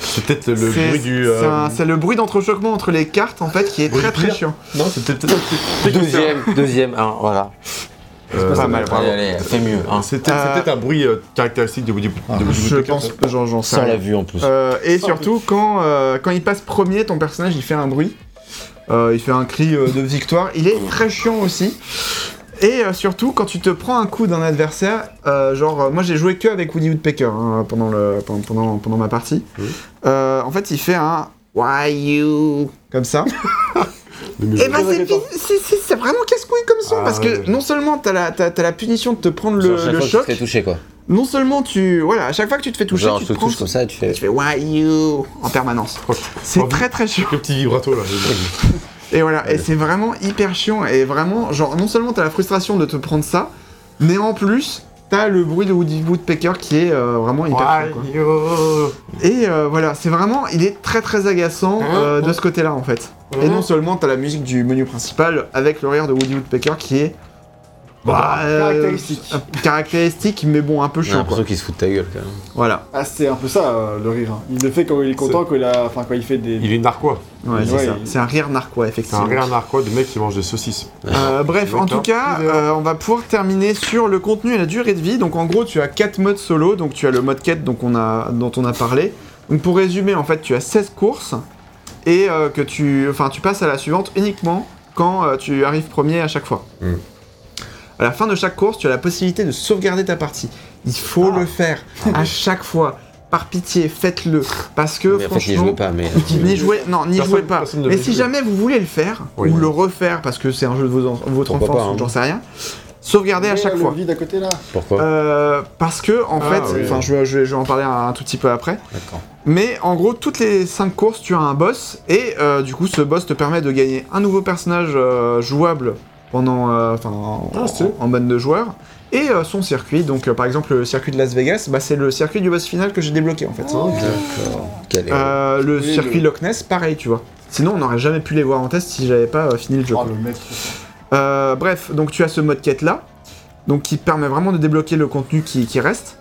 [SPEAKER 2] C'est peut-être le
[SPEAKER 1] C'est-
[SPEAKER 2] bruit du.
[SPEAKER 1] c'est
[SPEAKER 2] euh,
[SPEAKER 1] un- C'est le bruit d'entrechoquement entre les cartes en fait qui est
[SPEAKER 2] bruit
[SPEAKER 1] très
[SPEAKER 2] de
[SPEAKER 1] très
[SPEAKER 2] cuir.
[SPEAKER 1] chiant.
[SPEAKER 2] Non, c'est peut-être. peut-être-
[SPEAKER 3] Deuxième, deuxième, un, voilà.
[SPEAKER 2] Euh,
[SPEAKER 1] Pas mal, bravo.
[SPEAKER 3] Allez, allez, fais mieux. Hein.
[SPEAKER 2] C'est peut-être c'est
[SPEAKER 1] Euh,
[SPEAKER 2] peut-être un bruit euh, caractéristique de Woody de Woody
[SPEAKER 1] Ah, Je
[SPEAKER 2] Woodpecker,
[SPEAKER 1] pense
[SPEAKER 2] ça.
[SPEAKER 1] que j'en j'en sais
[SPEAKER 3] Sans la
[SPEAKER 1] rien.
[SPEAKER 3] vue en plus.
[SPEAKER 1] Euh, et surtout, quand, euh, quand il passe premier, ton personnage il fait un bruit. Euh, il fait un cri euh, de victoire. Il est très chiant aussi. Et euh, surtout, quand tu te prends un coup d'un adversaire, euh, genre, euh, moi j'ai joué que avec Woody Woodpecker hein, pendant, le, pendant, pendant, pendant ma partie. Euh, en fait, il fait un Why you comme ça. Et bah, c'est
[SPEAKER 4] inquiétant.
[SPEAKER 1] c'est- c'est- c'est vraiment casse-couille comme ça.
[SPEAKER 2] Ah
[SPEAKER 1] parce
[SPEAKER 2] ouais.
[SPEAKER 1] que non seulement t'as la, t'as- t'as la punition de te prendre le,
[SPEAKER 3] Genre, chaque
[SPEAKER 1] le
[SPEAKER 3] fois que
[SPEAKER 1] choc,
[SPEAKER 3] Tu te fais toucher quoi.
[SPEAKER 1] non seulement tu. Voilà, à chaque fois que tu te fais toucher,
[SPEAKER 3] Genre,
[SPEAKER 1] tu
[SPEAKER 3] je
[SPEAKER 1] te
[SPEAKER 3] te
[SPEAKER 1] prends
[SPEAKER 3] touche comme ça et tu fais.
[SPEAKER 1] tu fais why you en permanence. C'est très très chiant.
[SPEAKER 2] Le petit vibrato là.
[SPEAKER 1] Et voilà, et c'est vraiment hyper chiant. Et vraiment, genre, non seulement t'as la frustration de te prendre ça, mais en plus, t'as le bruit de Woody Woodpecker qui est euh, vraiment hyper chiant. quoi.
[SPEAKER 2] yo
[SPEAKER 1] Et euh, voilà, c'est vraiment, il est très très agaçant euh, de ce côté-là en fait. Et non seulement t'as la musique du menu principal avec le rire de Woody Woodpecker qui est. bah, euh,
[SPEAKER 4] Caractéristique.
[SPEAKER 1] euh, caractéristique, mais bon, un peu
[SPEAKER 3] J'ai
[SPEAKER 1] chiant quoi.
[SPEAKER 3] l'impression qu'il se fout de ta gueule quand même.
[SPEAKER 1] Voilà.
[SPEAKER 4] Ah, c'est un peu ça euh, le rire. hein. Il le fait quand il est content, quand il, a... enfin, quand il fait des.
[SPEAKER 2] Il est narquois.
[SPEAKER 1] Ouais, c'est
[SPEAKER 4] Ouais,
[SPEAKER 1] ça.
[SPEAKER 4] il-
[SPEAKER 1] C'est un rire narquois,
[SPEAKER 2] C'est
[SPEAKER 1] effectivement.
[SPEAKER 2] un réel narquois de mec qui mange des saucisses.
[SPEAKER 1] Euh, bref, en tout
[SPEAKER 2] Ah, D'accord.
[SPEAKER 1] cas, euh, on va pouvoir terminer sur le contenu et la durée de vie. Donc en gros, tu as 4 modes solo, donc tu as le mode quête donc on a, dont on a parlé. Donc pour résumer, en fait, tu as 16 courses et euh, que tu, enfin, tu passes à la suivante uniquement quand euh, tu arrives premier à chaque fois.
[SPEAKER 3] Mm.
[SPEAKER 1] À la fin de chaque course, tu as la possibilité de sauvegarder ta partie. Il faut
[SPEAKER 2] Ah.
[SPEAKER 1] le faire à chaque fois. Par pitié, faites-le. Parce que
[SPEAKER 3] Mais en fait, il n'y
[SPEAKER 1] franchement,
[SPEAKER 3] joue pas, mais.
[SPEAKER 1] N'y jouez, non, n'y
[SPEAKER 2] Personne-
[SPEAKER 1] jouez pas.
[SPEAKER 2] personne ne
[SPEAKER 1] Mais
[SPEAKER 2] veut
[SPEAKER 1] si
[SPEAKER 2] jouer.
[SPEAKER 1] jamais vous voulez le faire,
[SPEAKER 2] Oui.
[SPEAKER 1] ou le refaire parce que c'est un jeu de vos en- votre
[SPEAKER 3] Pourquoi
[SPEAKER 1] enfance,
[SPEAKER 3] pas, hein.
[SPEAKER 1] ou j'en sais rien, sauvegardez à
[SPEAKER 4] Mais,
[SPEAKER 1] chaque
[SPEAKER 4] euh, le
[SPEAKER 1] fois.
[SPEAKER 4] vide à côté là.
[SPEAKER 3] Pourquoi
[SPEAKER 1] Euh, parce que, en
[SPEAKER 2] Ah,
[SPEAKER 1] fait,
[SPEAKER 2] oui.
[SPEAKER 1] enfin, je, vais- je vais- je vais en parler un, un tout petit peu après.
[SPEAKER 3] D'accord.
[SPEAKER 1] Mais en gros, toutes les 5 courses, tu as un boss, et euh, du coup, ce boss te permet de gagner un nouveau personnage euh, jouable pendant, euh, enfin, en,
[SPEAKER 2] Ah, c'est-
[SPEAKER 1] en- en bande de joueurs, et euh, son circuit. Donc, euh, par exemple, le circuit de Las Vegas, bah, c'est le circuit du boss final que j'ai débloqué en fait.
[SPEAKER 2] Ah,
[SPEAKER 3] D'accord. Quel est-
[SPEAKER 1] Euh, le
[SPEAKER 4] Oui,
[SPEAKER 1] circuit
[SPEAKER 4] le-
[SPEAKER 1] Loch Ness, pareil, tu vois. Sinon, on n'aurait jamais pu les voir en test si j'avais pas euh, fini le jeu.
[SPEAKER 4] Oh,
[SPEAKER 1] quoi.
[SPEAKER 4] le mec.
[SPEAKER 1] Euh, bref, donc tu as ce mode quête là, donc qui permet vraiment de débloquer le contenu qui, qui reste.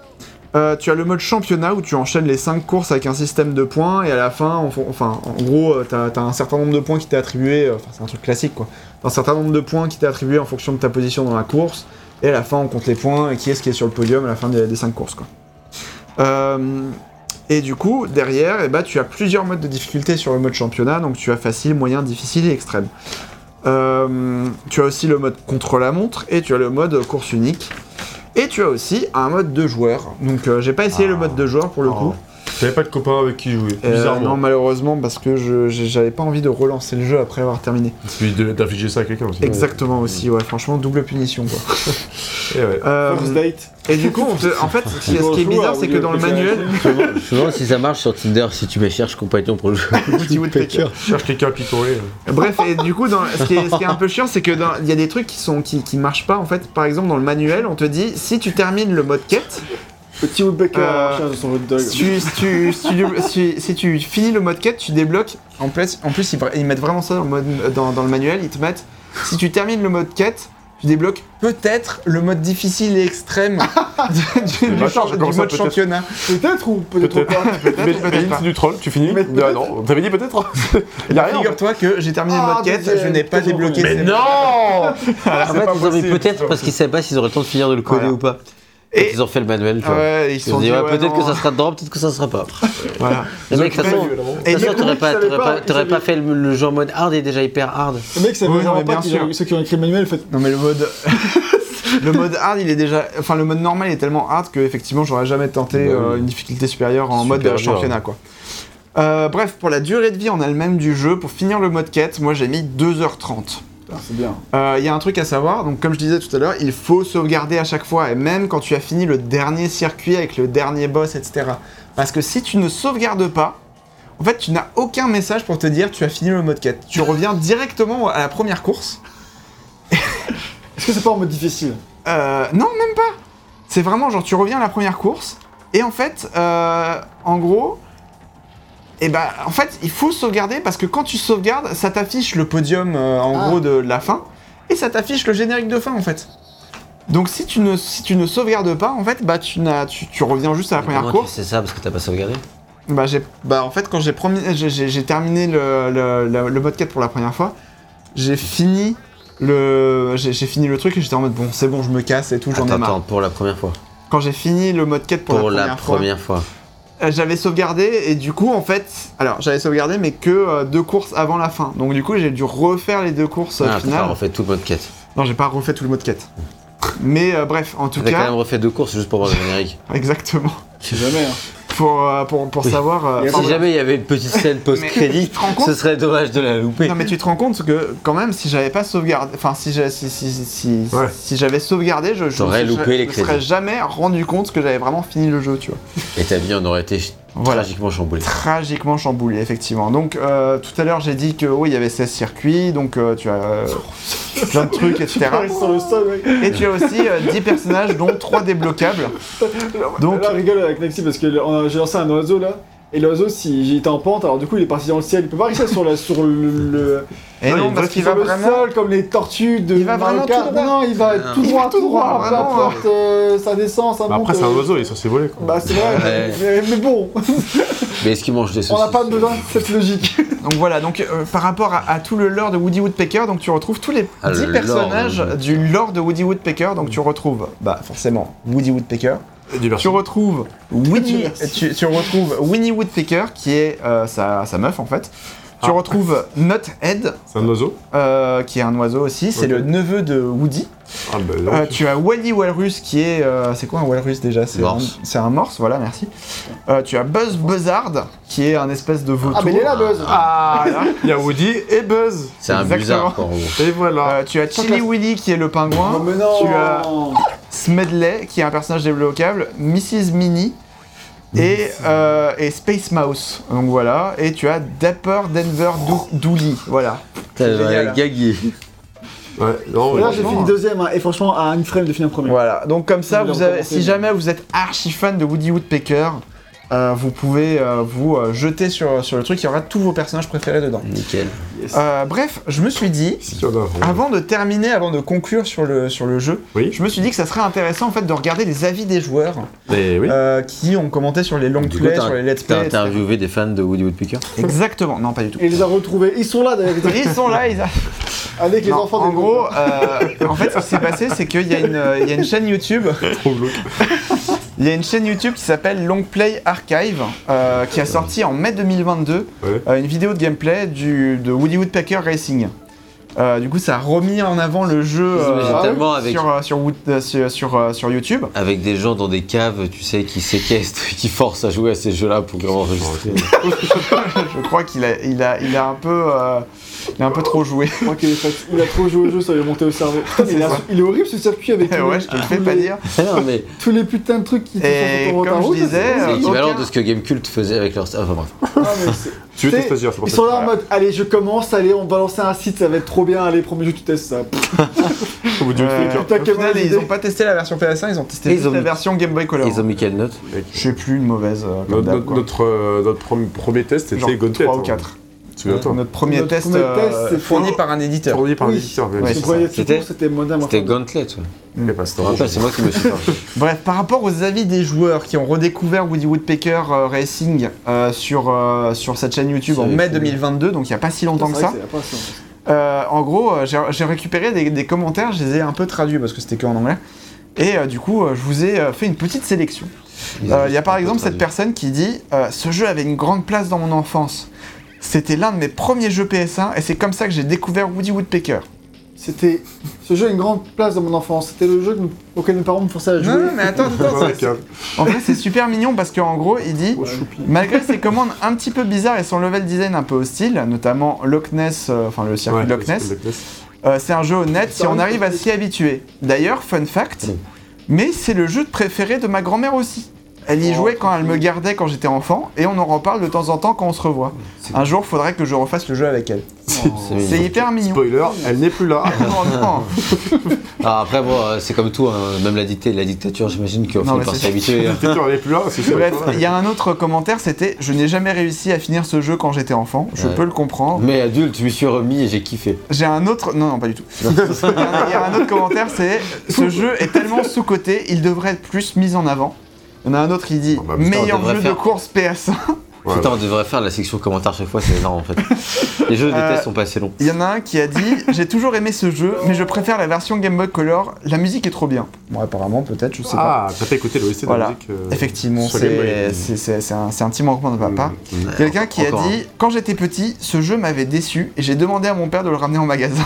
[SPEAKER 1] Euh, tu as le mode championnat où tu enchaînes les 5 courses avec un système de points et à la fin, en fon- enfin, en gros, euh, t'as as un certain nombre de points qui t'est attribué, euh, enfin c'est un truc classique quoi, un certain nombre de points qui t'est attribué en fonction de ta position dans la course et à la fin on compte les points et qui est-ce qui est sur le podium à la fin des 5 courses quoi. Euh, et du coup, derrière, eh ben, tu as plusieurs modes de difficulté sur le mode championnat, donc tu as facile, moyen, difficile et extrême. Euh, tu as aussi le mode contre la montre et tu as le mode course unique. Et tu as aussi un mode de joueur. Donc euh, j'ai pas essayé
[SPEAKER 2] Ah.
[SPEAKER 1] le mode de joueur pour le coup.
[SPEAKER 2] J'avais pas de copain avec qui jouer.
[SPEAKER 1] Euh,
[SPEAKER 2] Bizarrement.
[SPEAKER 1] non malheureusement parce que je- j'ai- j'avais pas envie de relancer le jeu après avoir terminé.
[SPEAKER 2] Puis de- d'infliger ça à quelqu'un aussi.
[SPEAKER 1] Exactement aussi, ouais franchement double punition quoi.
[SPEAKER 2] Eh ouais.
[SPEAKER 1] Euh,
[SPEAKER 4] First date.
[SPEAKER 1] et du coup on te- en fait ce qui est, ce qui est bizarre c'est que dans le
[SPEAKER 2] *laughs*
[SPEAKER 1] manuel
[SPEAKER 3] Je me demande- je me demande si ça marche sur Tinder si tu me cherches compagnon pour le jeu.
[SPEAKER 1] Woody Woodpecker.
[SPEAKER 2] Cherche quelqu'un à picorer.
[SPEAKER 1] Bref, et du coup, dans, ce, qui est, ce qui est un peu chiant, c'est que dans- il y a des trucs qui sont qui, qui marchent pas. En fait, par exemple, dans le manuel, on te dit si tu termines le mode quête,
[SPEAKER 4] Petit Woodpecker
[SPEAKER 1] Euh,
[SPEAKER 4] à la recherche de son hot dog.
[SPEAKER 1] si tu, si, tu, si tu- si- si tu finis le mode quête, tu débloques. En plus, en plus ils, vra- ils mettent vraiment ça dans le, mode- dans- dans le manuel. Ils te mettent si tu termines le mode quête, tu débloques peut-être le mode difficile et
[SPEAKER 2] *laughs*
[SPEAKER 1] extrême du, du-
[SPEAKER 2] bah,
[SPEAKER 1] du chan-
[SPEAKER 2] comme
[SPEAKER 1] du mode
[SPEAKER 2] ça, peut-être.
[SPEAKER 1] championnat.
[SPEAKER 4] Peut-être ou peut-être
[SPEAKER 2] Peut-être.
[SPEAKER 4] pas.
[SPEAKER 2] Mais- mais c'est du troll, tu finis
[SPEAKER 4] Mais
[SPEAKER 2] Ah non, t'avais dit peut-être Il y a rien. en fait.
[SPEAKER 1] Figure-toi que j'ai terminé le
[SPEAKER 4] Ah,
[SPEAKER 1] mode quête,
[SPEAKER 4] deuxième,
[SPEAKER 1] je n'ai pas
[SPEAKER 4] toujours.
[SPEAKER 1] débloqué.
[SPEAKER 2] Mais
[SPEAKER 1] ces-
[SPEAKER 2] non
[SPEAKER 3] En fait, ils ont mis peut-être parce qu'ils savaient pas s'ils auraient le temps de finir de le coder
[SPEAKER 1] Voilà.
[SPEAKER 3] ou pas.
[SPEAKER 1] Et-
[SPEAKER 3] Ils ont fait le manuel, tu vois.
[SPEAKER 1] Ouais, ils se
[SPEAKER 3] Ils ont
[SPEAKER 1] sont
[SPEAKER 3] dit,
[SPEAKER 1] dit,
[SPEAKER 3] ouais,
[SPEAKER 1] ouais,
[SPEAKER 3] peut-être
[SPEAKER 1] non. hein.
[SPEAKER 3] que ça sera dedans, peut-être que ça sera pas.
[SPEAKER 1] Voilà.
[SPEAKER 3] Les mecs, de toute
[SPEAKER 1] occupé
[SPEAKER 3] façon,
[SPEAKER 1] le-
[SPEAKER 3] de toute
[SPEAKER 1] Et
[SPEAKER 3] façon,
[SPEAKER 1] le-
[SPEAKER 3] t'aurais pas,
[SPEAKER 4] ils savaient
[SPEAKER 3] t'aurais
[SPEAKER 4] pas,
[SPEAKER 3] pas,
[SPEAKER 4] ils
[SPEAKER 3] t'aurais pas
[SPEAKER 4] savaient-
[SPEAKER 3] fait le, le jeu en mode hard est déjà hyper hard.
[SPEAKER 4] Le mec, ça
[SPEAKER 1] Oui, non,
[SPEAKER 4] veut
[SPEAKER 1] mais
[SPEAKER 4] vraiment pas
[SPEAKER 1] bien
[SPEAKER 4] qu'ils ont-
[SPEAKER 1] sûr.
[SPEAKER 4] ceux qui ont écrit le manuel, faites.
[SPEAKER 1] Non mais le mode *laughs* le mode hard il est déjà enfin le mode normal est tellement hard que effectivement j'aurais jamais tenté
[SPEAKER 3] Bah oui.
[SPEAKER 1] euh, une difficulté supérieure en
[SPEAKER 3] Super
[SPEAKER 1] mode euh,
[SPEAKER 3] dur.
[SPEAKER 1] championnat quoi. Euh, bref pour la durée de vie en elle-même du jeu pour finir le mode quête moi j'ai mis 2h30.
[SPEAKER 4] Putain, Ah, C'est bien.
[SPEAKER 1] Euh, Il y a un truc à savoir, donc comme je disais tout à l'heure, il faut sauvegarder à chaque fois, et même quand tu as fini le dernier circuit avec le dernier boss, etc. Parce que si tu ne sauvegardes pas, en fait tu n'as aucun message pour te dire tu as fini le mode quête. Tu reviens directement à la première course.
[SPEAKER 4] Est-ce que c'est pas en mode difficile
[SPEAKER 1] Euh, non, même pas. C'est vraiment genre tu reviens à la première course et en fait, euh, en gros, et ben en fait il faut sauvegarder parce que quand tu sauvegardes, ça t'affiche le podium euh, en
[SPEAKER 4] Ah.
[SPEAKER 1] gros de, de la fin et ça t'affiche le générique de fin en fait. Donc si tu ne si tu ne sauvegardes pas en fait bah tu n'as tu, tu reviens juste à la première course.
[SPEAKER 3] C'est ça parce que t'as pas sauvegardé.
[SPEAKER 1] Bah, j'ai, bah en fait, quand j'ai, promi- j'ai, j'ai- j'ai terminé le, le, le, le mode quête pour la première fois, j'ai fini le, j'ai, j'ai fini le truc et j'étais en mode bon, c'est bon, je me casse et tout, j'en
[SPEAKER 3] Attends,
[SPEAKER 1] ai marre.
[SPEAKER 3] attends, pour la première fois.
[SPEAKER 1] Quand j'ai fini le mode quête pour,
[SPEAKER 3] Pour
[SPEAKER 1] la première,
[SPEAKER 3] la première fois.
[SPEAKER 1] fois, euh, j'avais sauvegardé et du coup, en fait, alors j'avais sauvegardé mais que euh, deux courses avant la fin. Donc du coup, j'ai dû refaire les deux courses euh,
[SPEAKER 3] Ah, t'as
[SPEAKER 1] finales.
[SPEAKER 3] refait tout le mode quête.
[SPEAKER 1] Non, j'ai pas refait tout le mode quête. Mais euh, bref, en tout
[SPEAKER 3] T'as quand
[SPEAKER 1] cas,
[SPEAKER 3] même refait deux courses juste pour voir le générique.
[SPEAKER 1] *laughs* exactement.
[SPEAKER 4] Je sais jamais. hein.
[SPEAKER 1] Pour, euh, pour, pour
[SPEAKER 3] Oui.
[SPEAKER 1] savoir. euh,
[SPEAKER 4] Et
[SPEAKER 1] enfin,
[SPEAKER 3] Si
[SPEAKER 4] voilà.
[SPEAKER 3] jamais il y avait une
[SPEAKER 1] *laughs*
[SPEAKER 3] petite scène post-crédit,
[SPEAKER 1] tu te rends compte
[SPEAKER 3] ce serait dommage de la louper.
[SPEAKER 1] Non mais tu te rends compte que quand même si j'avais pas sauvegardé, enfin si j'ai- si si si, si-
[SPEAKER 2] Ouais.
[SPEAKER 1] si j'avais sauvegardé, je je,
[SPEAKER 3] T'aurais
[SPEAKER 1] me suis-
[SPEAKER 3] loupé
[SPEAKER 1] je
[SPEAKER 3] les
[SPEAKER 1] me
[SPEAKER 3] crédits.
[SPEAKER 1] serais jamais rendu compte que j'avais vraiment fini le jeu, tu vois.
[SPEAKER 3] Et ta vie en aurait été
[SPEAKER 1] Voilà.
[SPEAKER 3] tragiquement chamboulée.
[SPEAKER 1] Tragiquement chamboulé effectivement. Donc euh, tout à l'heure j'ai dit que oui il y avait 16 circuits, donc euh, tu as euh, plein de trucs etc.
[SPEAKER 4] Ah, ils sont le sol, mec.
[SPEAKER 1] Et tu as aussi euh, 10 personnages dont 3 débloquables. Donc-
[SPEAKER 4] Donc là, on rigole avec Maxi parce que le- on a- j'ai lancé un oiseau là. Et l'oiseau, si j'étais en pente, alors du coup, il est parti dans le ciel. Il peut pas rester sur, la, sur le, le,
[SPEAKER 1] Et
[SPEAKER 2] Ouais, il
[SPEAKER 1] Eh non
[SPEAKER 2] va
[SPEAKER 1] parce qu'il
[SPEAKER 4] sur
[SPEAKER 1] va
[SPEAKER 4] le
[SPEAKER 1] vraiment Ah.
[SPEAKER 4] sol comme les tortues de
[SPEAKER 1] Il va
[SPEAKER 4] Mario
[SPEAKER 1] vraiment
[SPEAKER 4] Kart.
[SPEAKER 1] tout droit.
[SPEAKER 4] Non, il va tout
[SPEAKER 1] Il
[SPEAKER 4] droit,
[SPEAKER 1] va
[SPEAKER 4] tout droit.
[SPEAKER 1] droit,
[SPEAKER 4] peu
[SPEAKER 1] vraiment,
[SPEAKER 4] importe, euh, ça descend, ça
[SPEAKER 2] Bah,
[SPEAKER 4] monte.
[SPEAKER 2] Après, c'est un
[SPEAKER 4] euh,
[SPEAKER 2] oiseau, il est censé voler. quoi.
[SPEAKER 4] Bah c'est vrai,
[SPEAKER 3] Ouais.
[SPEAKER 4] mais,
[SPEAKER 1] *laughs*
[SPEAKER 4] mais bon,
[SPEAKER 3] Mais est-ce qu'il mange des
[SPEAKER 4] on
[SPEAKER 3] saucisses
[SPEAKER 4] n'a pas besoin de cette logique.
[SPEAKER 1] Donc voilà, donc euh, par rapport à, à tout le lore de Woody Woodpecker, donc tu retrouves tous les
[SPEAKER 3] Ah,
[SPEAKER 1] 10
[SPEAKER 3] le lore
[SPEAKER 1] personnages
[SPEAKER 3] de Woody
[SPEAKER 1] du lore de Woody Woodpecker, donc tu retrouves bah forcément Woody Woodpecker, tu
[SPEAKER 2] Diversion.
[SPEAKER 1] retrouves Winnie,
[SPEAKER 4] Merci.
[SPEAKER 1] tu, tu retrouves Winnie Woodpecker qui est euh, sa, sa meuf en fait. Tu
[SPEAKER 2] Ah.
[SPEAKER 1] retrouves Nuthead
[SPEAKER 2] C'est un oiseau
[SPEAKER 1] euh, qui est un oiseau aussi, c'est
[SPEAKER 2] Ok.
[SPEAKER 1] le neveu de Woody.
[SPEAKER 2] Ah bah
[SPEAKER 1] Euh,
[SPEAKER 2] là.
[SPEAKER 1] tu as Wally Walrus qui est euh, c'est quoi un Walrus déjà C'est un,
[SPEAKER 3] Morse.
[SPEAKER 1] c'est un morse, voilà, merci. Euh, tu as Buzz Buzzard qui est un espèce de vautour.
[SPEAKER 4] Ah mais il est là Buzz
[SPEAKER 1] Ah, là.
[SPEAKER 2] Il y a Woody et Buzz.
[SPEAKER 3] C'est un
[SPEAKER 1] Exactement.
[SPEAKER 3] bizarre, quoi, en gros.
[SPEAKER 2] Et voilà.
[SPEAKER 1] Euh, tu as Chili Willy qui est le pingouin.
[SPEAKER 4] Ah. Non mais non
[SPEAKER 1] Tu as Smedley qui est un personnage débloquable. Mrs. Mini. Et, euh, et Space Mouse, donc voilà. Et tu as Dapper Denver Dou- Dooley, voilà.
[SPEAKER 3] T'as
[SPEAKER 1] génial.
[SPEAKER 3] gagué.
[SPEAKER 2] Ouais, non,
[SPEAKER 4] Là
[SPEAKER 2] mais-
[SPEAKER 4] j'ai fini
[SPEAKER 1] hein.
[SPEAKER 4] deuxième hein, et franchement à une frame de finir premier.
[SPEAKER 1] Voilà. Donc comme ça,
[SPEAKER 4] Je vais
[SPEAKER 1] vous avez-
[SPEAKER 4] recommencer,
[SPEAKER 1] si
[SPEAKER 4] mais-
[SPEAKER 1] jamais vous êtes archi fan de Woody Woodpecker, euh, vous pouvez euh, vous euh, jeter sur, sur le truc. Il y aura tous vos personnages préférés dedans.
[SPEAKER 3] Nickel.
[SPEAKER 1] Euh, bref, je me suis dit,
[SPEAKER 2] Si, il y en a.
[SPEAKER 1] avant de terminer, avant de conclure sur le, sur le jeu,
[SPEAKER 2] Oui.
[SPEAKER 1] je me suis dit que ça serait intéressant en fait de regarder les avis des joueurs.
[SPEAKER 2] Mais oui.
[SPEAKER 1] euh, qui ont commenté sur les longues
[SPEAKER 3] Du coup,
[SPEAKER 1] plays,
[SPEAKER 3] t'as-
[SPEAKER 1] sur les let's
[SPEAKER 3] T'as
[SPEAKER 1] play. etc.
[SPEAKER 3] interviewé des fans de Woody Woodpecker
[SPEAKER 1] Exactement, non pas du tout.
[SPEAKER 4] Et il les a retrouvés, *laughs* ils sont là d'ailleurs,
[SPEAKER 1] *laughs* Ils sont là, ils.
[SPEAKER 4] avec les
[SPEAKER 1] Non,
[SPEAKER 4] enfants
[SPEAKER 1] en
[SPEAKER 4] des
[SPEAKER 1] gros, euh, en fait, ce qui s'est passé, c'est qu'il y, a une, euh, il y a une chaîne YouTube.
[SPEAKER 2] Trop glauque.
[SPEAKER 1] Il y a une chaîne YouTube qui s'appelle Long Play Archive, euh, qui a sorti en mai 2022
[SPEAKER 2] Ouais.
[SPEAKER 1] euh, une vidéo de gameplay du, de Woody Woodpecker Racing. Euh, du coup, ça a remis en avant le jeu euh,
[SPEAKER 3] J'imagine tellement avec-
[SPEAKER 1] sur, euh, sur, Wood- euh, sur, sur, euh, sur YouTube.
[SPEAKER 3] Avec des gens dans des caves, tu sais, qui séquestrent, *laughs* qui forcent à jouer à ces jeux-là pour
[SPEAKER 1] *laughs*
[SPEAKER 3] vraiment enregistrer.
[SPEAKER 1] Je crois qu'il a, il a, il a un peu, euh, il a un peu trop joué. *laughs*
[SPEAKER 4] Je crois qu'il est fatigué. il a trop joué au jeu, ça lui est monté au cerveau. Putain, mais il, a- il est horrible ce circuit avec
[SPEAKER 1] *laughs*
[SPEAKER 4] tous
[SPEAKER 1] ouais,
[SPEAKER 4] les-
[SPEAKER 1] je te le fais
[SPEAKER 4] tous
[SPEAKER 1] pas
[SPEAKER 4] les-
[SPEAKER 1] dire.
[SPEAKER 3] non, mais
[SPEAKER 4] Tous les putains de trucs qui te
[SPEAKER 1] Et
[SPEAKER 4] font autour de ta
[SPEAKER 1] comme je
[SPEAKER 4] route, Ah,
[SPEAKER 1] disais,
[SPEAKER 4] c'est-
[SPEAKER 1] euh,
[SPEAKER 3] c'est l'équivalent
[SPEAKER 1] aucun-
[SPEAKER 3] de ce que Gamecult faisait avec leurs... Enfin bref.
[SPEAKER 4] Ah, mais c'est-
[SPEAKER 1] *laughs*
[SPEAKER 2] Tu es
[SPEAKER 4] C'est-
[SPEAKER 2] tes stagiaires, c'est pour
[SPEAKER 4] Ils
[SPEAKER 2] ça.
[SPEAKER 4] sont là en mode, allez, je commence, allez, on va lancer un site, ça va être trop bien, allez, premier jeu, tu testes ça.
[SPEAKER 2] Au bout du
[SPEAKER 1] Euh,
[SPEAKER 2] truc, hein.
[SPEAKER 4] Putain,
[SPEAKER 1] au
[SPEAKER 4] quelle
[SPEAKER 1] final,
[SPEAKER 4] bonne
[SPEAKER 1] ils
[SPEAKER 4] idée.
[SPEAKER 1] n'ont pas testé la version PS1, ils ont testé
[SPEAKER 3] Ils
[SPEAKER 1] juste
[SPEAKER 3] ont
[SPEAKER 1] la
[SPEAKER 3] mis-
[SPEAKER 1] version Game Boy Color.
[SPEAKER 3] Ils ont mis quelle note
[SPEAKER 1] Je sais plus une mauvaise. euh, comme
[SPEAKER 2] Notre,
[SPEAKER 1] d'hab,
[SPEAKER 2] notre-
[SPEAKER 1] quoi.
[SPEAKER 2] notre, euh, notre prom- premier test
[SPEAKER 1] Genre
[SPEAKER 2] c'était Gauntlet.
[SPEAKER 1] 3 ou
[SPEAKER 2] hein.
[SPEAKER 1] 4.
[SPEAKER 2] Souviens-toi. hein,
[SPEAKER 1] Notre premier
[SPEAKER 4] Notre
[SPEAKER 1] test,
[SPEAKER 4] premier
[SPEAKER 1] euh,
[SPEAKER 4] test, c'est
[SPEAKER 1] fourni
[SPEAKER 4] pour-
[SPEAKER 1] par un éditeur.
[SPEAKER 2] Tourné par
[SPEAKER 4] Oui.
[SPEAKER 2] un éditeur, mais
[SPEAKER 1] Ouais,
[SPEAKER 2] c'est
[SPEAKER 1] c'est
[SPEAKER 4] Son
[SPEAKER 2] ça.
[SPEAKER 4] premier
[SPEAKER 3] C'était-
[SPEAKER 4] tour, c'était Modern
[SPEAKER 3] C'était
[SPEAKER 4] Warfare.
[SPEAKER 3] Gauntlet. ouais.
[SPEAKER 2] Mais pas,
[SPEAKER 3] *laughs*
[SPEAKER 2] c'était
[SPEAKER 3] Rappelle,
[SPEAKER 2] horrible.
[SPEAKER 3] C'est moi qui
[SPEAKER 1] *laughs*
[SPEAKER 3] me suis perdu.
[SPEAKER 1] Bref, par rapport aux avis des joueurs qui ont redécouvert Woody Woodpecker euh, Racing euh, sur, euh, sur cette chaîne YouTube
[SPEAKER 3] Ça
[SPEAKER 1] en
[SPEAKER 3] avait
[SPEAKER 1] mai
[SPEAKER 3] été-
[SPEAKER 1] 2022, donc il n'y a pas si
[SPEAKER 4] C'est
[SPEAKER 1] longtemps
[SPEAKER 4] vrai
[SPEAKER 1] que
[SPEAKER 4] que
[SPEAKER 1] ça,
[SPEAKER 4] c'est la première fois.
[SPEAKER 1] euh, en gros, euh, j'ai j'ai récupéré des, des commentaires, je les ai un peu traduits parce que c'était que en anglais. Et euh, du coup, euh, je vous ai euh, fait une petite sélection.
[SPEAKER 3] Ils
[SPEAKER 1] Euh,
[SPEAKER 3] ont
[SPEAKER 1] Il y a par
[SPEAKER 3] un peu
[SPEAKER 1] exemple cette
[SPEAKER 3] traduit.
[SPEAKER 1] personne qui dit euh, Ce jeu avait une grande place dans mon enfance. C'était l'un de mes premiers jeux PS1 et c'est comme ça que j'ai découvert Woody Woodpecker.
[SPEAKER 4] C'était. Ce jeu a une grande place dans mon enfance. C'était le jeu que nous- auquel mes parents me forçaient à jouer.
[SPEAKER 3] *laughs*
[SPEAKER 1] attends,
[SPEAKER 2] Ouais,
[SPEAKER 3] euh.
[SPEAKER 2] câble.
[SPEAKER 1] En vrai, c'est super mignon parce qu'en gros, il dit
[SPEAKER 4] Oh, choupi.
[SPEAKER 1] Malgré ses commandes un petit peu bizarres et son level design un peu hostile, notamment Loch Ness, euh, enfin le circuit
[SPEAKER 2] Ouais,
[SPEAKER 1] de Loch Ness,
[SPEAKER 2] Loch Ness.
[SPEAKER 1] euh, c'est un jeu honnête si
[SPEAKER 4] Ça
[SPEAKER 1] on
[SPEAKER 4] reste
[SPEAKER 1] arrive à
[SPEAKER 4] hostile.
[SPEAKER 1] s'y habituer. D'ailleurs, fun fact,
[SPEAKER 3] Bon.
[SPEAKER 1] mais c'est le jeu de préféré de ma grand-mère aussi. Elle y
[SPEAKER 4] Oh,
[SPEAKER 1] jouait quand elle me gardait quand j'étais enfant et on en reparle de temps en temps quand on se revoit. Un jour, faudrait que je refasse le jeu avec elle.
[SPEAKER 3] C'est
[SPEAKER 1] C'est
[SPEAKER 3] mignon.
[SPEAKER 1] hyper mignon.
[SPEAKER 2] Spoiler, elle n'est plus là.
[SPEAKER 1] Non, non.
[SPEAKER 3] Ah, après, bon, euh, c'est comme tout, hein, même la, dictée, la dictature, j'imagine qu'on
[SPEAKER 1] Non,
[SPEAKER 3] finit
[SPEAKER 1] mais
[SPEAKER 3] par
[SPEAKER 1] c'est-
[SPEAKER 3] s'y habituer. hein.
[SPEAKER 2] L'éditeur, elle n'est plus là. c'est sûr.
[SPEAKER 1] Bref, il y a un autre commentaire, c'était « Je n'ai jamais réussi à finir ce jeu quand j'étais enfant, je
[SPEAKER 3] Ouais.
[SPEAKER 1] peux le comprendre.
[SPEAKER 3] Mais adulte, je me suis remis et j'ai
[SPEAKER 1] *laughs*
[SPEAKER 3] kiffé. »
[SPEAKER 1] J'ai un autre... Non, non, pas du tout. Il y a il y a un autre commentaire, c'est « Ce jeu est tellement sous-coté, il devrait être plus mis en avant. » Il y en a un autre qui dit
[SPEAKER 2] Oh, bah,
[SPEAKER 1] «
[SPEAKER 2] putain,
[SPEAKER 3] on
[SPEAKER 1] Meilleur
[SPEAKER 3] devrait
[SPEAKER 1] jeu de
[SPEAKER 3] faire-
[SPEAKER 1] course PS1 ».
[SPEAKER 2] Voilà.
[SPEAKER 3] Putain, on devrait faire la section commentaires chaque fois, c'est énorme en fait. Les jeux des
[SPEAKER 1] Euh,
[SPEAKER 3] tests sont pas assez longs.
[SPEAKER 1] Il y en a un qui a dit *laughs* « J'ai toujours aimé ce jeu, mais je préfère la version Game Boy Color, la musique est trop bien. » Bon, apparemment, peut-être, je sais pas.
[SPEAKER 2] Ah, t'as pas écouté l'OST de
[SPEAKER 1] Voilà.
[SPEAKER 2] la musique euh,
[SPEAKER 1] Ah. Effectivement,
[SPEAKER 2] sur les Hmm,
[SPEAKER 1] c'est
[SPEAKER 2] moyens.
[SPEAKER 1] c'est- c'est- c'est un, c'est un petit manquement de ma part.
[SPEAKER 3] Mm.
[SPEAKER 1] Quelqu'un qui a
[SPEAKER 3] Encore un.
[SPEAKER 1] dit Quand j'étais petit, ce jeu m'avait déçu et j'ai demandé à mon père de le ramener en magasin.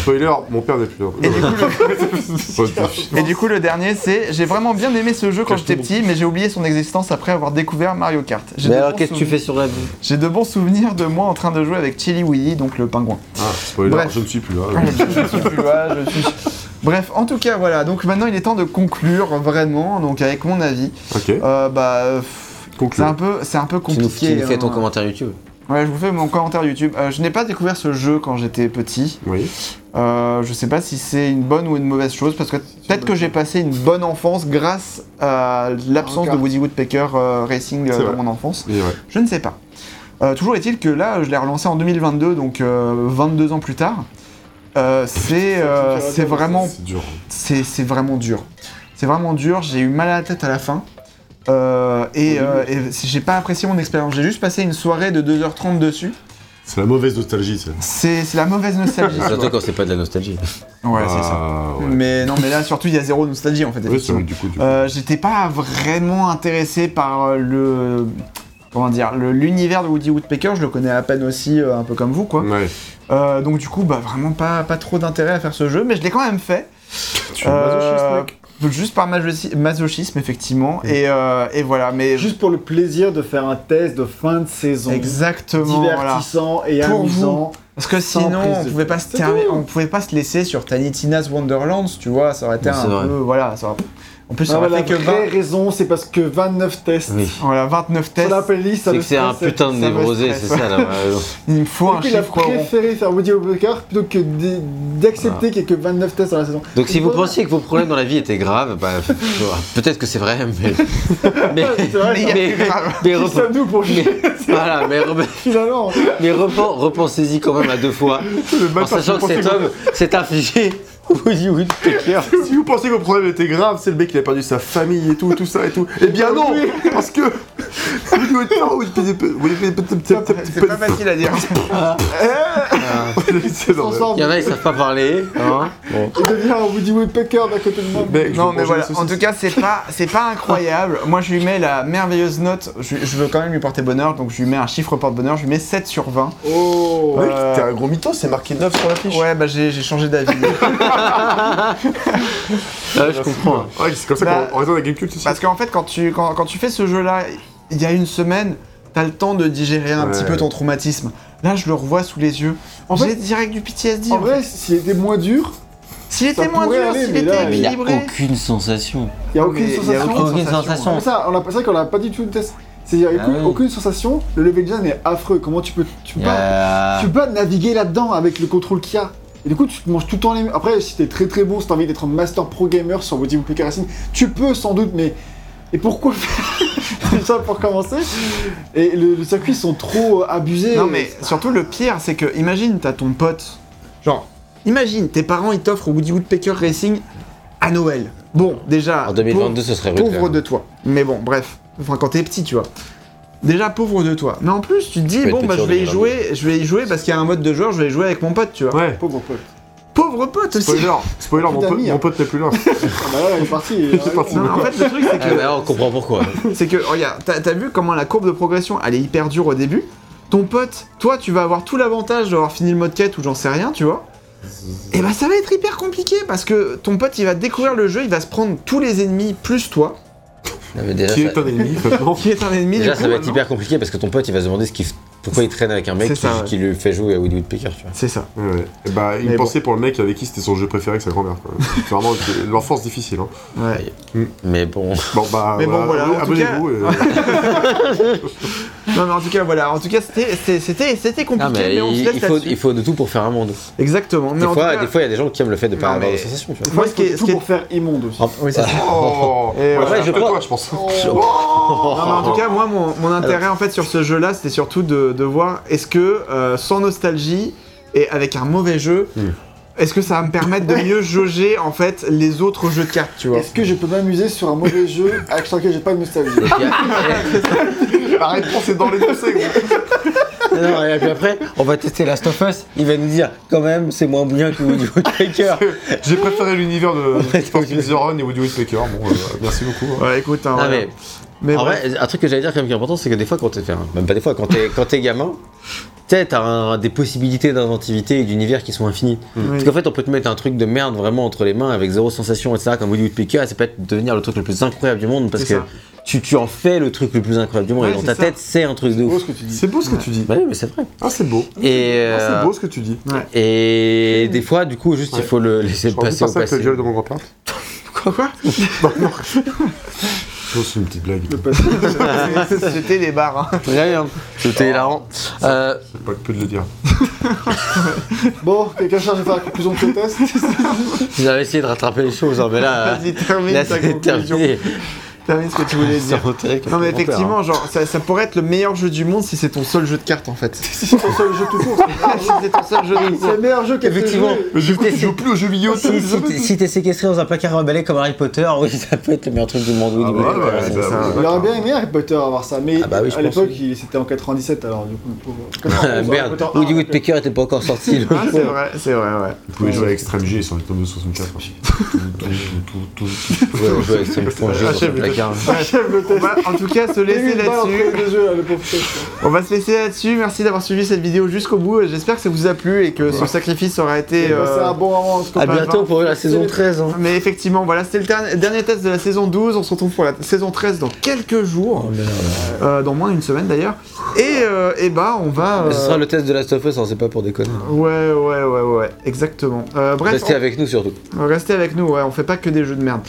[SPEAKER 2] Spoiler, mon père n'est plus là.
[SPEAKER 1] Et du coup, le, *laughs*
[SPEAKER 2] Ouais,
[SPEAKER 1] et du coup, le dernier, c'est J'ai vraiment bien aimé ce jeu quand j'étais petit, mais j'ai oublié son existence après avoir découvert Mario Kart. J'ai
[SPEAKER 3] Mais
[SPEAKER 1] de
[SPEAKER 3] alors,
[SPEAKER 1] bons
[SPEAKER 3] qu'est-ce que tu
[SPEAKER 1] souvenirs-
[SPEAKER 3] fais sur la vie
[SPEAKER 1] J'ai de bons souvenirs de moi en train de jouer avec Chili Willy, donc le pingouin.
[SPEAKER 2] Ah, spoiler,
[SPEAKER 1] Bref.
[SPEAKER 2] je ne suis plus là.
[SPEAKER 1] Ah, je suis plus là, je suis. Bref, en tout cas, voilà. Donc maintenant, il est temps de conclure vraiment, donc avec mon avis.
[SPEAKER 2] Ok.
[SPEAKER 1] Euh, bah. pff, C'est
[SPEAKER 2] Conclure.
[SPEAKER 1] un peu, c'est un peu
[SPEAKER 3] Tu nous,
[SPEAKER 1] compliqué.
[SPEAKER 3] tu nous fais ton
[SPEAKER 1] hein.
[SPEAKER 3] commentaire YouTube.
[SPEAKER 1] Ouais, je vous fais mon commentaire YouTube. Euh, je n'ai pas découvert ce jeu quand j'étais petit.
[SPEAKER 2] Oui.
[SPEAKER 1] Euh, je sais pas si c'est une bonne ou une mauvaise chose, parce que peut-être que j'ai passé une bonne enfance grâce à l'absence de
[SPEAKER 4] Regarde.
[SPEAKER 1] Woody Woodpecker euh, Racing euh,
[SPEAKER 2] C'est
[SPEAKER 1] dans
[SPEAKER 2] vrai.
[SPEAKER 1] mon enfance.
[SPEAKER 2] Et ouais.
[SPEAKER 1] Je ne sais pas. Euh, toujours est-il que là, je l'ai relancé en 2022, donc euh, 22 ans plus tard. Euh, c'est euh,
[SPEAKER 4] C'est
[SPEAKER 1] c'est vraiment
[SPEAKER 2] C'est dur.
[SPEAKER 1] c'est c'est vraiment dur. C'est vraiment dur, j'ai eu mal à la tête à la fin. Euh, et euh, et j'ai pas apprécié mon expérience. J'ai juste passé une soirée de 2h30 dessus.
[SPEAKER 2] C'est la mauvaise nostalgie, ça.
[SPEAKER 1] C'est c'est la mauvaise
[SPEAKER 2] *laughs*
[SPEAKER 1] nostalgie. tu
[SPEAKER 3] Surtout
[SPEAKER 1] vois.
[SPEAKER 3] quand c'est pas de la nostalgie.
[SPEAKER 1] ouais, c'est ça.
[SPEAKER 2] Ah, ouais.
[SPEAKER 1] Mais non, mais là, surtout, il y a zéro nostalgie en fait.
[SPEAKER 2] Oui, c'est
[SPEAKER 1] effectivement.
[SPEAKER 2] vrai, du coup, du coup.
[SPEAKER 1] Euh, J'étais pas vraiment intéressé par euh, le. Comment dire le- L'univers de Woody Woodpecker, je le connais à peine aussi, euh, un peu comme vous,
[SPEAKER 4] Mm.
[SPEAKER 1] quoi.
[SPEAKER 2] Ouais.
[SPEAKER 1] Euh, donc, du coup, bah, vraiment pas, pas trop d'intérêt à faire ce jeu, mais je l'ai quand même fait.
[SPEAKER 2] Tu es
[SPEAKER 1] Euh,
[SPEAKER 2] masochiste, mec.
[SPEAKER 1] Juste par masochi- masochisme, effectivement. Et, euh, et voilà, mais.
[SPEAKER 4] Mm. Juste pour le plaisir de faire un test de fin de saison.
[SPEAKER 1] Exactement, voilà.
[SPEAKER 4] Divertissant et
[SPEAKER 1] Pour
[SPEAKER 4] amusant.
[SPEAKER 1] Parce que
[SPEAKER 4] Sans
[SPEAKER 1] sinon,
[SPEAKER 4] prise
[SPEAKER 1] on
[SPEAKER 4] de
[SPEAKER 1] pouvait pas se
[SPEAKER 4] C'est
[SPEAKER 1] terminer,
[SPEAKER 4] tout.
[SPEAKER 1] on pouvait pas se laisser sur Tanitina's Wonderlands, tu vois, ça aurait été
[SPEAKER 3] Oui, c'est
[SPEAKER 1] un
[SPEAKER 3] vrai.
[SPEAKER 1] peu, voilà, ça aurait- En plus, ça
[SPEAKER 4] Non,
[SPEAKER 1] aurait
[SPEAKER 4] mais la
[SPEAKER 1] fait que
[SPEAKER 4] vraie
[SPEAKER 1] 20,
[SPEAKER 4] raison, c'est parce que 29 tests
[SPEAKER 3] Oui.
[SPEAKER 1] voilà, 29
[SPEAKER 4] sur
[SPEAKER 1] tests,
[SPEAKER 4] la playlist, ça
[SPEAKER 3] C'est
[SPEAKER 4] le
[SPEAKER 3] que c'est un
[SPEAKER 4] stressait.
[SPEAKER 3] putain de
[SPEAKER 1] ça me
[SPEAKER 3] névrosé, c'est
[SPEAKER 1] stresse.
[SPEAKER 3] ça là. ouais.
[SPEAKER 1] il me faut
[SPEAKER 4] Du
[SPEAKER 1] un
[SPEAKER 4] coup, il a
[SPEAKER 1] chiffre rond.
[SPEAKER 4] préféré faire Woody Woodpecker plutôt que d- d'accepter qu'il n'y ait que 29 tests
[SPEAKER 3] *laughs*
[SPEAKER 4] dans la saison.
[SPEAKER 3] Donc si vous
[SPEAKER 4] Voilà.
[SPEAKER 3] pensiez que vos problèmes dans la vie étaient graves, bah, *laughs* peut-être que c'est vrai,
[SPEAKER 1] *laughs*
[SPEAKER 3] mais... Mais,
[SPEAKER 4] C'est vrai,
[SPEAKER 3] mais,
[SPEAKER 4] ça.
[SPEAKER 3] mais,
[SPEAKER 1] grave.
[SPEAKER 3] mais
[SPEAKER 4] Qui
[SPEAKER 3] repen-
[SPEAKER 4] sommes-nous pour juger
[SPEAKER 3] mais- voilà, mais, repen-
[SPEAKER 4] *laughs* finalement
[SPEAKER 3] mais repen- repensez-y quand même à deux fois, en sachant que cet homme s'est infligé *laughs* Woody Woodpecker.
[SPEAKER 2] *laughs* Si vous pensez que le problème était grave, c'est le mec qui a perdu sa famille et tout, tout ça et tout. Eh bien non Parce que. *laughs*
[SPEAKER 1] C'est pas facile
[SPEAKER 4] *laughs*
[SPEAKER 1] à dire.
[SPEAKER 2] *laughs* C'est
[SPEAKER 4] On
[SPEAKER 2] normal.
[SPEAKER 4] s'en
[SPEAKER 3] Il y en a, ils savent pas parler. Hein
[SPEAKER 4] et devient un Woody Woodpecker d'à côté de moi.
[SPEAKER 2] Mec, je
[SPEAKER 1] non
[SPEAKER 2] vais
[SPEAKER 1] mais
[SPEAKER 2] manger
[SPEAKER 1] voilà,
[SPEAKER 2] des
[SPEAKER 1] en tout cas c'est pas c'est pas incroyable. Moi je lui mets la merveilleuse note, je, je veux quand même lui porter bonheur, donc je lui mets un chiffre porte-bonheur, je lui mets 7 sur 20.
[SPEAKER 4] Oh
[SPEAKER 2] Mec,
[SPEAKER 1] Euh,
[SPEAKER 2] t'es un gros mytho, c'est marqué 9 sur l'affiche.
[SPEAKER 1] Ouais bah j'ai j'ai changé d'avis.
[SPEAKER 3] Ah, je comprends.
[SPEAKER 2] Ouais, c'est comme ça
[SPEAKER 1] Bah,
[SPEAKER 2] qu'on raisonne avec les cultes
[SPEAKER 1] *laughs*
[SPEAKER 2] aussi.
[SPEAKER 1] Parce qu'en fait, quand tu, quand, quand tu fais ce jeu-là, il y a une semaine, t'as le temps de digérer un
[SPEAKER 2] Ouais.
[SPEAKER 1] petit peu ton traumatisme. Là, je le revois sous les yeux.
[SPEAKER 4] En
[SPEAKER 1] J'ai
[SPEAKER 4] fait-
[SPEAKER 1] direct du PTSD.
[SPEAKER 4] En
[SPEAKER 1] en
[SPEAKER 4] vrai, s'il était moins dur,
[SPEAKER 1] fait. S'il
[SPEAKER 4] ça
[SPEAKER 1] était moins
[SPEAKER 4] pourrait
[SPEAKER 1] dur,
[SPEAKER 4] aller,
[SPEAKER 1] s'il
[SPEAKER 4] mais là,
[SPEAKER 1] était
[SPEAKER 4] il
[SPEAKER 3] Ah, Il y a
[SPEAKER 1] équilibré.
[SPEAKER 3] aucune sensation.
[SPEAKER 4] il n'y a
[SPEAKER 1] Non, mais
[SPEAKER 4] aucune
[SPEAKER 1] il y a
[SPEAKER 4] sensation.
[SPEAKER 1] aucune hein.
[SPEAKER 3] Aucune sensation.
[SPEAKER 4] C'est ça, on a- c'est vrai qu'on n'a pas du tout de test. C'est-à-dire,
[SPEAKER 3] Ah
[SPEAKER 4] écoute,
[SPEAKER 3] oui.
[SPEAKER 4] aucune sensation, le level design est affreux. Comment tu peux, tu peux,
[SPEAKER 3] Il y
[SPEAKER 4] pas,
[SPEAKER 3] a-
[SPEAKER 4] tu peux pas naviguer là-dedans avec le contrôle qu'il y a et du coup, tu te manges tout le temps les. Après, si t'es très très bon, si t'as envie d'être un master pro gamer sur Woody Woodpecker Racing, tu peux sans doute, mais. Et pourquoi faire *laughs* déjà pour commencer. Et le, le circuit ils sont trop euh, abusés.
[SPEAKER 1] Non mais surtout le pire c'est que imagine t'as ton pote. Genre, imagine tes parents ils t'offrent Woody Woodpecker Racing à Noël. Bon, déjà.
[SPEAKER 3] En 2022, ce serait rude,
[SPEAKER 1] Pauvre
[SPEAKER 3] quand même.
[SPEAKER 1] de toi. Mais bon, bref. Enfin, quand t'es petit, tu vois. Déjà pauvre de toi. Mais en plus, tu te dis
[SPEAKER 3] peux
[SPEAKER 1] bon
[SPEAKER 3] être
[SPEAKER 1] bah
[SPEAKER 3] petit
[SPEAKER 1] je
[SPEAKER 3] en
[SPEAKER 1] vais y
[SPEAKER 3] 2022.
[SPEAKER 1] jouer, je vais y jouer parce qu'il y a un mode de joueur, je vais y jouer avec mon pote, tu vois.
[SPEAKER 2] Ouais,
[SPEAKER 4] Pauvre pote.
[SPEAKER 1] Pauvre pote aussi.
[SPEAKER 2] spoiler, spoiler, mon,
[SPEAKER 4] Putain,
[SPEAKER 2] pote-
[SPEAKER 4] mis, hein.
[SPEAKER 2] mon pote n'est *laughs* plus là.
[SPEAKER 4] Ah bah là, il est parti. il
[SPEAKER 2] C'est
[SPEAKER 4] arrive.
[SPEAKER 2] parti.
[SPEAKER 1] Non, mais en fait, le truc c'est
[SPEAKER 3] Ah,
[SPEAKER 1] que
[SPEAKER 3] bah, on comprend *laughs* pourquoi.
[SPEAKER 1] c'est que, regarde, t'as t'as vu comment la courbe de progression, elle est hyper dure au début. Ton pote, toi, tu vas avoir tout l'avantage d'avoir fini le mode quête ou j'en sais rien, tu vois. Et bah ça va être hyper compliqué parce que ton pote, il va découvrir le jeu, il va se prendre tous les ennemis plus toi,
[SPEAKER 3] Non, mais déjà,
[SPEAKER 2] Qui
[SPEAKER 3] ça,
[SPEAKER 2] est ton ennemi *laughs* maintenant
[SPEAKER 1] qui est un ennemi.
[SPEAKER 3] déjà,
[SPEAKER 1] du coup,
[SPEAKER 3] ça va être
[SPEAKER 1] maintenant.
[SPEAKER 3] hyper compliqué parce que ton pote, il va se demander ce qu'il f- pourquoi il traîne avec un mec
[SPEAKER 1] C'est
[SPEAKER 3] qui,
[SPEAKER 1] ça, ouais.
[SPEAKER 3] qui lui fait jouer à Woody Woodpecker, tu vois.
[SPEAKER 1] C'est ça.
[SPEAKER 2] Ouais, ouais. Et Bah, il
[SPEAKER 1] Mais
[SPEAKER 2] me
[SPEAKER 1] bon.
[SPEAKER 2] pensait pour le mec avec qui c'était son jeu préféré que sa grand-mère. quoi. C'est vraiment que- l'enfance difficile. Hein.
[SPEAKER 1] Ouais. *laughs*
[SPEAKER 3] Mais bon,
[SPEAKER 2] Bon, bah,
[SPEAKER 1] Mais bon, voilà, en tout cas-
[SPEAKER 2] abonnez-vous. euh,
[SPEAKER 1] Non mais en tout cas voilà, en tout cas c'était c'était- c'était c'était compliqué,
[SPEAKER 3] Ah,
[SPEAKER 1] mais,
[SPEAKER 3] mais
[SPEAKER 1] on se
[SPEAKER 3] il,
[SPEAKER 1] laisse
[SPEAKER 3] il faut,
[SPEAKER 1] là-dessus.
[SPEAKER 3] il faut de tout pour faire un monde.
[SPEAKER 1] Exactement. Mais
[SPEAKER 3] Des
[SPEAKER 1] en
[SPEAKER 3] fois,
[SPEAKER 1] tout cas,
[SPEAKER 3] des fois, il y a des gens qui aiment le fait de pas
[SPEAKER 1] Non,
[SPEAKER 3] avoir
[SPEAKER 1] mais-
[SPEAKER 3] de sensation, tu vois.
[SPEAKER 4] Des fois,
[SPEAKER 1] Moi,
[SPEAKER 4] il
[SPEAKER 1] ce
[SPEAKER 4] faut
[SPEAKER 1] qui est- ce
[SPEAKER 4] tout
[SPEAKER 1] qui est-
[SPEAKER 4] pour faire immonde aussi.
[SPEAKER 1] oui, c'est ça.
[SPEAKER 2] *laughs* Oh,
[SPEAKER 1] Et
[SPEAKER 2] Ouais,
[SPEAKER 1] voilà.
[SPEAKER 2] je
[SPEAKER 3] je
[SPEAKER 2] toi,
[SPEAKER 3] crois-
[SPEAKER 2] je pense. Oh, *laughs*
[SPEAKER 1] Non, mais en tout cas, moi, mon, mon intérêt en fait sur ce jeu-là, c'était surtout de, de voir est-ce que euh, sans nostalgie et avec un mauvais jeu,
[SPEAKER 3] Hmm.
[SPEAKER 1] est-ce que ça va me permettre de mieux jauger en fait les autres jeux de cartes, tu vois.
[SPEAKER 4] Est-ce que je peux m'amuser sur un mauvais jeu avec sur lequel j'ai pas de *laughs* nostalgie
[SPEAKER 3] Et *laughs* puis, et-
[SPEAKER 2] La réponse est dans les deux, c'est gros.
[SPEAKER 3] non, et puis après, on va tester Last of Us. Il va nous dire, quand même, c'est moins bien que Woody
[SPEAKER 2] *laughs*
[SPEAKER 3] Woodpecker.
[SPEAKER 2] *laughs* J'ai préféré l'univers de
[SPEAKER 3] Ouais,
[SPEAKER 2] Force
[SPEAKER 3] donc-
[SPEAKER 2] Run et Woody Woodpecker. Bon, euh, merci beaucoup.
[SPEAKER 1] Ouais, écoute, hein,
[SPEAKER 3] Ah,
[SPEAKER 1] voilà.
[SPEAKER 3] mais
[SPEAKER 1] mais
[SPEAKER 3] en
[SPEAKER 1] bref.
[SPEAKER 3] vrai, un truc que j'allais dire quand même qui est important, c'est que des fois, quand t'es, enfin, même pas des fois, quand t'es, quand t'es gamin, tu sais, t'as un- des possibilités d'inventivité et d'univers qui sont infinies. Parce
[SPEAKER 1] Oui.
[SPEAKER 3] qu'en fait, on peut te mettre un truc de merde vraiment entre les mains avec zéro sensation, etc. Comme Woody Woodpecker, ça peut être devenir le truc le plus incroyable du monde parce
[SPEAKER 1] C'est
[SPEAKER 3] que
[SPEAKER 1] ça.
[SPEAKER 3] tu, tu en fais le truc le plus incroyable du monde
[SPEAKER 1] Ouais,
[SPEAKER 3] et dans
[SPEAKER 1] c'est
[SPEAKER 3] ta
[SPEAKER 1] ça.
[SPEAKER 3] tête, c'est un truc de
[SPEAKER 4] C'est beau
[SPEAKER 3] ouf.
[SPEAKER 4] ce que tu dis.
[SPEAKER 2] C'est beau ce que tu dis.
[SPEAKER 3] Bah oui, mais c'est vrai.
[SPEAKER 2] Ah, c'est beau. Ah,
[SPEAKER 3] Et, euh,
[SPEAKER 2] c'est beau ce que tu dis.
[SPEAKER 1] Ouais.
[SPEAKER 3] et des fois, du coup, juste
[SPEAKER 2] Ouais.
[SPEAKER 3] il faut le
[SPEAKER 2] J'ai
[SPEAKER 3] laisser
[SPEAKER 2] envie de
[SPEAKER 3] passer au
[SPEAKER 2] passer avec
[SPEAKER 3] passé.
[SPEAKER 2] le gueule de mon grand-père.
[SPEAKER 1] Quoi, quoi
[SPEAKER 3] *laughs*
[SPEAKER 2] Oh, C'est une petite blague.
[SPEAKER 4] Le passé.
[SPEAKER 1] C'était les barres. hein.
[SPEAKER 3] Très bien. C'était hilarant. Euh,
[SPEAKER 2] C'est pas le peu de le dire.
[SPEAKER 4] Bon, quelqu'un cherche à faire la conclusion de ce *laughs* test
[SPEAKER 3] J'avais essayé de rattraper les choses, hein, mais là,
[SPEAKER 1] Vas-y, termine
[SPEAKER 3] là
[SPEAKER 1] ta
[SPEAKER 3] c'est
[SPEAKER 1] conclusion.
[SPEAKER 3] terminé.
[SPEAKER 1] Termine ce que tu voulais
[SPEAKER 3] C'est
[SPEAKER 1] dire.
[SPEAKER 3] enterré comme
[SPEAKER 1] Non mais
[SPEAKER 3] mon père, hein.
[SPEAKER 1] effectivement, genre, ça, ça pourrait être le meilleur jeu du monde si c'est ton seul jeu de cartes en fait. si
[SPEAKER 4] C'est ton seul jeu tout court.
[SPEAKER 1] *laughs* c'est ton seul jeu de
[SPEAKER 4] C'est le
[SPEAKER 1] cartes.
[SPEAKER 4] meilleur jeu qu'elle
[SPEAKER 3] hein. Effectivement.
[SPEAKER 4] peut jouer.
[SPEAKER 2] Mais du coup,
[SPEAKER 3] t'es-
[SPEAKER 2] tu joues plus aux jeux vidéo.
[SPEAKER 3] Si, si t'es- si t'es séquestré dans un placard emballé comme Harry Potter, oui, ça peut être le meilleur truc du monde. oui,
[SPEAKER 2] Ah
[SPEAKER 3] du
[SPEAKER 2] bah,
[SPEAKER 3] coup.
[SPEAKER 2] ouais,
[SPEAKER 1] c'est
[SPEAKER 2] bah,
[SPEAKER 1] ça.
[SPEAKER 3] *laughs*
[SPEAKER 2] bah,
[SPEAKER 4] Il aurait bien aimé Harry Potter avoir ça, mais
[SPEAKER 3] Ah bah oui, je
[SPEAKER 4] à
[SPEAKER 3] pense,
[SPEAKER 4] l'époque
[SPEAKER 3] oui.
[SPEAKER 4] il- c'était en 97 alors du coup le
[SPEAKER 3] *laughs*
[SPEAKER 4] pauvre.
[SPEAKER 3] Ah,
[SPEAKER 4] 91, Harry
[SPEAKER 3] Merde,
[SPEAKER 4] Potter
[SPEAKER 3] Woody
[SPEAKER 4] un,
[SPEAKER 3] Woodpecker était pas encore sorti. le
[SPEAKER 1] Ah, c'est vrai, c'est vrai, ouais.
[SPEAKER 2] Vous pouvez jouer à Extreme G sur les tomes de 64.
[SPEAKER 3] Ouais, on joue avec son point G dans son
[SPEAKER 1] Achève le
[SPEAKER 3] placard.
[SPEAKER 4] Achève le
[SPEAKER 1] On
[SPEAKER 4] test.
[SPEAKER 1] va en tout cas se
[SPEAKER 4] Il y a eu
[SPEAKER 1] laisser
[SPEAKER 4] une balle entre
[SPEAKER 1] là-dessus.
[SPEAKER 4] les deux jeux, là, le pauvre test.
[SPEAKER 1] On va se laisser là-dessus. Merci d'avoir suivi cette vidéo jusqu'au bout. J'espère que ça vous a plu et que ce sacrifice aura été.
[SPEAKER 4] C'est
[SPEAKER 1] euh,
[SPEAKER 4] un bon moment en tout
[SPEAKER 3] À
[SPEAKER 4] cas.
[SPEAKER 3] bientôt pour la saison 13. hein.
[SPEAKER 1] Mais effectivement, voilà, c'était le ter- dernier test de la saison 12. On se retrouve pour la saison 13 dans quelques jours, Euh, dans moins d'une semaine d'ailleurs. Et, euh, eh bah, on va. euh,
[SPEAKER 3] Ce sera le test de Last of Us, hein, c'est pas pour déconner.
[SPEAKER 1] Ouais, ouais, ouais, ouais, exactement. Euh, bref,
[SPEAKER 3] Restez avec nous surtout.
[SPEAKER 1] Euh, Restez avec nous, ouais, on fait pas que des jeux de merde.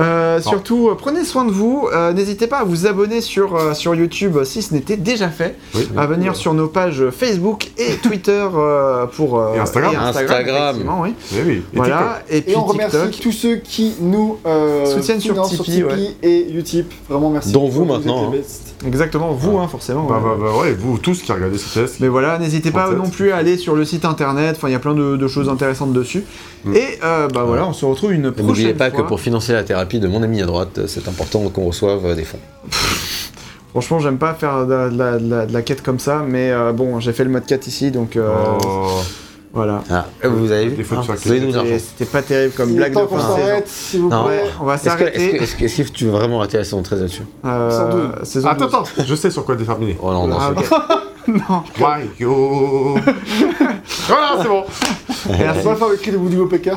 [SPEAKER 1] Euh, surtout, euh, prenez soin de vous. euh, N'hésitez pas à vous abonner sur, euh, sur YouTube euh, si ce n'était déjà fait.
[SPEAKER 2] *laughs* Oui.
[SPEAKER 1] à venir sur nos pages Facebook
[SPEAKER 2] *laughs*
[SPEAKER 1] et Twitter euh, pour euh,
[SPEAKER 2] Et Instagram.
[SPEAKER 3] Instagram.
[SPEAKER 1] effectivement, oui.
[SPEAKER 2] Oui, oui. Et
[SPEAKER 1] Voilà. Et puis
[SPEAKER 4] Et on
[SPEAKER 1] TikTok.
[SPEAKER 4] remercie tous ceux qui nous euh,
[SPEAKER 1] Soutiennent sur
[SPEAKER 4] financent
[SPEAKER 1] Tipeee,
[SPEAKER 4] et Utip. Vraiment merci.
[SPEAKER 3] Dont vous,
[SPEAKER 4] êtes
[SPEAKER 3] maintenant, hein.
[SPEAKER 4] les best.
[SPEAKER 1] Exactement, vous, hein, forcément.
[SPEAKER 2] Bah,
[SPEAKER 1] ouais.
[SPEAKER 2] bah, bah, ouais, vous tous qui regardez ce test,
[SPEAKER 1] Mais voilà, n'hésitez pas
[SPEAKER 2] Peut-être.
[SPEAKER 1] non plus à aller sur le site internet. Enfin, il y a plein de, de choses intéressantes dessus.
[SPEAKER 2] Mm.
[SPEAKER 1] Et euh, bah voilà, on se retrouve une
[SPEAKER 3] Et
[SPEAKER 1] prochaine
[SPEAKER 3] N'oubliez pas
[SPEAKER 1] fois.
[SPEAKER 3] que pour financer la thérapie de mon ami à droite, euh, c'est important qu'on reçoive euh, des fonds.
[SPEAKER 1] Franchement, j'aime pas faire de la, de la- de la- de la quête comme ça, mais euh, bon, j'ai fait le mode 4 ici, donc euh,
[SPEAKER 2] Oh.
[SPEAKER 1] voilà.
[SPEAKER 3] Ah, vous avez vu
[SPEAKER 2] Des fois, tu
[SPEAKER 3] hein,
[SPEAKER 2] vas-
[SPEAKER 3] Donnez-nous de
[SPEAKER 1] C'était
[SPEAKER 3] l'argent.
[SPEAKER 1] c'était pas terrible comme
[SPEAKER 4] Il est
[SPEAKER 1] blague de
[SPEAKER 4] temps qu'on
[SPEAKER 1] fin de saison.
[SPEAKER 4] s'arrête, s'il vous
[SPEAKER 3] Non.
[SPEAKER 4] plaît.
[SPEAKER 1] Ouais, on va
[SPEAKER 3] Est-ce que, est-ce que-
[SPEAKER 1] s'arrêter.
[SPEAKER 3] est-ce que- est-ce que tu veux vraiment rater la saison 13 là-dessus
[SPEAKER 1] euh, saison
[SPEAKER 2] Attends,
[SPEAKER 1] 12.
[SPEAKER 2] attends, je sais sur quoi *laughs* déterminer.
[SPEAKER 3] Oh non, non,
[SPEAKER 1] Ah,
[SPEAKER 3] c'est
[SPEAKER 1] ok.
[SPEAKER 2] Mario Voilà, c'est bon
[SPEAKER 4] On va faire le cri de Woody Woodpecker.